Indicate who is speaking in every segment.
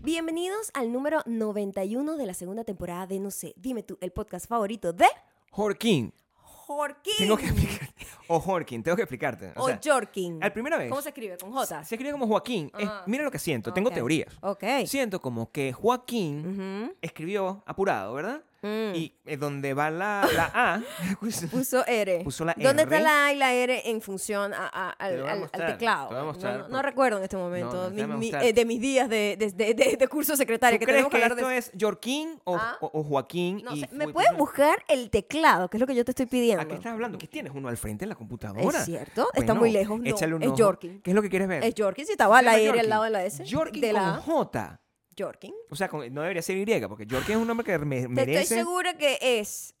Speaker 1: Bienvenidos al número 91 de la segunda temporada de No sé, dime tú, el podcast favorito de
Speaker 2: Jorkin.
Speaker 1: Jorkin.
Speaker 2: Tengo que explicarte. O Jorkin, tengo que explicarte.
Speaker 1: O,
Speaker 2: sea,
Speaker 1: Jorkin.
Speaker 2: La primera vez.
Speaker 1: ¿Cómo se escribe? ¿Con J?
Speaker 2: Se escribe como Joaquín. Es-
Speaker 1: Ah.
Speaker 2: mira lo que siento. Tengo
Speaker 1: Ok.
Speaker 2: teorías.
Speaker 1: Ok.
Speaker 2: Siento como que Joaquín
Speaker 1: Ujú.
Speaker 2: escribió apurado, ¿verdad?
Speaker 1: Mm.
Speaker 2: Y eh, donde va la, la A, pues,
Speaker 1: Puso R.
Speaker 2: Puso la
Speaker 1: ¿Dónde
Speaker 2: R.
Speaker 1: está la A y la R en función a- a- al,
Speaker 2: Te lo voy a
Speaker 1: al- al
Speaker 2: mostrar,
Speaker 1: teclado?
Speaker 2: te lo voy a
Speaker 1: No,
Speaker 2: mostrar,
Speaker 1: no- no
Speaker 2: porque-
Speaker 1: recuerdo en este momento
Speaker 2: No, no, te
Speaker 1: mi-
Speaker 2: voy a
Speaker 1: mi-
Speaker 2: mostrar.
Speaker 1: eh, de mis días de, de, de- de- de curso secretario.
Speaker 2: ¿tú
Speaker 1: Que
Speaker 2: crees
Speaker 1: tenemos que
Speaker 2: que
Speaker 1: hablar
Speaker 2: esto
Speaker 1: de...
Speaker 2: es Jorquín o,
Speaker 1: Ah.
Speaker 2: o- o Joaquín?
Speaker 1: No
Speaker 2: y
Speaker 1: sé, ¿Me
Speaker 2: fue- pues,
Speaker 1: puedes buscar el teclado? Que es lo que yo te estoy pidiendo.
Speaker 2: ¿A qué estás hablando? ¿Qué tienes uno al frente en la computadora?
Speaker 1: Es cierto, está
Speaker 2: Bueno,
Speaker 1: muy lejos. No,
Speaker 2: échale un
Speaker 1: es
Speaker 2: ojo.
Speaker 1: Jorkin.
Speaker 2: ¿Qué es lo que quieres ver?
Speaker 1: Es Jorkin, si estaba la
Speaker 2: Se
Speaker 1: R
Speaker 2: llama
Speaker 1: al
Speaker 2: Yorkie.
Speaker 1: lado de la S.
Speaker 2: Yorkie
Speaker 1: de
Speaker 2: con
Speaker 1: la A.
Speaker 2: J.
Speaker 1: Jorkin.
Speaker 2: O sea, con- no debería ser Y, porque Yorkie es un nombre que me-
Speaker 1: Te
Speaker 2: merece.
Speaker 1: estoy segura que es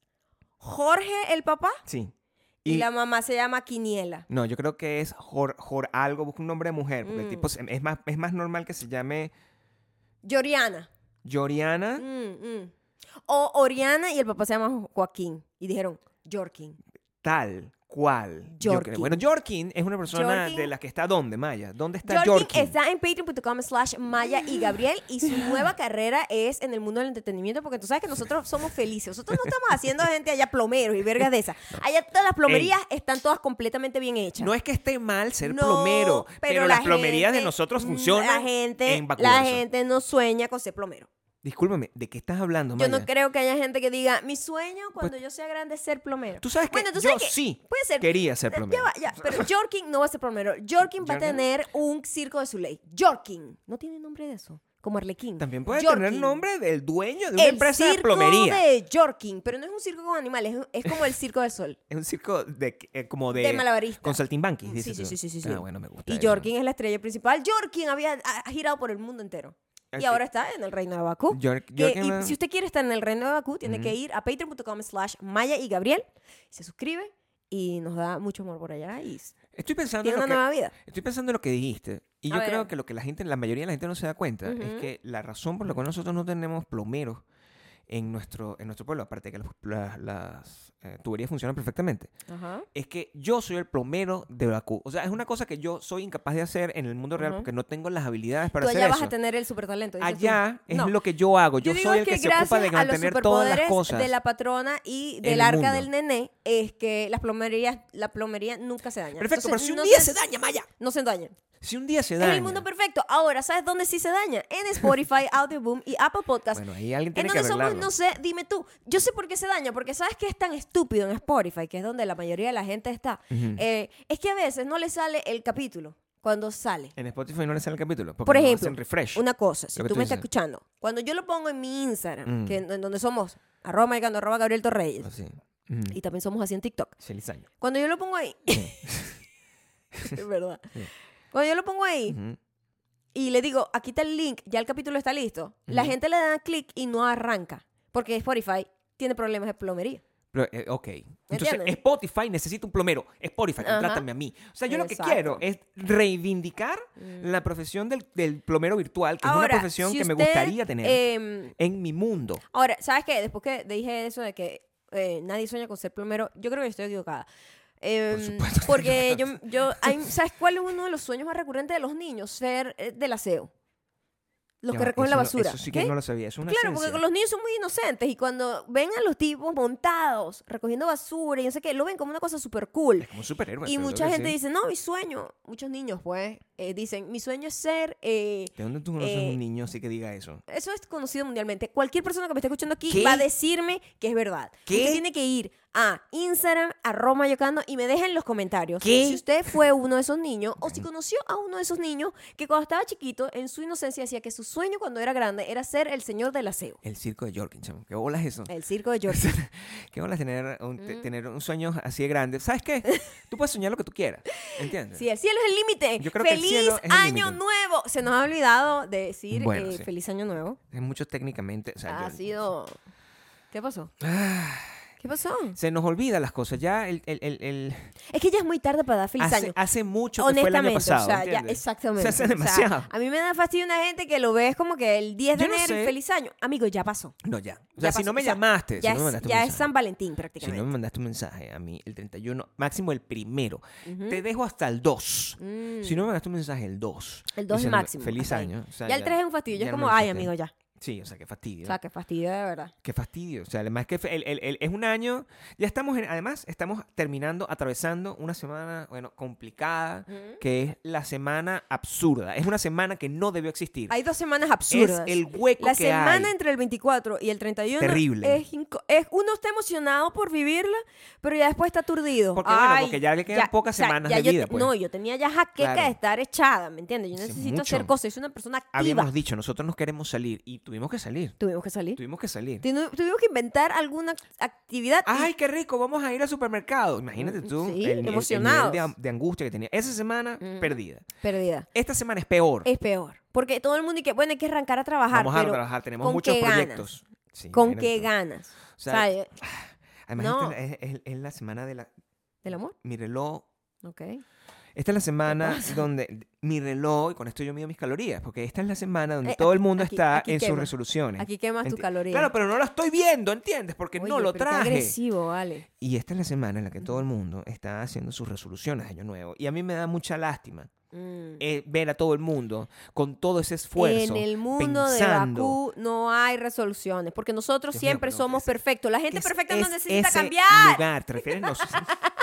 Speaker 1: Jorge el papá
Speaker 2: Sí.
Speaker 1: y,
Speaker 2: Y-
Speaker 1: la mamá se llama Quiniela.
Speaker 2: No, yo creo que es Jor, Jor algo, busca un nombre de mujer, porque el
Speaker 1: Mm.
Speaker 2: tipo se- es más, es más normal que se llame
Speaker 1: Yoriana.
Speaker 2: Yoriana.
Speaker 1: Mm, mm. O Oriana y el papá se llama Joaquín. Y dijeron Jorkin.
Speaker 2: tal cual. Yo
Speaker 1: Yorkin.
Speaker 2: creo- Bueno, Yorkin es una persona
Speaker 1: Yorkin.
Speaker 2: de las que está ¿dónde, Maya? ¿Dónde está
Speaker 1: Jorkin
Speaker 2: Yorkin?
Speaker 1: está en patreon.com slash Maya y Gabriel y su nueva carrera es en el mundo del entretenimiento porque tú sabes que nosotros somos felices. Nosotros no estamos haciendo gente allá plomeros y vergas de esas. Allá todas las plomerías están todas completamente bien hechas.
Speaker 2: No es que esté mal ser
Speaker 1: No,
Speaker 2: plomero, pero,
Speaker 1: la
Speaker 2: las plomerías de
Speaker 1: gente-
Speaker 2: nosotros
Speaker 1: mm,
Speaker 2: funcionan
Speaker 1: la gente,
Speaker 2: en
Speaker 1: la
Speaker 2: vacuoso.
Speaker 1: gente no sueña con ser plomero.
Speaker 2: Discúlpame, ¿de qué estás hablando,
Speaker 1: Yo
Speaker 2: Maya?
Speaker 1: no creo que haya gente que diga, mi sueño cuando yo sea grande es ser plomero.
Speaker 2: Pues Tú sabes que
Speaker 1: Bueno, tú
Speaker 2: yo
Speaker 1: sabes que
Speaker 2: sí
Speaker 1: puede ser- Eh,
Speaker 2: quería ser
Speaker 1: Ya
Speaker 2: plomero.
Speaker 1: va, ya, pero Jorkin no va a ser plomero. Jorkin va a
Speaker 2: Jorkin.
Speaker 1: tener un circo de su ley. Jorkin. No tiene nombre de eso. Como Arlequín.
Speaker 2: También puede tener
Speaker 1: Jorkin.
Speaker 2: el nombre del dueño de una
Speaker 1: el
Speaker 2: empresa de
Speaker 1: circo
Speaker 2: plomería.
Speaker 1: de Jorkin, pero no es un circo con animales, es, es como el circo del sol.
Speaker 2: Es un circo de, eh, como de...
Speaker 1: De malabarista.
Speaker 2: Con saltimbanquis,
Speaker 1: Sí, Mm,
Speaker 2: dices
Speaker 1: sí,
Speaker 2: tú.
Speaker 1: sí, sí, sí, sí.
Speaker 2: Ah, bueno, me gusta
Speaker 1: Y
Speaker 2: eso.
Speaker 1: Jorkin es la estrella principal. Jorkin había ha- ha girado por el mundo entero. Y
Speaker 2: Así-
Speaker 1: ahora está en el reino de Bakú.
Speaker 2: Ah, York-
Speaker 1: Que-
Speaker 2: Yorkin
Speaker 1: y
Speaker 2: va-
Speaker 1: si usted quiere estar en el reino de Bakú, tiene que ir a patreon.com slash Maya y Gabriel. Se suscribe y nos da mucho amor por allá. Y s-
Speaker 2: Estoy pensando,
Speaker 1: tiene
Speaker 2: en
Speaker 1: una
Speaker 2: lo
Speaker 1: nueva
Speaker 2: que,
Speaker 1: vida.
Speaker 2: estoy pensando en lo que dijiste. Y
Speaker 1: A
Speaker 2: yo
Speaker 1: ver.
Speaker 2: creo que lo que la gente, la mayoría de la gente no se da cuenta
Speaker 1: Ujú.
Speaker 2: es que la razón por la cual nosotros no tenemos plomeros en nuestro, en nuestro pueblo, aparte de que las, las- las, eh, tuberías funcionan perfectamente,
Speaker 1: Ajá.
Speaker 2: es que yo soy el plomero de Bakú. O sea, es una cosa que yo soy incapaz de hacer en el mundo real
Speaker 1: Ujú.
Speaker 2: porque no tengo las habilidades para
Speaker 1: Tú allá
Speaker 2: hacer
Speaker 1: vas
Speaker 2: eso.
Speaker 1: a tener el super talento.
Speaker 2: Allá es
Speaker 1: No.
Speaker 2: lo que yo hago. Yo,
Speaker 1: digo
Speaker 2: soy
Speaker 1: es
Speaker 2: el que, se
Speaker 1: gracias
Speaker 2: ocupa de
Speaker 1: a los
Speaker 2: mantener todas las
Speaker 1: superpoderes
Speaker 2: cosas.
Speaker 1: de la patrona y
Speaker 2: en
Speaker 1: del
Speaker 2: el
Speaker 1: arca
Speaker 2: mundo.
Speaker 1: del nené es que las plomerías, la plomería nunca se daña.
Speaker 2: Perfecto, pero
Speaker 1: Entonces,
Speaker 2: si un
Speaker 1: no
Speaker 2: día
Speaker 1: se-
Speaker 2: se daña, Maya.
Speaker 1: No se daña.
Speaker 2: Si un día se
Speaker 1: Es
Speaker 2: daña.
Speaker 1: el mundo perfecto. Ahora, ¿sabes dónde sí se daña? En Spotify, Audioboom y Apple Podcast.
Speaker 2: Bueno, ahí alguien
Speaker 1: en
Speaker 2: tiene que
Speaker 1: donde somos,
Speaker 2: arreglarlo.
Speaker 1: no sé, dime tú. Yo sé por qué se daña, porque sabes que es tan estúpido en Spotify, que es donde la mayoría de la gente está.
Speaker 2: Ujú.
Speaker 1: Eh, es que a veces no le sale el capítulo cuando sale.
Speaker 2: En Spotify no le sale el capítulo. Porque
Speaker 1: Por
Speaker 2: no
Speaker 1: ejemplo,
Speaker 2: hacen refresh.
Speaker 1: Una cosa, si
Speaker 2: Lo que
Speaker 1: tú
Speaker 2: tú
Speaker 1: me estás
Speaker 2: dices.
Speaker 1: escuchando, cuando yo lo pongo en mi Instagram,
Speaker 2: Mm.
Speaker 1: que en, en donde somos arroba Maicando, arroba Gabriel Torreyes,
Speaker 2: Así. Mm.
Speaker 1: y también somos así en TikTok,
Speaker 2: Sí, Lizaño.
Speaker 1: cuando yo lo pongo ahí, es verdad,
Speaker 2: Sí.
Speaker 1: cuando yo lo pongo ahí
Speaker 2: Ujú.
Speaker 1: y le digo, aquí está el link, ya el capítulo está listo, la
Speaker 2: Ujú.
Speaker 1: gente le da clic y no arranca, porque Spotify tiene problemas de plomería.
Speaker 2: Pero, eh, ok. Entonces,
Speaker 1: ¿Entiendes?
Speaker 2: Spotify necesita un plomero. Spotify,
Speaker 1: Ajá.
Speaker 2: contrátame a mí. O sea, yo lo que
Speaker 1: Exacto. Mm.
Speaker 2: quiero es reivindicar la profesión del, del plomero virtual, que es una profesión
Speaker 1: si
Speaker 2: que me
Speaker 1: usted,
Speaker 2: gustaría tener
Speaker 1: em,
Speaker 2: en mi mundo.
Speaker 1: Ahora, ¿sabes qué? Después que dije eso de que eh, nadie sueña con ser plomero, yo creo que estoy equivocada. Em,
Speaker 2: supuesto.
Speaker 1: porque yo, yo hay- ¿sabes cuál es uno de los sueños más recurrentes de los niños? Ser eh, del aseo. Los
Speaker 2: Ya
Speaker 1: que
Speaker 2: va,
Speaker 1: recogen la
Speaker 2: eso no-
Speaker 1: basura.
Speaker 2: eso sí
Speaker 1: ¿ok?
Speaker 2: que no lo sabía. Es una
Speaker 1: Claro, porque
Speaker 2: ciencia.
Speaker 1: los niños son muy inocentes y cuando ven a los tipos montados recogiendo basura y no sé qué, lo ven como una cosa súper cool.
Speaker 2: Es como un superhéroe.
Speaker 1: Y
Speaker 2: pero
Speaker 1: mucha
Speaker 2: creo que
Speaker 1: gente
Speaker 2: sí.
Speaker 1: dice, no, mi sueño, muchos niños pues, eh, dicen, mi sueño es ser eh,
Speaker 2: ¿De dónde tú conoces
Speaker 1: eh,
Speaker 2: un niño así que diga eso?
Speaker 1: eso es conocido mundialmente. Cualquier persona que me esté escuchando aquí
Speaker 2: ¿Qué?
Speaker 1: va a decirme que es verdad.
Speaker 2: ¿Qué?
Speaker 1: Usted tiene que ir a Instagram, a Roma Yocando y me deja en los comentarios
Speaker 2: ¿Qué?
Speaker 1: si usted fue uno de esos niños o si conoció a uno de esos niños que cuando estaba chiquito, en su inocencia, decía que su sueño cuando era grande era ser el señor del aseo.
Speaker 2: El circo de Yorkin, chamo. ¿Qué bolas es eso?
Speaker 1: El circo de George.
Speaker 2: ¿Qué bolas tener un,
Speaker 1: Mm.
Speaker 2: te- tener un sueño así de grande? ¿Sabes qué? tú puedes soñar lo que tú quieras. ¿Entiendes?
Speaker 1: Sí, el cielo es el límite.
Speaker 2: Yo creo que el
Speaker 1: ¡Feliz
Speaker 2: cielo es el
Speaker 1: año
Speaker 2: límite.
Speaker 1: nuevo! Se nos ha olvidado de decir
Speaker 2: Bueno,
Speaker 1: eh,
Speaker 2: sí.
Speaker 1: feliz año nuevo.
Speaker 2: Es mucho técnicamente. O sea,
Speaker 1: ha
Speaker 2: yo- Ah.
Speaker 1: sido... ¿Qué pasó? ¿Qué ¿Qué pasó?
Speaker 2: Se nos olvida las cosas. Ya el, el- el- el-
Speaker 1: Es que ya es muy tarde para dar feliz
Speaker 2: hace,
Speaker 1: año.
Speaker 2: hace mucho que fue el
Speaker 1: Honestamente,
Speaker 2: año pasado.
Speaker 1: o sea, ya,
Speaker 2: ¿entiendes?
Speaker 1: exactamente.
Speaker 2: Se hace
Speaker 1: O sea,
Speaker 2: demasiado.
Speaker 1: a mí me da fastidio una gente que lo ve es como que el 10 de
Speaker 2: Yo no
Speaker 1: enero,
Speaker 2: sé.
Speaker 1: feliz año. Amigo, ya pasó.
Speaker 2: No, ya. O
Speaker 1: Ya
Speaker 2: sea, si
Speaker 1: pasó.
Speaker 2: no me
Speaker 1: O sea, Ya,
Speaker 2: llamaste, si no me
Speaker 1: es,
Speaker 2: mandaste un
Speaker 1: ya es
Speaker 2: mensaje,
Speaker 1: San Valentín
Speaker 2: si
Speaker 1: prácticamente.
Speaker 2: no me mandaste un mensaje a mí el 31, máximo el primero,
Speaker 1: Ujú.
Speaker 2: te dejo hasta el 2.
Speaker 1: Mm.
Speaker 2: Si no me mandaste un mensaje el 2.
Speaker 1: El 2 es
Speaker 2: diciéndome,
Speaker 1: máximo.
Speaker 2: Feliz
Speaker 1: hasta ahí.
Speaker 2: año. O sea,
Speaker 1: ya el 3 es un fastidio. Ya es
Speaker 2: ya no
Speaker 1: como,
Speaker 2: lo
Speaker 1: ay,
Speaker 2: hiciste.
Speaker 1: amigo, ya.
Speaker 2: Sí, o sea, qué fastidio.
Speaker 1: O sea, qué fastidio, de verdad.
Speaker 2: Qué fastidio. O sea, además que fe- el- el- el- es un año. Ya estamos, en- además, estamos terminando, atravesando una semana, bueno, complicada,
Speaker 1: Ujú.
Speaker 2: que es la semana absurda. Es una semana que no debió existir.
Speaker 1: Hay dos semanas
Speaker 2: es
Speaker 1: absurdas.
Speaker 2: el hueco
Speaker 1: la
Speaker 2: que hay.
Speaker 1: semana entre el 24 y el 31
Speaker 2: Terrible.
Speaker 1: Es, inco- es- uno está emocionado por vivirla, pero ya después está aturdido.
Speaker 2: Porque, bueno,
Speaker 1: Ay,
Speaker 2: porque ya le quedan pocas
Speaker 1: o sea,
Speaker 2: semanas
Speaker 1: ya
Speaker 2: de
Speaker 1: yo
Speaker 2: vida,
Speaker 1: te-
Speaker 2: pues.
Speaker 1: No, yo tenía ya jaqueca
Speaker 2: Claro.
Speaker 1: de estar echada, ¿me entiendes? Yo
Speaker 2: Sí,
Speaker 1: necesito
Speaker 2: mucho.
Speaker 1: hacer cosas, soy una persona activa.
Speaker 2: Habíamos dicho, nosotros nos queremos salir y tuvimos que salir.
Speaker 1: Tuvimos que salir.
Speaker 2: Tuvimos que Ah. salir.
Speaker 1: Tenu- Tuvimos que inventar alguna actividad. y- Mm,
Speaker 2: ¡Ay, qué rico! Vamos a ir al supermercado. Imagínate tú
Speaker 1: Sí,
Speaker 2: el- el, el
Speaker 1: emocionados.
Speaker 2: nivel de, am- de angustia que tenía. Esa semana, perdida.
Speaker 1: Perdida.
Speaker 2: Esta semana es peor.
Speaker 1: Es peor. Porque todo el mundo y que, bueno, hay que arrancar a trabajar.
Speaker 2: Vamos a
Speaker 1: pero
Speaker 2: trabajar. Tenemos
Speaker 1: ¿con
Speaker 2: muchos
Speaker 1: qué ganas?
Speaker 2: proyectos. Sí,
Speaker 1: ¿Con
Speaker 2: imagínate
Speaker 1: qué
Speaker 2: tú.
Speaker 1: ganas?
Speaker 2: O
Speaker 1: O
Speaker 2: sea,
Speaker 1: sea, eh,
Speaker 2: Además,
Speaker 1: No.
Speaker 2: esta es, la- es- es- es la semana de la...
Speaker 1: ¿Del amor?
Speaker 2: Mi reloj...
Speaker 1: Ok.
Speaker 2: Esta es la semana
Speaker 1: pasa?
Speaker 2: donde mi reloj, y con esto yo mido mis calorías, porque esta es la semana donde
Speaker 1: Eh,
Speaker 2: todo el mundo
Speaker 1: aquí-
Speaker 2: está
Speaker 1: aquí
Speaker 2: en sus
Speaker 1: quema.
Speaker 2: resoluciones.
Speaker 1: Aquí quemas tu
Speaker 2: Enti-
Speaker 1: caloría.
Speaker 2: Claro, pero no lo estoy viendo, ¿entiendes? Porque no
Speaker 1: Oye,
Speaker 2: lo
Speaker 1: pero qué
Speaker 2: traje.
Speaker 1: agresivo, vale.
Speaker 2: Y esta es la semana en la que todo el mundo está haciendo sus resoluciones de Año Nuevo. Y a mí me da mucha lástima
Speaker 1: Mm.
Speaker 2: eh, ver a todo el mundo con todo ese esfuerzo.
Speaker 1: en el mundo
Speaker 2: pensando,
Speaker 1: de Bakú no hay resoluciones, porque nosotros
Speaker 2: Dios mío,
Speaker 1: siempre
Speaker 2: pero
Speaker 1: somos
Speaker 2: ese-
Speaker 1: perfectos. La gente
Speaker 2: que es-
Speaker 1: perfecta no
Speaker 2: es
Speaker 1: necesita
Speaker 2: ese
Speaker 1: cambiar.
Speaker 2: lugar, ¿te refieres? No, sí, sí.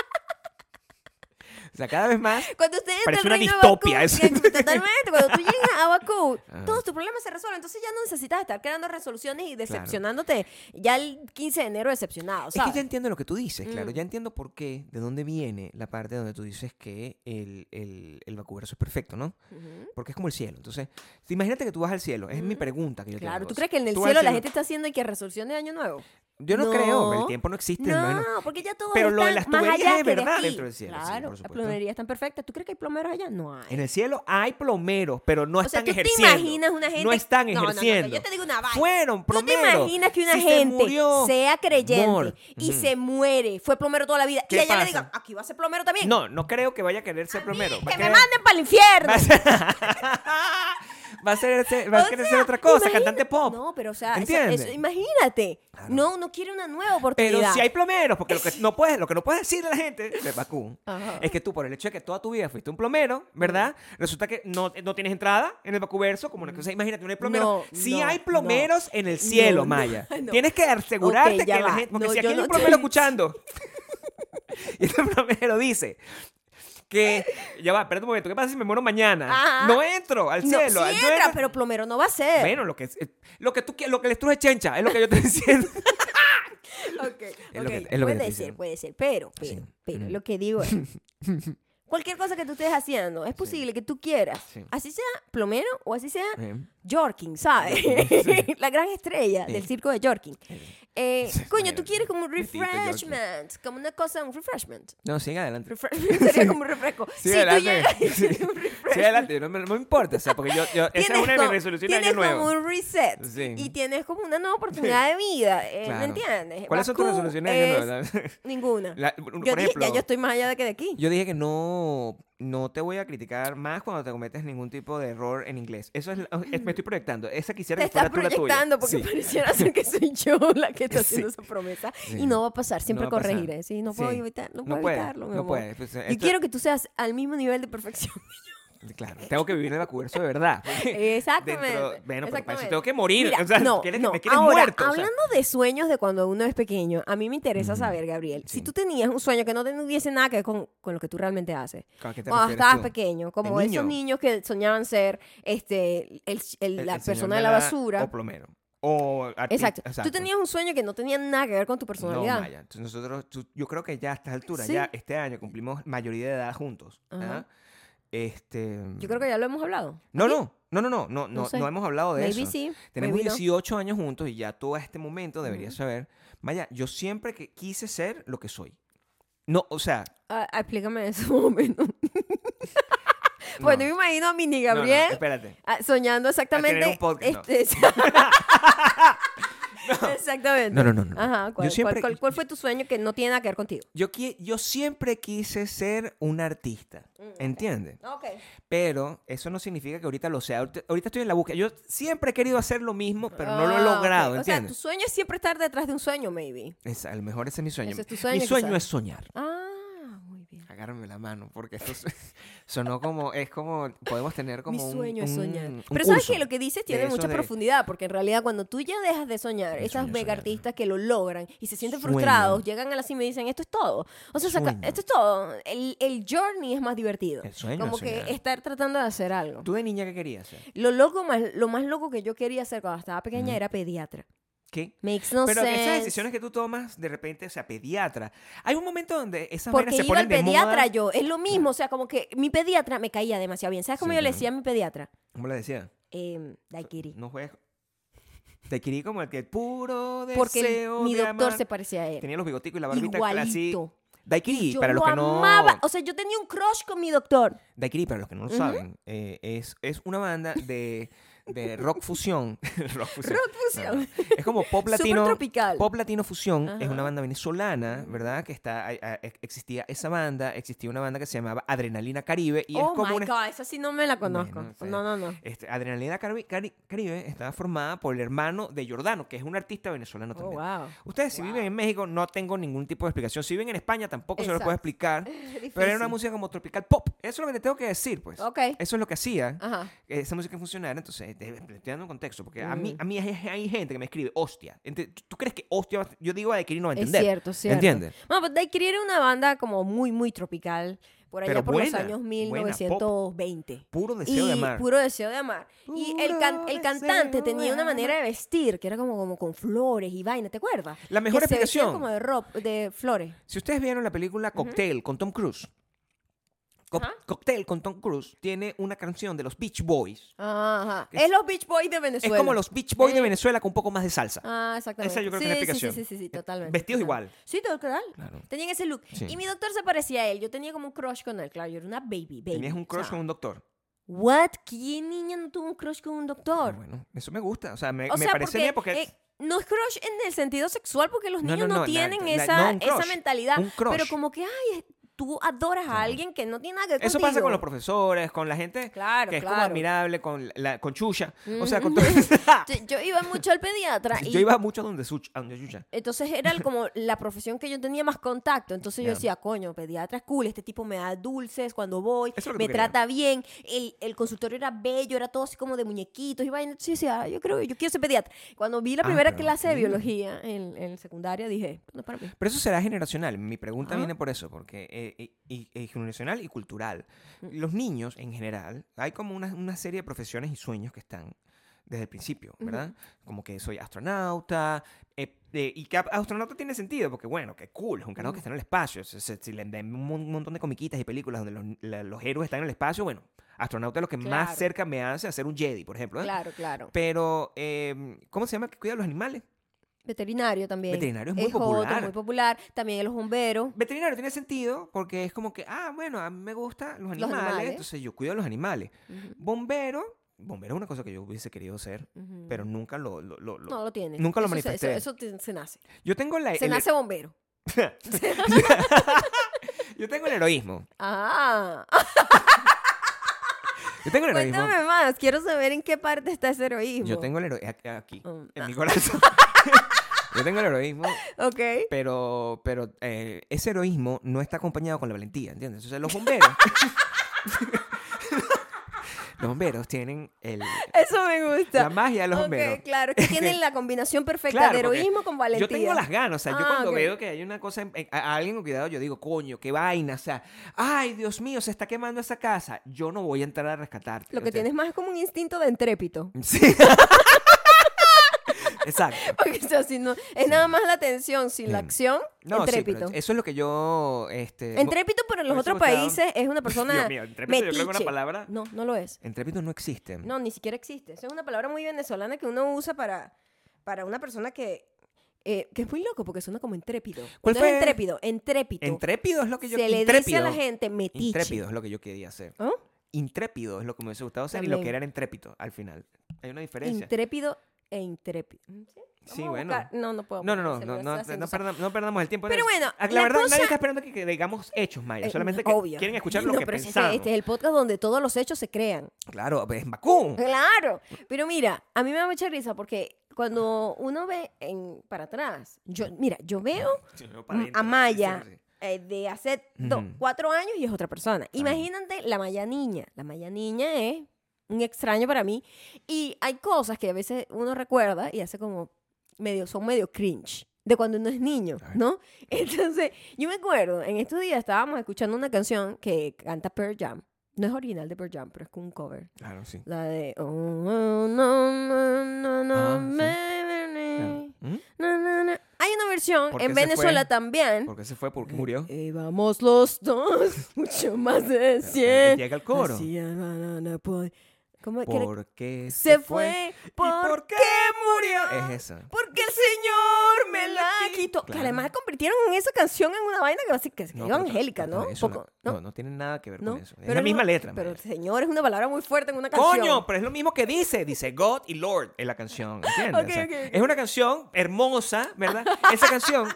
Speaker 2: o sea, cada vez más.
Speaker 1: Cuando usted entra
Speaker 2: Parece
Speaker 1: al
Speaker 2: una
Speaker 1: reino de
Speaker 2: distopia
Speaker 1: Bakú,
Speaker 2: eso. Ah.
Speaker 1: que- totalmente. Cuando tú llegas a Bakú,
Speaker 2: Ajá.
Speaker 1: todos tus problemas se resuelven. Entonces ya no necesitas estar creando resoluciones y decepcionándote ya el 15 de enero decepcionado,
Speaker 2: Es que
Speaker 1: ¿sabes?
Speaker 2: ya entiendo lo que tú dices, claro.
Speaker 1: Mm.
Speaker 2: Ya entiendo por qué, de dónde viene la parte donde tú dices que el, el, el vacuverso es perfecto, ¿no?
Speaker 1: Ujú.
Speaker 2: Porque es como el cielo. Entonces, si- imagínate que tú vas al cielo. Es mi
Speaker 1: Ujú.
Speaker 2: pregunta que yo te
Speaker 1: Mm. Claro,
Speaker 2: hago.
Speaker 1: ¿tú crees que en el
Speaker 2: Tú vas
Speaker 1: cielo
Speaker 2: al
Speaker 1: la gente está haciendo y que resolución de año nuevo?
Speaker 2: Yo no, creo. El
Speaker 1: No.
Speaker 2: tiempo no existe.
Speaker 1: No,
Speaker 2: bueno.
Speaker 1: porque ya todo
Speaker 2: Pero lo de las
Speaker 1: más
Speaker 2: tuberías
Speaker 1: allá que
Speaker 2: es
Speaker 1: de
Speaker 2: verdad
Speaker 1: aquí.
Speaker 2: dentro del cielo, sí,
Speaker 1: Claro,
Speaker 2: por
Speaker 1: las
Speaker 2: supuesto.
Speaker 1: plomerías están perfectas. ¿Tú crees que hay plomeros allá? No hay.
Speaker 2: En el cielo hay plomeros, pero no
Speaker 1: O sea,
Speaker 2: están
Speaker 1: ¿tú te
Speaker 2: ejerciendo.
Speaker 1: imaginas una gente-
Speaker 2: No están
Speaker 1: No, no, no, no,
Speaker 2: ejerciendo.
Speaker 1: yo te digo una vaina.
Speaker 2: Fueron
Speaker 1: ¿Tú te
Speaker 2: plomeros.
Speaker 1: imaginas que una
Speaker 2: Si se
Speaker 1: gente
Speaker 2: murió,
Speaker 1: sea creyente
Speaker 2: amor.
Speaker 1: y
Speaker 2: Ujú.
Speaker 1: se muere, fue plomero toda la vida, y
Speaker 2: ¿Qué
Speaker 1: allá le
Speaker 2: pasa?
Speaker 1: diga, aquí va a ser plomero también?
Speaker 2: No, no creo que vaya a querer ser
Speaker 1: A mí,
Speaker 2: plomero. Va a
Speaker 1: que me
Speaker 2: querer-
Speaker 1: manden para el infierno.
Speaker 2: Va a ser, va a ser, va a
Speaker 1: O
Speaker 2: querer
Speaker 1: sea,
Speaker 2: ser otra cosa,
Speaker 1: imagina-
Speaker 2: cantante pop.
Speaker 1: No, pero o sea, eso-
Speaker 2: ¿Entiendes?
Speaker 1: eso- imagínate.
Speaker 2: Claro.
Speaker 1: No, no quiere una nueva oportunidad.
Speaker 2: Pero si hay plomeros, porque lo que no puedes, lo que no puedes decirle a la gente de Bakú
Speaker 1: Ajá. Mm.
Speaker 2: es que tú, por el hecho de que toda tu vida fuiste un plomero, ¿verdad? Resulta que no, eh, no tienes entrada en el Bacuverso, como una cosa. Imagínate, no hay plomeros.
Speaker 1: No,
Speaker 2: si
Speaker 1: no,
Speaker 2: hay plomeros en el cielo,
Speaker 1: no,
Speaker 2: Maya.
Speaker 1: no.
Speaker 2: Tienes que asegurarte
Speaker 1: Ok, ya
Speaker 2: que la
Speaker 1: va.
Speaker 2: gente. Porque
Speaker 1: No,
Speaker 2: si aquí
Speaker 1: yo
Speaker 2: hay un
Speaker 1: no
Speaker 2: plomero
Speaker 1: te-
Speaker 2: escuchando y este plomero dice. Que ya va, espérate un momento. ¿Qué pasa si me muero mañana?
Speaker 1: Ajá.
Speaker 2: No entro
Speaker 1: no,
Speaker 2: al cielo.
Speaker 1: sí
Speaker 2: yo
Speaker 1: entra,
Speaker 2: entro-
Speaker 1: pero plomero no va a ser.
Speaker 2: Bueno, lo que, es- eh, lo que tú quieres, lo que les truje chencha, es lo que yo estoy diciendo.
Speaker 1: Ok,
Speaker 2: Es lo que-
Speaker 1: ok,
Speaker 2: es lo que te
Speaker 1: puede
Speaker 2: estoy
Speaker 1: ser,
Speaker 2: diciendo.
Speaker 1: puede ser, pero, pero,
Speaker 2: Sí,
Speaker 1: pero
Speaker 2: ujú.
Speaker 1: lo que digo es, cualquier cosa que tú estés haciendo, es posible que tú quieras,
Speaker 2: Sí.
Speaker 1: así sea plomero o así sea
Speaker 2: Em,
Speaker 1: Jorkin, ¿sabes? La gran estrella
Speaker 2: Sí.
Speaker 1: del circo de Jorkin. Eh,
Speaker 2: Sí,
Speaker 1: coño,
Speaker 2: mira,
Speaker 1: tú quieres como un
Speaker 2: Jorkin.
Speaker 1: refreshment, como una cosa, un refreshment.
Speaker 2: No, sigue adelante.
Speaker 1: Refresh- sería como un refresco.
Speaker 2: Sí,
Speaker 1: Si tú
Speaker 2: adelante.
Speaker 1: llegas-
Speaker 2: Sí.
Speaker 1: un
Speaker 2: Sí,
Speaker 1: refresh-
Speaker 2: adelante, no me, no me importa, o sea, porque yo, yo- esa es una de mis
Speaker 1: como-
Speaker 2: resoluciones de año
Speaker 1: tienes como
Speaker 2: nuevo.
Speaker 1: un eh, reset
Speaker 2: Sí.
Speaker 1: y tienes como una nueva oportunidad de vida, eh, ¿me
Speaker 2: Claro.
Speaker 1: entiendes?
Speaker 2: ¿Cuáles son tus
Speaker 1: Bakú
Speaker 2: resoluciones de año
Speaker 1: es-
Speaker 2: nuevo?
Speaker 1: Ninguna.
Speaker 2: La-
Speaker 1: Yo
Speaker 2: por
Speaker 1: dije,
Speaker 2: ejemplo,
Speaker 1: ya yo estoy más allá de que de aquí.
Speaker 2: yo dije que no, no te voy a criticar más cuando te cometes ningún tipo de error en inglés. Eso es, la- es- me estoy proyectando. Esa quisiera
Speaker 1: Te
Speaker 2: que fuera
Speaker 1: estás
Speaker 2: tú la tuya.
Speaker 1: proyectando porque
Speaker 2: Sí.
Speaker 1: pareciera ser que soy yo la que está haciendo esa promesa
Speaker 2: Sí.
Speaker 1: y no va a pasar. Siempre
Speaker 2: No va a pasar.
Speaker 1: corregiré. Sí, no puedo
Speaker 2: Sí.
Speaker 1: evitarlo. No
Speaker 2: No
Speaker 1: puedo
Speaker 2: puede,
Speaker 1: evitarlo, mi
Speaker 2: no
Speaker 1: amor.
Speaker 2: puede. Pues,
Speaker 1: Yo
Speaker 2: esto-
Speaker 1: quiero que tú seas al mismo nivel de perfección.
Speaker 2: Claro, tengo que vivir en el vacuverso de verdad.
Speaker 1: Exactamente,
Speaker 2: Dentro- bueno, pero para eso
Speaker 1: exactamente.
Speaker 2: tengo que morir.
Speaker 1: Mira,
Speaker 2: o sea,
Speaker 1: no,
Speaker 2: quieres que
Speaker 1: no.
Speaker 2: me quieres
Speaker 1: Ahora,
Speaker 2: muerto. o sea.
Speaker 1: hablando de sueños de cuando uno es pequeño, a mí me interesa saber, Gabriel, si
Speaker 2: Sí.
Speaker 1: tú tenías un sueño que no tuviese nada que ver con, con lo que tú realmente haces.
Speaker 2: ¿A qué te
Speaker 1: Cuando
Speaker 2: refieres
Speaker 1: estabas
Speaker 2: tú?
Speaker 1: pequeño,
Speaker 2: ¿De
Speaker 1: como
Speaker 2: niño?
Speaker 1: esos niños que soñaban ser este, el- el-
Speaker 2: El-
Speaker 1: la
Speaker 2: e el señor
Speaker 1: persona de la basura.
Speaker 2: O plomero. O artista,
Speaker 1: Exacto. Tú tenías un sueño que no tenía nada que ver con tu personalidad.
Speaker 2: No, Maya. Entonces nosotros, tú- yo creo que ya a estas alturas,
Speaker 1: Sí.
Speaker 2: ya este año cumplimos mayoría de edad juntos.
Speaker 1: Ajá.
Speaker 2: ¿ah? Este,
Speaker 1: Yo creo que ya lo hemos hablado.
Speaker 2: No, no, no, no, no, no, no,
Speaker 1: sé.
Speaker 2: no hemos hablado de
Speaker 1: Maybe
Speaker 2: eso.
Speaker 1: sí.
Speaker 2: Tenemos
Speaker 1: maybe no.
Speaker 2: 18 años juntos y ya tú a este momento deberías saber, Maya, yo siempre que quise ser lo que soy. No, o sea,
Speaker 1: Ah, ah, explícame eso un momento. bueno, yo me imagino a Mini
Speaker 2: no, no,
Speaker 1: Gabriel
Speaker 2: espérate.
Speaker 1: ah, soñando exactamente.
Speaker 2: un podcast, no.
Speaker 1: este- Exactamente.
Speaker 2: No, no, no, no.
Speaker 1: Ajá, ¿cuál,
Speaker 2: Yo siempre-
Speaker 1: cuál- cuál- cuál fue tu sueño que no tiene nada que ver contigo?
Speaker 2: Yo, qui- yo siempre quise ser un artista,
Speaker 1: Mm.
Speaker 2: ¿entiendes?
Speaker 1: Ok.
Speaker 2: Pero eso no significa que ahorita lo sea. Ahorita, ahorita estoy en la búsqueda. Yo siempre he querido hacer lo mismo, pero no lo he
Speaker 1: Ah,
Speaker 2: logrado,
Speaker 1: ok. O sea, tu
Speaker 2: ¿entiendes?
Speaker 1: sueño es siempre estar detrás de un sueño, maybe.
Speaker 2: Es- a lo mejor ese es mi sueño.
Speaker 1: Ese es tu sueño,
Speaker 2: mi sueño
Speaker 1: quizás.
Speaker 2: es soñar.
Speaker 1: Ah, muy bien.
Speaker 2: Agárrame la mano, porque eso su- sonó como, es como, podemos tener como
Speaker 1: Mi
Speaker 2: un-
Speaker 1: sueño es
Speaker 2: un-
Speaker 1: soñar.
Speaker 2: un
Speaker 1: Pero sabes
Speaker 2: curso
Speaker 1: que lo que dices
Speaker 2: de
Speaker 1: tiene
Speaker 2: eso
Speaker 1: mucha
Speaker 2: de-
Speaker 1: profundidad, porque en realidad cuando tú ya dejas de soñar,
Speaker 2: Mi
Speaker 1: esas
Speaker 2: sueño es
Speaker 1: mega
Speaker 2: soñar.
Speaker 1: artistas que lo logran y se sienten
Speaker 2: Sueñan.
Speaker 1: frustrados, llegan a la cima y dicen, esto es todo. O sea, saca-
Speaker 2: Sueñan.
Speaker 1: esto es todo. El, el journey es más divertido.
Speaker 2: El sueño
Speaker 1: Como
Speaker 2: es
Speaker 1: que
Speaker 2: soñar.
Speaker 1: estar tratando de hacer algo.
Speaker 2: ¿Tú de niña qué querías hacer?
Speaker 1: Lo, loco más, lo más loco que yo quería hacer cuando estaba pequeña
Speaker 2: Ujú.
Speaker 1: era pediatra.
Speaker 2: ¿Qué?
Speaker 1: Makes no
Speaker 2: Pero
Speaker 1: sense.
Speaker 2: esas decisiones que tú tomas, de repente, o sea, pediatra. Hay un momento donde esas
Speaker 1: Porque
Speaker 2: vainas se
Speaker 1: iba
Speaker 2: ponen
Speaker 1: al
Speaker 2: de
Speaker 1: pediatra
Speaker 2: moda.
Speaker 1: yo, es lo mismo, o sea, como que mi pediatra me caía demasiado bien. ¿Sabes cómo
Speaker 2: Sí,
Speaker 1: yo le
Speaker 2: claro.
Speaker 1: decía a mi pediatra?
Speaker 2: ¿Cómo le decía?
Speaker 1: Eh, Daiquiri.
Speaker 2: No juegues. Te querí como el que el puro deseo
Speaker 1: Porque el- mi
Speaker 2: de
Speaker 1: doctor
Speaker 2: amar.
Speaker 1: se parecía a él.
Speaker 2: Tenía los bigoticos y la barbita así.
Speaker 1: Eh, Igualito.
Speaker 2: Daiquiri,
Speaker 1: Yo
Speaker 2: para los
Speaker 1: lo
Speaker 2: que no...
Speaker 1: amaba. O sea, yo tenía un crush con mi doctor.
Speaker 2: Daiquiri, para los que no lo
Speaker 1: Ujú.
Speaker 2: saben, eh, es, es una banda de, de rock fusión. rock fusión.
Speaker 1: Rock
Speaker 2: No, no. Es como pop
Speaker 1: Súper
Speaker 2: latino.
Speaker 1: tropical.
Speaker 2: Pop latino fusión es
Speaker 1: Ajá.
Speaker 2: una banda venezolana, ¿verdad? Que está hay- hay- existía esa banda, existía una banda que se llamaba Adrenalina Caribe y es
Speaker 1: oh
Speaker 2: como
Speaker 1: my
Speaker 2: una
Speaker 1: God, esa sí no me la conozco.
Speaker 2: Bueno, sí.
Speaker 1: No, no, no.
Speaker 2: Este, Adrenalina Caribe, Cari- Caribe estaba formada por el hermano de Jordano, que es un artista venezolano
Speaker 1: Oh,
Speaker 2: también.
Speaker 1: wow.
Speaker 2: Ustedes si
Speaker 1: Wow.
Speaker 2: viven en México no tengo ningún tipo de explicación. Si viven en España tampoco se los puedo
Speaker 1: Exacto.
Speaker 2: explicar. Pero era una música como tropical pop. Eso es lo que te tengo que decir, pues.
Speaker 1: Ok.
Speaker 2: Eso es lo que hacía
Speaker 1: Ajá.
Speaker 2: que esa música funcionara. Entonces, te, te estoy dando un contexto. Porque a mí,
Speaker 1: Mm.
Speaker 2: a mí hay, hay gente que me escribe, hostia. Ente- ¿Tú, tú crees que hostia? va a- Yo digo a Adekiri no va a
Speaker 1: Es
Speaker 2: entender.
Speaker 1: cierto, es cierto.
Speaker 2: ¿Entiendes?
Speaker 1: Bueno, pues Daiquiri era una banda como muy, muy tropical. Por allá
Speaker 2: Pero
Speaker 1: por los
Speaker 2: buena,
Speaker 1: años
Speaker 2: buena, pop.
Speaker 1: 1920.
Speaker 2: Puro deseo
Speaker 1: y
Speaker 2: de amar.
Speaker 1: Puro deseo de amar. Y el, can-
Speaker 2: Puro
Speaker 1: el
Speaker 2: deseo
Speaker 1: cantante
Speaker 2: de
Speaker 1: tenía una manera de vestir que era como, como con flores y vaina, ¿te acuerdas?
Speaker 2: La mejor
Speaker 1: que se vestían
Speaker 2: explicación.
Speaker 1: como de, ropa, de flores.
Speaker 2: Si ustedes vieron la película Cocktail con Tom Cruise, Co-
Speaker 1: Ajá.
Speaker 2: Cocktail con Tom Cruise tiene una canción de los Beach Boys.
Speaker 1: Ajá.
Speaker 2: Es-
Speaker 1: Es los Beach Boys de Venezuela.
Speaker 2: Es como los Beach Boys
Speaker 1: Eh.
Speaker 2: de Venezuela con un poco más de salsa.
Speaker 1: Ah, exactamente.
Speaker 2: Esa yo creo
Speaker 1: sí,
Speaker 2: que es la
Speaker 1: sí,
Speaker 2: explicación. Eh,
Speaker 1: Sí, sí, sí, sí, totalmente.
Speaker 2: Vestidos
Speaker 1: totalmente.
Speaker 2: igual.
Speaker 1: Sí, total.
Speaker 2: Claro.
Speaker 1: Tenían ese look.
Speaker 2: Sí.
Speaker 1: Y mi doctor se parecía a él. Yo tenía como un crush con él. Claro, yo era una baby, baby.
Speaker 2: Tenías un
Speaker 1: O sea,
Speaker 2: crush con un doctor.
Speaker 1: ¿What? ¿Quién niña no tuvo un crush con un doctor?
Speaker 2: Bueno, eso me gusta. O sea, me,
Speaker 1: O
Speaker 2: eh, me
Speaker 1: sea,
Speaker 2: parece
Speaker 1: porque,
Speaker 2: bien porque.
Speaker 1: eh, no es crush en el sentido sexual porque los
Speaker 2: No,
Speaker 1: niños no,
Speaker 2: no, no, la-
Speaker 1: tienen
Speaker 2: la-
Speaker 1: esa,
Speaker 2: no, un crush,
Speaker 1: esa mentalidad.
Speaker 2: un crush.
Speaker 1: Pero como que, ay, es- tú adoras a alguien que no tiene nada que ver
Speaker 2: eso
Speaker 1: contigo.
Speaker 2: pasa con los profesores, con la gente
Speaker 1: Claro,
Speaker 2: que es como
Speaker 1: claro.
Speaker 2: admirable, con, la, con Chucha. O sea, con
Speaker 1: Ujú.
Speaker 2: todo.
Speaker 1: Yo- Yo iba mucho al pediatra y
Speaker 2: Yo iba mucho a donde, Such- a donde Chucha.
Speaker 1: Entonces era el- como la profesión que yo tenía más contacto. Entonces
Speaker 2: Ya.
Speaker 1: yo decía, coño, pediatra es cool, este tipo me da dulces cuando voy,
Speaker 2: Eso es lo que
Speaker 1: me
Speaker 2: tú querías.
Speaker 1: trata bien, el, el consultorio era bello, era todo así como de muñequitos y vaina. Entonces yo decía, "Ah, yo creo, yo quiero ser pediatra. Cuando vi la
Speaker 2: Ah,
Speaker 1: primera
Speaker 2: pero
Speaker 1: clase de
Speaker 2: mira.
Speaker 1: biología en, en secundaria, dije, no es para mí.
Speaker 2: Pero eso será generacional. Mi pregunta
Speaker 1: Ajá.
Speaker 2: viene por eso, porque eh, y- y- y generacional y cultural.
Speaker 1: Mm.
Speaker 2: Los niños en general, hay como una, una serie de profesiones y sueños que están desde el principio, ¿verdad? Como que soy astronauta, eh, eh, y que a- astronauta tiene sentido, porque bueno, qué cool, es un
Speaker 1: Mm.
Speaker 2: canal que está en el espacio. Se- se- si le dan un mon- montón de comiquitas y películas donde los, la- los héroes están en el espacio, bueno, astronauta es lo que
Speaker 1: Claro.
Speaker 2: más cerca me hace a ser un Jedi, por ejemplo. ¿eh?
Speaker 1: Claro, claro.
Speaker 2: Pero, eh, ¿cómo se llama el que cuida a los animales?
Speaker 1: Veterinario también.
Speaker 2: Veterinario es muy
Speaker 1: otro
Speaker 2: popular.
Speaker 1: muy popular. También los bomberos.
Speaker 2: Veterinario tiene sentido porque es como que, ah, bueno, a mí me gustan los animales,
Speaker 1: animales.
Speaker 2: entonces yo cuido a los animales.
Speaker 1: Ujú,
Speaker 2: Bombero, bombero es una cosa que yo hubiese querido ser,
Speaker 1: ujú.
Speaker 2: pero nunca lo... lo- lo- lo-
Speaker 1: Mm. no lo tienes.
Speaker 2: nunca lo
Speaker 1: Eso se-
Speaker 2: manifesté.
Speaker 1: Eso, eso te- se nace.
Speaker 2: Yo, tengo la,
Speaker 1: Se
Speaker 2: el-
Speaker 1: nace bombero.
Speaker 2: yo tengo el heroísmo.
Speaker 1: Ah.
Speaker 2: Yo tengo el heroísmo.
Speaker 1: Cuéntame más, quiero saber en qué parte está ese heroísmo.
Speaker 2: Yo tengo el heroísmo aquí,
Speaker 1: Um,
Speaker 2: en mi corazón. yo tengo el heroísmo,
Speaker 1: Ok.
Speaker 2: pero, pero eh, ese heroísmo no está acompañado con la valentía, ¿entiendes? Entonces los bomberos... los bomberos tienen el,
Speaker 1: Eso me gusta.
Speaker 2: la magia de los
Speaker 1: Ok,
Speaker 2: bomberos.
Speaker 1: claro, que tienen la combinación perfecta
Speaker 2: Claro,
Speaker 1: de
Speaker 2: porque
Speaker 1: heroísmo con valentía.
Speaker 2: Yo tengo las ganas, o sea, yo
Speaker 1: Ah,
Speaker 2: cuando
Speaker 1: ok.
Speaker 2: veo que hay una cosa, en- en- a, a alguien con cuidado, yo digo, coño, qué vaina, o sea, ay, Dios mío, se está quemando esa casa, yo no voy a entrar a rescatarte.
Speaker 1: Lo
Speaker 2: o
Speaker 1: que
Speaker 2: sea,
Speaker 1: tienes más es como un instinto de entrépito.
Speaker 2: Sí. Exacto.
Speaker 1: Porque o sea, si no, es nada más la tensión, sin la
Speaker 2: Sí.
Speaker 1: acción,
Speaker 2: Mm. No, sí, pero
Speaker 1: entrépito.
Speaker 2: eso es lo que yo, este...
Speaker 1: Entrépito, pero en los
Speaker 2: me
Speaker 1: otros
Speaker 2: hubiese gustado-
Speaker 1: países es una persona.
Speaker 2: Dios mío, entrépito, yo creo que es una
Speaker 1: metiche.
Speaker 2: palabra-
Speaker 1: No, no lo es.
Speaker 2: Entrépito no existe.
Speaker 1: No, ni siquiera existe. Esa es una palabra muy venezolana que uno usa para, para una persona que, eh, que es muy loco porque suena como intrépido.
Speaker 2: ¿Cuál
Speaker 1: Cuando
Speaker 2: fue?
Speaker 1: es intrépido? Intrépido.
Speaker 2: Intrépido es lo que yo...
Speaker 1: Se le dice
Speaker 2: intrépido.
Speaker 1: a la gente metiche.
Speaker 2: Intrépido es lo que yo quería hacer.
Speaker 1: ¿Ah?
Speaker 2: Intrépido es lo que me hubiese gustado hacer y lo
Speaker 1: También.
Speaker 2: que era intrépito al final. Hay una diferencia.
Speaker 1: Intrépido e intrépido. ¿Sí?
Speaker 2: Sí,
Speaker 1: Vamos a
Speaker 2: bueno.
Speaker 1: buscar- No, no puedo. pues,
Speaker 2: No, no, no,
Speaker 1: se
Speaker 2: no,
Speaker 1: lo
Speaker 2: no,
Speaker 1: estoy
Speaker 2: no,
Speaker 1: haciendo
Speaker 2: perda- no perdamos el tiempo. en
Speaker 1: Pero
Speaker 2: eso.
Speaker 1: bueno,
Speaker 2: Ah, la,
Speaker 1: la
Speaker 2: verdad,
Speaker 1: cosa-
Speaker 2: nadie está esperando que, que digamos hechos mayas,
Speaker 1: Eh,
Speaker 2: solamente que
Speaker 1: obvio.
Speaker 2: quieren escuchar
Speaker 1: No,
Speaker 2: lo que
Speaker 1: pero este-
Speaker 2: pensamos.
Speaker 1: Este es el podcast donde todos los hechos se crean.
Speaker 2: Claro, pues, en Bakú.
Speaker 1: Eh, Claro. Pero mira, a mí me da mucha risa porque cuando uno ve en, para atrás, yo, mira, yo veo a Maya eh, de hace do-
Speaker 2: Ujú.
Speaker 1: cuatro años y es otra persona. Imagínate la Maya niña. La Maya niña es un extraño para mí. Y hay cosas que a veces uno recuerda y hace como medio, son medio cringe. De cuando uno es niño,
Speaker 2: Claro.
Speaker 1: ¿no? Entonces, yo me acuerdo, en estos días estábamos escuchando una canción que canta Pearl Jam. No es original de Pearl Jam, pero es como un cover.
Speaker 2: Claro, sí.
Speaker 1: La de... "Oh, no, no, no, no,
Speaker 2: Ah, sí.
Speaker 1: baby,
Speaker 2: Claro. ¿Mm?
Speaker 1: no, no, no". Hay una versión
Speaker 2: ¿Por qué
Speaker 1: en
Speaker 2: se fue?
Speaker 1: Venezuela también.
Speaker 2: ¿Por qué se fue? ¿Por qué murió?
Speaker 1: Eh, vamos los dos, mucho más de
Speaker 2: Pero, eh,
Speaker 1: 100.
Speaker 2: Llega el coro.
Speaker 1: Así, ah, no, no, no puedo. ¿Cómo es que era?
Speaker 2: ¿Por qué
Speaker 1: Se fue.
Speaker 2: ¿Y
Speaker 1: ¿Por
Speaker 2: por
Speaker 1: qué
Speaker 2: qué
Speaker 1: murió?
Speaker 2: Es esa.
Speaker 1: Porque el Señor me la quitó. Que
Speaker 2: Claro.
Speaker 1: además convirtieron en esa canción en una vaina que va a ser que que
Speaker 2: No,
Speaker 1: es
Speaker 2: pero-
Speaker 1: evangélica,
Speaker 2: pero
Speaker 1: ¿no?
Speaker 2: eso
Speaker 1: Poco,
Speaker 2: no,
Speaker 1: ¿no?
Speaker 2: no tiene nada que ver
Speaker 1: ¿No?
Speaker 2: con eso. Es
Speaker 1: Pero
Speaker 2: la misma
Speaker 1: no-
Speaker 2: letra.
Speaker 1: Pero
Speaker 2: Maya.
Speaker 1: Señor es una palabra muy fuerte en una canción.
Speaker 2: Coño, pero es lo mismo que dice. Dice God y Lord en la canción. ¿Entiendes?
Speaker 1: Ok,
Speaker 2: O sea,
Speaker 1: ok, ok.
Speaker 2: Es una canción hermosa, ¿verdad? Esa canción,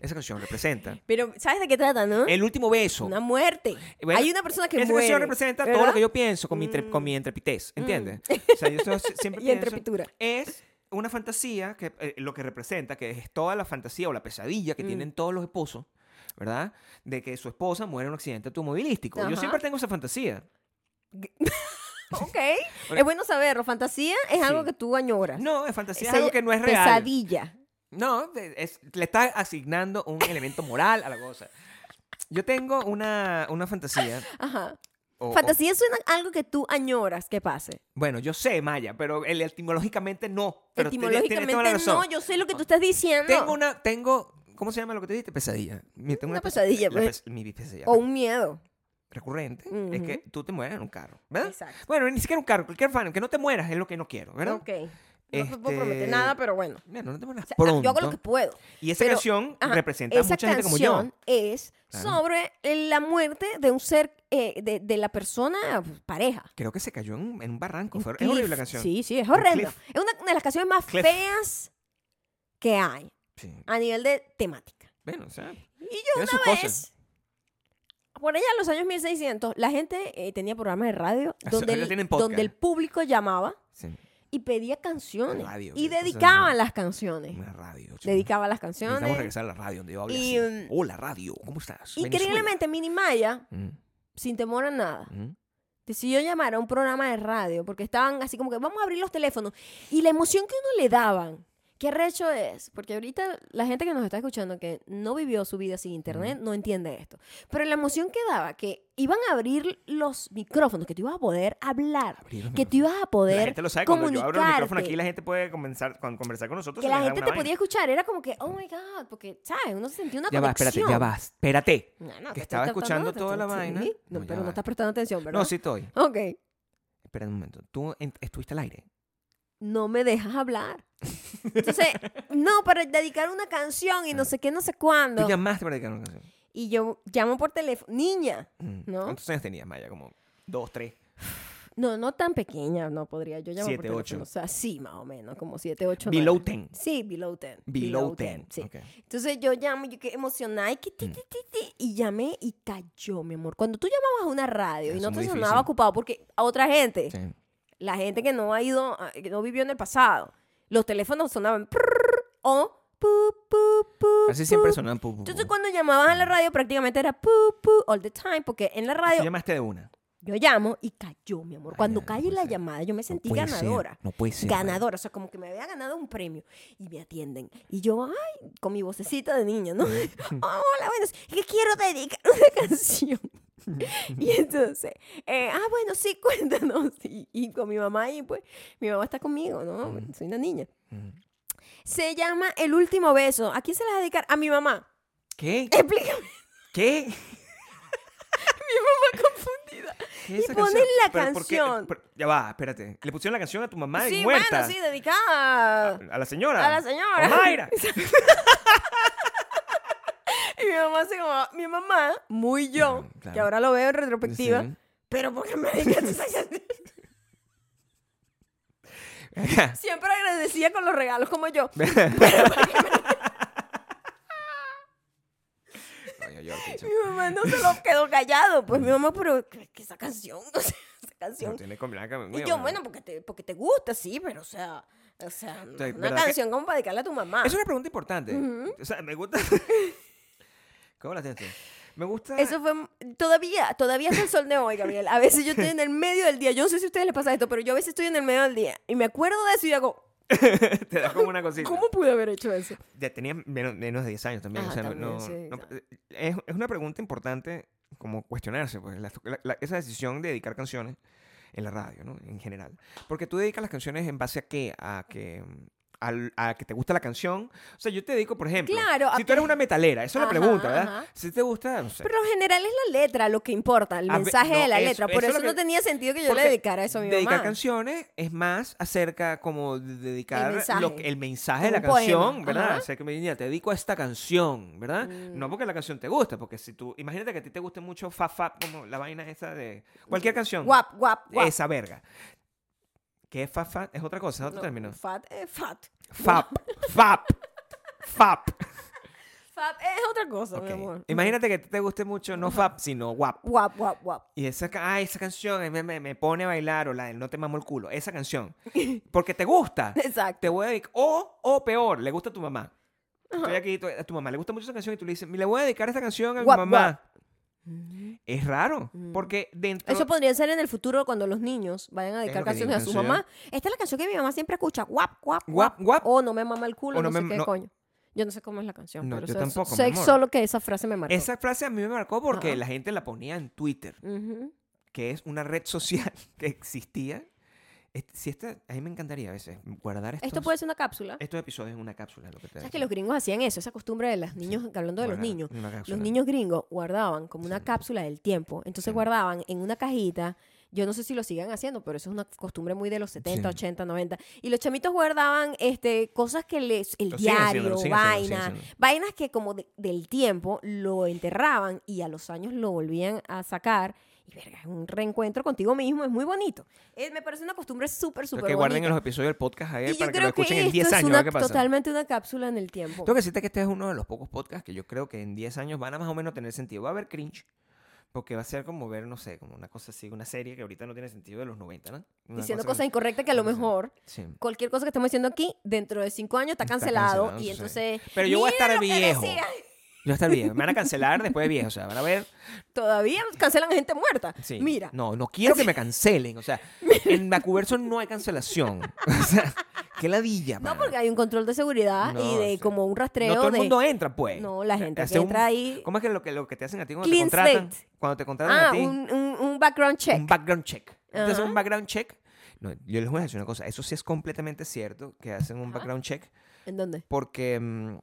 Speaker 2: esa canción representa
Speaker 1: Pero ¿sabes de qué trata, no?
Speaker 2: el último beso.
Speaker 1: Una muerte.
Speaker 2: Eh, bueno,
Speaker 1: Hay una persona que
Speaker 2: esa
Speaker 1: muere.
Speaker 2: canción representa todo
Speaker 1: ¿verdad? Mm.
Speaker 2: lo que yo pienso con mi, entre- con mi entrepitez, ¿entiendes? O sea, yo so- siempre
Speaker 1: Y entre
Speaker 2: pienso-
Speaker 1: pitura.
Speaker 2: es una fantasía que eh, lo que representa, que es toda la fantasía o la pesadilla
Speaker 1: Mm.
Speaker 2: que tienen todos los esposos, ¿verdad? De que su esposa muere en un accidente automovilístico.
Speaker 1: Ajá.
Speaker 2: Yo siempre tengo esa fantasía.
Speaker 1: Ok. es bueno saberlo. Fantasía es algo
Speaker 2: Sí.
Speaker 1: que tú añoras.
Speaker 2: No, es fantasía es
Speaker 1: Esa
Speaker 2: algo que no es real.
Speaker 1: Pesadilla.
Speaker 2: No, es- le está asignando un elemento moral a la cosa. Yo tengo una, una fantasía.
Speaker 1: Ajá.
Speaker 2: o- o-
Speaker 1: Fantasía suena a algo que tú añoras que pase.
Speaker 2: bueno, yo sé, Maya, pero el- etimológicamente no. Pero tienes- tienes toda la
Speaker 1: Etimológicamente
Speaker 2: razón.
Speaker 1: no, yo sé lo que tú estás diciendo.
Speaker 2: Tengo una, tengo, ¿cómo se llama lo que te dijiste? Pesadilla. Mi- Tengo
Speaker 1: Una
Speaker 2: pes-
Speaker 1: pesadilla,
Speaker 2: la
Speaker 1: pues.
Speaker 2: pes- mi pesadilla
Speaker 1: O un miedo.
Speaker 2: recurrente es
Speaker 1: Ujú.
Speaker 2: que tú te mueras en un carro, ¿verdad?
Speaker 1: Exacto.
Speaker 2: Bueno, ni siquiera un carro, cualquier fan, que no te mueras es lo que no quiero, ¿verdad?
Speaker 1: Ok. No te puedo
Speaker 2: Este,
Speaker 1: prometer nada, pero bueno.
Speaker 2: Bueno, no te mueras
Speaker 1: O sea,
Speaker 2: pronto.
Speaker 1: Yo hago lo que puedo.
Speaker 2: y esa
Speaker 1: pero-
Speaker 2: canción
Speaker 1: Ajá,
Speaker 2: representa a
Speaker 1: Esa
Speaker 2: mucha gente como yo.
Speaker 1: canción es
Speaker 2: Claro.
Speaker 1: sobre la muerte de un ser, eh, de, de la persona pues, pareja.
Speaker 2: Creo que se cayó en, en un barranco.
Speaker 1: Un
Speaker 2: fue- es
Speaker 1: cliff.
Speaker 2: horrible la canción.
Speaker 1: Sí, sí, es
Speaker 2: Un
Speaker 1: horrenda.
Speaker 2: cliff.
Speaker 1: Es una, una de las canciones más
Speaker 2: Cliff.
Speaker 1: feas que hay
Speaker 2: Sí.
Speaker 1: a nivel de temática.
Speaker 2: Bueno, o sea,
Speaker 1: Y yo
Speaker 2: Tiene sus
Speaker 1: una
Speaker 2: cosas.
Speaker 1: vez, por allá en los años 1600, la gente eh, tenía programas de radio
Speaker 2: Ah,
Speaker 1: donde
Speaker 2: ahora
Speaker 1: el,
Speaker 2: tienen podcast.
Speaker 1: donde el público llamaba
Speaker 2: sí,
Speaker 1: y pedía canciones.
Speaker 2: La radio,
Speaker 1: y
Speaker 2: que eso es
Speaker 1: dedicaban
Speaker 2: una-
Speaker 1: las canciones.
Speaker 2: una radio. chico.
Speaker 1: Dedicaba las
Speaker 2: Necesitamos
Speaker 1: canciones.
Speaker 2: regresar a la radio donde yo hablé
Speaker 1: Y,
Speaker 2: así.
Speaker 1: um,
Speaker 2: Hola, radio, ¿cómo estás?
Speaker 1: Increíblemente, Mini Maya,
Speaker 2: Venezuela.
Speaker 1: sin temor a nada,
Speaker 2: Mm, mm.
Speaker 1: decidió llamar a un programa de radio porque estaban así como que vamos a abrir los teléfonos. Y la emoción que uno le daban, qué recho es, porque ahorita la gente que nos está escuchando que no vivió su vida sin internet no entiende esto. Pero la emoción que daba, que iban a abrir los micrófonos, que tú ibas a poder hablar,
Speaker 2: Abrir los
Speaker 1: que tú ibas a poder
Speaker 2: La gente lo sabe cuando yo abro el micrófono aquí, la gente puede comenzar, con- conversar con nosotros.
Speaker 1: que
Speaker 2: y
Speaker 1: la
Speaker 2: nos da
Speaker 1: gente
Speaker 2: una
Speaker 1: te
Speaker 2: vaina.
Speaker 1: podía escuchar, era como que, oh my god, porque, ¿sabes? Uno se sentía una
Speaker 2: Ya va, espérate,
Speaker 1: conexión.
Speaker 2: ya va, espérate.
Speaker 1: No, no,
Speaker 2: Que
Speaker 1: te
Speaker 2: estaba
Speaker 1: estoy tratando
Speaker 2: escuchando
Speaker 1: de
Speaker 2: toda la
Speaker 1: atención,
Speaker 2: vaina.
Speaker 1: sí. No,
Speaker 2: No, ya
Speaker 1: pero no
Speaker 2: va.
Speaker 1: estás prestando atención, ¿verdad?
Speaker 2: No, sí estoy.
Speaker 1: Ok.
Speaker 2: Espera un momento. Tú en- estuviste al aire.
Speaker 1: No me dejas hablar. Entonces, no, para dedicar una canción y no sé qué, no sé cuándo.
Speaker 2: Tú llamaste para dedicar una canción.
Speaker 1: Y yo llamo por teléfono. Niña.
Speaker 2: Mm.
Speaker 1: No.
Speaker 2: ¿Cuántos años tenías, Maya? Como dos, tres.
Speaker 1: No, no tan pequeña, no podría yo llamar por
Speaker 2: Siete,
Speaker 1: teléfono.
Speaker 2: ocho.
Speaker 1: O sea, sí, más o menos, como 7, 8,
Speaker 2: Below ten.
Speaker 1: Sí, below 10.
Speaker 2: Below ten.
Speaker 1: Sí.
Speaker 2: Ok. Mm.
Speaker 1: Entonces yo llamo, yo quedé emocionada y, que ti, ti, ti, ti, y llamé y cayó, mi amor. Cuando tú llamabas a una radio y
Speaker 2: Eso
Speaker 1: no
Speaker 2: es
Speaker 1: te
Speaker 2: muy
Speaker 1: sonaba
Speaker 2: difícil.
Speaker 1: ocupado, porque a otra gente,
Speaker 2: Sí.
Speaker 1: la gente que no ha ido, a- que no vivió en el pasado, los teléfonos sonaban prrr, o pu, pu, pu,
Speaker 2: Casi
Speaker 1: pu.
Speaker 2: siempre sonaban pu, pu, pu.
Speaker 1: Entonces cuando llamabas a la radio prácticamente era pu, pu, all the time, porque en la
Speaker 2: Tú
Speaker 1: radio
Speaker 2: llamaste de una.
Speaker 1: yo llamo y cayó, mi amor.
Speaker 2: Ay,
Speaker 1: Cuando
Speaker 2: ay, no
Speaker 1: calle
Speaker 2: puede
Speaker 1: la
Speaker 2: ser.
Speaker 1: llamada, yo me
Speaker 2: No
Speaker 1: sentí
Speaker 2: puede ser,
Speaker 1: ganadora.
Speaker 2: No puede ser. Maya.
Speaker 1: ganadora, o sea, como que me había ganado un premio y me atienden. Y yo, ay, con mi vocecita de niña, ¿no? "Oh, hola, buenas, es que quiero dedicar una canción. y entonces, eh, ah, bueno, sí, cuéntanos. Y, y con mi mamá, y pues, mi mamá está conmigo, ¿no? Soy una niña.
Speaker 2: Mm.
Speaker 1: Se llama El último beso. ¿A quién se la vas a dedicar? A mi mamá.
Speaker 2: ¿Qué?
Speaker 1: Explícame,
Speaker 2: ¿Qué?
Speaker 1: mi mamá confundida.
Speaker 2: ¿Qué
Speaker 1: Y
Speaker 2: esa
Speaker 1: ponen
Speaker 2: canción?
Speaker 1: la
Speaker 2: Pero, ¿por qué?
Speaker 1: canción.
Speaker 2: Pero, ya va, espérate. Le pusieron la canción a tu mamá en
Speaker 1: sí,
Speaker 2: muerta. Ah.
Speaker 1: bueno, sí, dedicada.
Speaker 2: A la señora.
Speaker 1: A la señora.
Speaker 2: A Mayra.
Speaker 1: Y mi mamá se como, mi mamá, muy yo,
Speaker 2: Claro, claro.
Speaker 1: que ahora lo veo en retrospectiva,
Speaker 2: Sí.
Speaker 1: pero porque me dedicaste esa canción? Siempre agradecía con los regalos como yo.
Speaker 2: No, yo- yo al pincho.
Speaker 1: Mi mamá no se lo quedó callado. Pues mi mamá, pero ¿qué, qué esa canción? O sea, esa
Speaker 2: No
Speaker 1: canción.
Speaker 2: tiene combinaca,
Speaker 1: Y
Speaker 2: bueno,
Speaker 1: yo, bueno, porque te, porque te gusta, sí, pero o sea, o sea,
Speaker 2: sea,
Speaker 1: una
Speaker 2: ¿verdad que-
Speaker 1: canción como para dedicarle a tu mamá.
Speaker 2: Es una pregunta importante. O sea, me gusta. ¿Cómo la tienes tú? Me gusta.
Speaker 1: Eso fue todavía, todavía es el sol de hoy, Gabriel. A veces yo estoy en el medio del día. Yo no sé si a ustedes les pasa esto, pero yo a veces estoy en el medio del día y me acuerdo de eso y hago,
Speaker 2: Te da como una cosita.
Speaker 1: ¿cómo pude haber hecho eso?
Speaker 2: Ya tenía menos, menos de 10 años también.
Speaker 1: Ah,
Speaker 2: o sea, no-
Speaker 1: también,
Speaker 2: no-
Speaker 1: sí,
Speaker 2: no-
Speaker 1: exacto.
Speaker 2: es, es una pregunta importante como cuestionarse, pues, la- la- la- esa decisión de dedicar canciones en la radio, ¿no? En general. Porque tú dedicas las canciones en base a qué? A que al- a que te gusta la canción. O sea, yo te dedico, por ejemplo,
Speaker 1: Claro, a
Speaker 2: si tú eres una metalera, eso es la
Speaker 1: Ajá,
Speaker 2: pregunta, ¿verdad?
Speaker 1: ajá.
Speaker 2: Si te gusta, no sé.
Speaker 1: Pero en general es la letra lo que importa, el
Speaker 2: A ve-
Speaker 1: mensaje de
Speaker 2: no,
Speaker 1: la
Speaker 2: eso-
Speaker 1: letra. Por
Speaker 2: eso es
Speaker 1: eso,
Speaker 2: lo que-
Speaker 1: no tenía sentido que yo le
Speaker 2: Porque
Speaker 1: dedicara eso a mi
Speaker 2: dedicar
Speaker 1: mamá.
Speaker 2: canciones es más acerca como de dedicar
Speaker 1: El mensaje.
Speaker 2: lo que- el mensaje de la
Speaker 1: Como un poema,
Speaker 2: canción, ¿verdad?
Speaker 1: ajá.
Speaker 2: O sea, que me digan, te dedico a esta canción, ¿verdad?
Speaker 1: Mm.
Speaker 2: No porque la canción te gusta, porque si tú, imagínate que a ti te guste mucho fa fa como la vaina esa de cualquier canción,
Speaker 1: Guap, guap, guap.
Speaker 2: esa verga. Que es fa fa es otra cosa, es otro
Speaker 1: No,
Speaker 2: término.
Speaker 1: Fat es fat.
Speaker 2: Fap, fap, fap.
Speaker 1: Fat es otra cosa,
Speaker 2: Ok.
Speaker 1: mi amor.
Speaker 2: Imagínate que a ti te guste mucho no fap, sino guap.
Speaker 1: Guap, guap, guap.
Speaker 2: Y esa, ca- ah, esa canción eh, me, me- me pone a bailar o la de No te mamo el culo, esa canción. Porque te gusta.
Speaker 1: Exacto.
Speaker 2: Te voy a dedicar, o, o peor, le gusta a tu mamá. Estoy aquí, tu- a tu mamá le gusta mucho esa canción y tú le dices, le voy a dedicar esta canción a mi
Speaker 1: Guap, Mm.
Speaker 2: mamá. Mm. Es raro, porque dentro...
Speaker 1: Eso podría ser en el futuro cuando los niños vayan a dedicar
Speaker 2: lo que digo,
Speaker 1: canciones a su
Speaker 2: canción.
Speaker 1: mamá. Esta es la canción que mi mamá siempre escucha. Guap, guap,
Speaker 2: Guap, guap.
Speaker 1: O no me mama el culo,
Speaker 2: O no
Speaker 1: no, sé
Speaker 2: me-
Speaker 1: qué
Speaker 2: no.
Speaker 1: coño. Yo no sé cómo es la canción,
Speaker 2: No,
Speaker 1: pero
Speaker 2: yo
Speaker 1: sé-
Speaker 2: tampoco, mi
Speaker 1: sé
Speaker 2: amor.
Speaker 1: solo que esa frase me marcó.
Speaker 2: Esa frase a mí me marcó porque
Speaker 1: Ajá.
Speaker 2: la gente la ponía en Twitter,
Speaker 1: Ujú.
Speaker 2: que es una red social que existía. Este- si esta, a mí me encantaría a veces guardar estos,
Speaker 1: Esto puede ser una cápsula.
Speaker 2: estos episodios en una cápsula. Lo que te
Speaker 1: ¿Sabes
Speaker 2: decía.
Speaker 1: que los gringos hacían eso? Esa costumbre de los niños, hablando de los
Speaker 2: Guardar
Speaker 1: niños.
Speaker 2: en una
Speaker 1: Los
Speaker 2: cápsula.
Speaker 1: niños gringos guardaban como una cápsula del tiempo. Entonces guardaban en una cajita. Yo no sé si lo sigan haciendo, pero eso es una costumbre muy de los 70,
Speaker 2: Sí.
Speaker 1: 80, 90. Y los chamitos guardaban este, cosas que les. El
Speaker 2: Lo siguen haciendo,
Speaker 1: diario,
Speaker 2: lo siguen haciendo, lo siguen
Speaker 1: vainas.
Speaker 2: haciendo.
Speaker 1: Vainas que, como de- del tiempo, lo enterraban y a los años lo volvían a sacar. Y verga, es un reencuentro contigo mismo, es muy bonito. Eh, me parece una costumbre súper,
Speaker 2: Creo
Speaker 1: súper
Speaker 2: que
Speaker 1: bonita.
Speaker 2: guarden en los episodios del podcast a
Speaker 1: y
Speaker 2: él
Speaker 1: yo
Speaker 2: para que lo
Speaker 1: creo que,
Speaker 2: escuchen en
Speaker 1: esto
Speaker 2: 10
Speaker 1: es
Speaker 2: años. a
Speaker 1: una,
Speaker 2: ver qué pasa.
Speaker 1: totalmente una cápsula en el tiempo.
Speaker 2: Tengo que decirte que este es uno de los pocos podcasts que yo creo que en 10 años van a más o menos tener sentido. Va a haber cringe, porque va a ser como ver, no sé, como una cosa así, una serie que ahorita no tiene sentido de los 90, ¿no? Una
Speaker 1: Diciendo
Speaker 2: cosa
Speaker 1: cosas incorrectas que a lo
Speaker 2: cosa-
Speaker 1: mejor
Speaker 2: Sí.
Speaker 1: cualquier cosa que estemos diciendo aquí, dentro de cinco años está
Speaker 2: Está
Speaker 1: cancelado.
Speaker 2: cancelado,
Speaker 1: y
Speaker 2: sí.
Speaker 1: entonces.
Speaker 2: Pero yo voy a
Speaker 1: "Mira
Speaker 2: estar
Speaker 1: lo que
Speaker 2: viejo".
Speaker 1: decía".
Speaker 2: Yo hasta viejo. Me van a cancelar después de viejo. O sea, van a ver.
Speaker 1: Todavía cancelan gente muerta.
Speaker 2: Sí.
Speaker 1: Mira.
Speaker 2: No, no quiero que me cancelen. O sea, en Macuverso no hay cancelación. O sea, qué ladilla.
Speaker 1: No,
Speaker 2: pana.
Speaker 1: porque hay un control de seguridad
Speaker 2: No,
Speaker 1: y de
Speaker 2: sí.
Speaker 1: como un rastreo
Speaker 2: No todo el
Speaker 1: de.
Speaker 2: mundo entra, pues.
Speaker 1: No, la gente
Speaker 2: Hace
Speaker 1: que
Speaker 2: un-
Speaker 1: entra ahí.
Speaker 2: ¿Cómo es que lo que, lo que te hacen a ti cuando
Speaker 1: Clean
Speaker 2: te contratan?
Speaker 1: slate.
Speaker 2: Cuando te contratan a
Speaker 1: Ah,
Speaker 2: ti.
Speaker 1: un, un- un background check.
Speaker 2: Un background check. Entonces
Speaker 1: Ajá.
Speaker 2: un background check. No, yo les voy a decir una cosa. Eso sí es completamente cierto que hacen un
Speaker 1: Ajá.
Speaker 2: background check
Speaker 1: ¿En dónde?
Speaker 2: porque mm,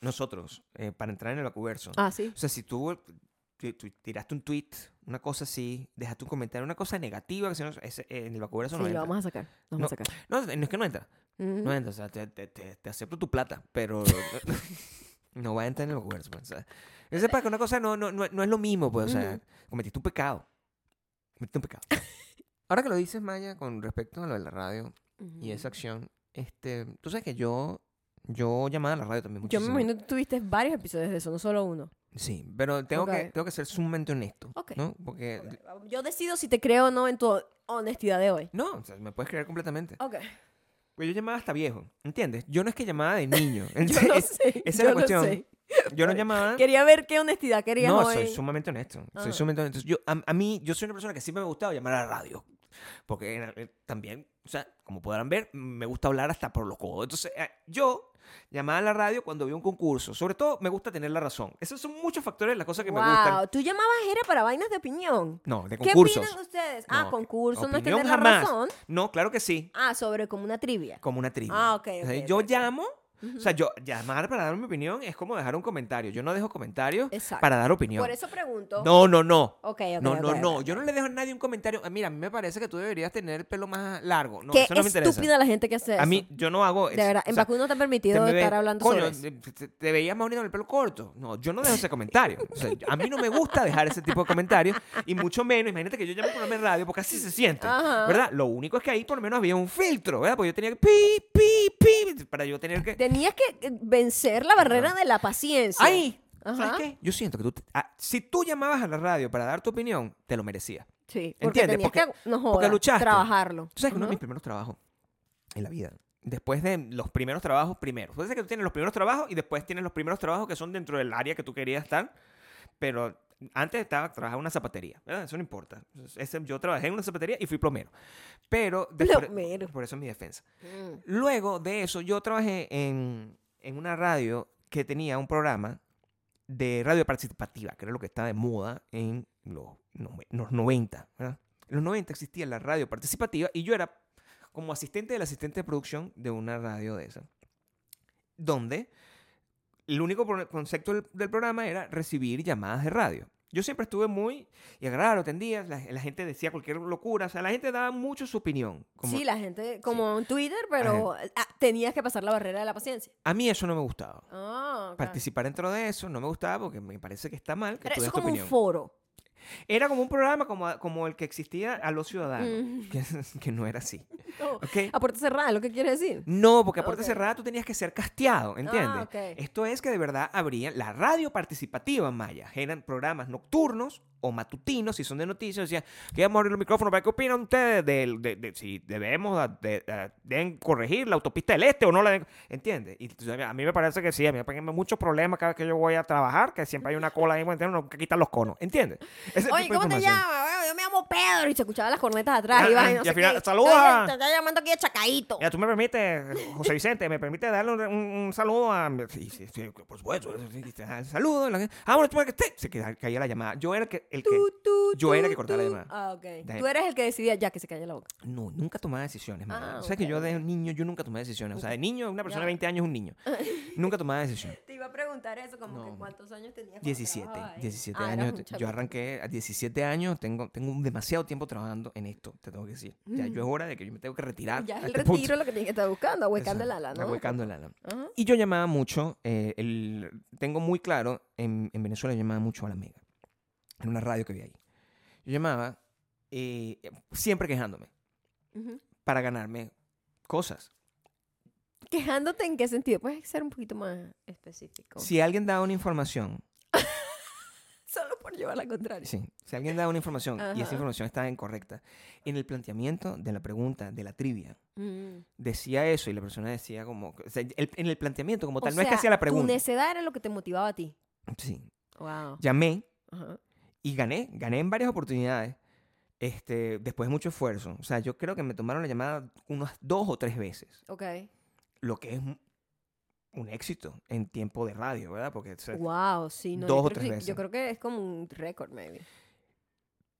Speaker 2: nosotros, eh, para entrar en el vacuverso,
Speaker 1: Ah, sí.
Speaker 2: o sea, si tú, tu- tu- tiraste un tweet, una cosa así, dejaste un comentario, una cosa negativa, que si no, ese- eh, en el vacuverso
Speaker 1: Sí,
Speaker 2: no
Speaker 1: lo
Speaker 2: entra.
Speaker 1: vamos a sacar. Lo vamos a sacar.
Speaker 2: No, no es que no entra.
Speaker 1: Ujú.
Speaker 2: No entra. O sea, te, te- te- te acepto tu plata, pero no va a entrar en el vacuverso. pues, o sea. Eso es para que una cosa no, no, no, no es lo mismo, pues, o sea,
Speaker 1: Ujú.
Speaker 2: cometiste un pecado. Cometiste un pecado. Ahora que lo dices, Maya, con respecto a lo de la radio
Speaker 1: Ujú.
Speaker 2: y esa acción, este, tú sabes que yo, yo llamaba a la radio también
Speaker 1: Yo me
Speaker 2: muchísimo.
Speaker 1: imagino que tú tuviste varios episodios de eso, no solo uno.
Speaker 2: Sí, pero tengo, que,
Speaker 1: Ok.
Speaker 2: tengo que ser sumamente honesto,
Speaker 1: Ok.
Speaker 2: ¿no? Porque,
Speaker 1: Yo decido si te creo o no en tu honestidad de hoy.
Speaker 2: no, o sea, me puedes creer completamente.
Speaker 1: Ok.
Speaker 2: Pues yo llamaba hasta viejo, ¿entiendes? Yo no es que llamaba de niño.
Speaker 1: Yo
Speaker 2: Entonces,
Speaker 1: no
Speaker 2: es-
Speaker 1: sé.
Speaker 2: esa
Speaker 1: yo
Speaker 2: es la
Speaker 1: no
Speaker 2: cuestión.
Speaker 1: sé.
Speaker 2: Yo no llamaba...
Speaker 1: Quería ver qué honestidad querías
Speaker 2: No,
Speaker 1: hoy.
Speaker 2: soy sumamente honesto. Soy
Speaker 1: Ajá.
Speaker 2: sumamente honesto. Yo, a, a mí, yo soy una persona que siempre me ha gustado llamar a la radio. Porque eh, también, o sea, como podrán ver, me gusta hablar hasta por los codos. Entonces, eh, yo llamaba a la radio cuando había un concurso. Sobre todo, me gusta tener la razón. Esos son muchos factores de las cosas que me gustan.
Speaker 1: Wow, tú llamabas era para vainas de opinión.
Speaker 2: No, de
Speaker 1: ¿Qué
Speaker 2: concursos.
Speaker 1: opinan ustedes? Ah,
Speaker 2: No,
Speaker 1: concurso no es
Speaker 2: opinión
Speaker 1: tener
Speaker 2: jamás.
Speaker 1: la razón.
Speaker 2: No, claro que sí.
Speaker 1: Ah, sobre como una trivia.
Speaker 2: Como una trivia.
Speaker 1: Ah, ok,
Speaker 2: O sea,
Speaker 1: ok,
Speaker 2: yo
Speaker 1: ok, ok.
Speaker 2: llamo O sea, yo llamar para dar mi opinión es como dejar un comentario. Yo no dejo comentarios
Speaker 1: Exacto.
Speaker 2: para dar opinión.
Speaker 1: Por eso pregunto.
Speaker 2: No, no, no.
Speaker 1: Ok, ok,
Speaker 2: no,
Speaker 1: ok,
Speaker 2: no,
Speaker 1: ok.
Speaker 2: no. Yo no le dejo a nadie un comentario. "Ah, Mira, a mí me parece que tú deberías tener el pelo más largo. No,
Speaker 1: Qué
Speaker 2: eso no me interesa.
Speaker 1: estúpida la gente que hace eso.
Speaker 2: A mí, yo no hago
Speaker 1: de
Speaker 2: eso.
Speaker 1: verdad, en
Speaker 2: O sea,
Speaker 1: vacuno no te han
Speaker 2: te
Speaker 1: permitido
Speaker 2: me
Speaker 1: estar
Speaker 2: ven,
Speaker 1: hablando
Speaker 2: coño,
Speaker 1: sobre eso.
Speaker 2: te- te, te veías más bonito con el pelo corto. No, yo no dejo ese comentario. O sea, a mí no me gusta dejar ese tipo de comentarios y mucho menos, imagínate que yo llamo por de radio porque así se siente,
Speaker 1: Ajá.
Speaker 2: ¿verdad? Lo único es que ahí por lo menos había un filtro, ¿verdad? Porque yo tenía que pi, pi, pi, para yo tener que...
Speaker 1: Tenías que eh, vencer la barrera
Speaker 2: Ajá.
Speaker 1: de la paciencia.
Speaker 2: ¡Ay! ¿Sabes
Speaker 1: Ajá.
Speaker 2: qué? Yo siento que tú... te- ah, si tú llamabas a la radio para dar tu opinión, te lo merecías.
Speaker 1: Sí, porque
Speaker 2: ¿Entiendes?
Speaker 1: tenías
Speaker 2: Porque-
Speaker 1: que no
Speaker 2: porque
Speaker 1: jodas,
Speaker 2: luchaste.
Speaker 1: trabajarlo.
Speaker 2: Tú sabes que uno de
Speaker 1: Ajá.
Speaker 2: mis primeros trabajos en la vida, después de los primeros trabajos, primero. Puede ser que tú tienes los primeros trabajos y después tienes los primeros trabajos que son dentro del área que tú querías estar, pero antes estaba trabajando en una zapatería, ¿verdad? Eso no importa. Ese- yo trabajé en una zapatería y fui plomero. Pero después,
Speaker 1: Plomero.
Speaker 2: por eso es mi defensa.
Speaker 1: Mm.
Speaker 2: Luego de eso, yo trabajé en, en una radio que tenía un programa de radio participativa, que era lo que estaba de moda en los, nove- los 90. ¿verdad? En los 90 existía la radio participativa y yo era como asistente del asistente de producción de una radio de esa, donde el único pro- concepto del, del programa era recibir llamadas de radio. Yo siempre estuve muy, y claro, atendía, la, la gente decía cualquier locura, o sea, la gente daba mucho su opinión. como-
Speaker 1: Sí, la gente, como en Twitter, pero ah, tenías que pasar la barrera de la paciencia.
Speaker 2: A mí eso no me gustaba.
Speaker 1: Ah, ok.
Speaker 2: participar dentro de eso no me gustaba porque me parece que está mal que
Speaker 1: Pero
Speaker 2: tú
Speaker 1: eso
Speaker 2: des
Speaker 1: es
Speaker 2: tu
Speaker 1: como un
Speaker 2: opinión.
Speaker 1: foro.
Speaker 2: Era como un programa como, como el que existía a los ciudadanos,
Speaker 1: Mm.
Speaker 2: que, que no era así.
Speaker 1: No,
Speaker 2: ¿ok?
Speaker 1: A puerta cerrada, es lo que quiere decir.
Speaker 2: No, porque a puerta
Speaker 1: Ok. Ah,
Speaker 2: cerrada tú tenías que ser casteado, ¿entiendes?
Speaker 1: ok.
Speaker 2: Esto es que de verdad habría la radio participativa maya. Eran programas nocturnos o matutinos, si son de noticias, decían que vamos a abrir el micrófono para qué opinan ustedes de, de- de- si debemos a- de- a- deben corregir la autopista del este o no la deben. ¿Entiendes? Y tú sabes, a mí me parece que sí, a mí me ponen muchos problemas cada vez que yo voy a trabajar, que siempre hay una cola ahí, ¿entiendes? No, que quitan los conos, ¿entiendes? Ese
Speaker 1: Oye,
Speaker 2: tipo de
Speaker 1: ¿cómo te
Speaker 2: información.
Speaker 1: llamas? Bueno, yo me llamo Pedro. Y se escuchaban las cornetas atrás.
Speaker 2: Ah,
Speaker 1: y, vaina,
Speaker 2: ah,
Speaker 1: no
Speaker 2: y
Speaker 1: sé
Speaker 2: al final,
Speaker 1: qué.
Speaker 2: "Saluda".
Speaker 1: Oye, Te está llamando aquí de Chacaíto.
Speaker 2: Ya tú me permites, José Vicente, me permite darle un, un- un saludo a. Sí, sí, sí, por supuesto. sí, sí, sí, ah, Saludo. la- Ah, bueno, tú que esté. Se queda- caía la llamada. Yo era el que. el que-
Speaker 1: Tú, tú,
Speaker 2: yo era el que
Speaker 1: tú,
Speaker 2: cortaba la
Speaker 1: tú.
Speaker 2: llamada.
Speaker 1: Ah, ok.
Speaker 2: Ya.
Speaker 1: Tú eres el que decidía ya que se calle la boca.
Speaker 2: No, nunca tomaba decisiones. man.
Speaker 1: Ah,
Speaker 2: o sea, que
Speaker 1: ok,
Speaker 2: yo de
Speaker 1: ok.
Speaker 2: niño, yo nunca tomé decisiones. O sea, de niño, una persona
Speaker 1: Ya.
Speaker 2: de 20 años es un niño. nunca tomaba decisiones.
Speaker 1: Te iba a preguntar eso, como
Speaker 2: No.
Speaker 1: que cuántos años tenías. cuando
Speaker 2: 17,
Speaker 1: trabajabas ahí.
Speaker 2: 17
Speaker 1: Ah, eras
Speaker 2: años.
Speaker 1: un
Speaker 2: Yo
Speaker 1: chamo.
Speaker 2: arranqué a 17 años. Tengo, tengo un demasiado tiempo trabajando en esto, te tengo que decir. Ya, yo es hora de que yo me tengo que retirar.
Speaker 1: Mm. Ya es
Speaker 2: a
Speaker 1: el
Speaker 2: este punto.
Speaker 1: retiro lo que tienes que estar buscando, ahuecando el ala, ¿no?
Speaker 2: Ahuecando el ala.
Speaker 1: Ajá.
Speaker 2: Y yo llamaba mucho, eh, el- tengo muy claro, en, en Venezuela yo llamaba mucho a la Mega, en una radio que vi ahí. Yo llamaba eh, siempre quejándome
Speaker 1: Ujú.
Speaker 2: para ganarme cosas.
Speaker 1: Quejándote en qué sentido. Puedes ser un poquito más específico.
Speaker 2: Si alguien daba una información,
Speaker 1: Solo por llevar la contraria.
Speaker 2: sí, si alguien daba una información y
Speaker 1: Ajá.
Speaker 2: esa información estaba incorrecta, en el planteamiento de la pregunta, de la trivia,
Speaker 1: Mm.
Speaker 2: decía eso y la persona decía como, o sea, el- en el planteamiento como
Speaker 1: O
Speaker 2: tal, no es que
Speaker 1: sea,
Speaker 2: hacía la
Speaker 1: Tu
Speaker 2: pregunta.
Speaker 1: necedad era lo que te motivaba a ti.
Speaker 2: Sí,
Speaker 1: Wow.
Speaker 2: llamé
Speaker 1: Ajá.
Speaker 2: y gané, gané en varias oportunidades. Este, después de mucho esfuerzo. O sea, yo creo que me tomaron la llamada unas dos o tres veces.
Speaker 1: Ok.
Speaker 2: Lo que es un- un éxito en tiempo de radio, ¿verdad? Porque, o sea,
Speaker 1: Wow, sí, no.
Speaker 2: Dos
Speaker 1: yo
Speaker 2: o
Speaker 1: creo
Speaker 2: tres
Speaker 1: que-
Speaker 2: veces.
Speaker 1: Yo creo que es como un récord, maybe.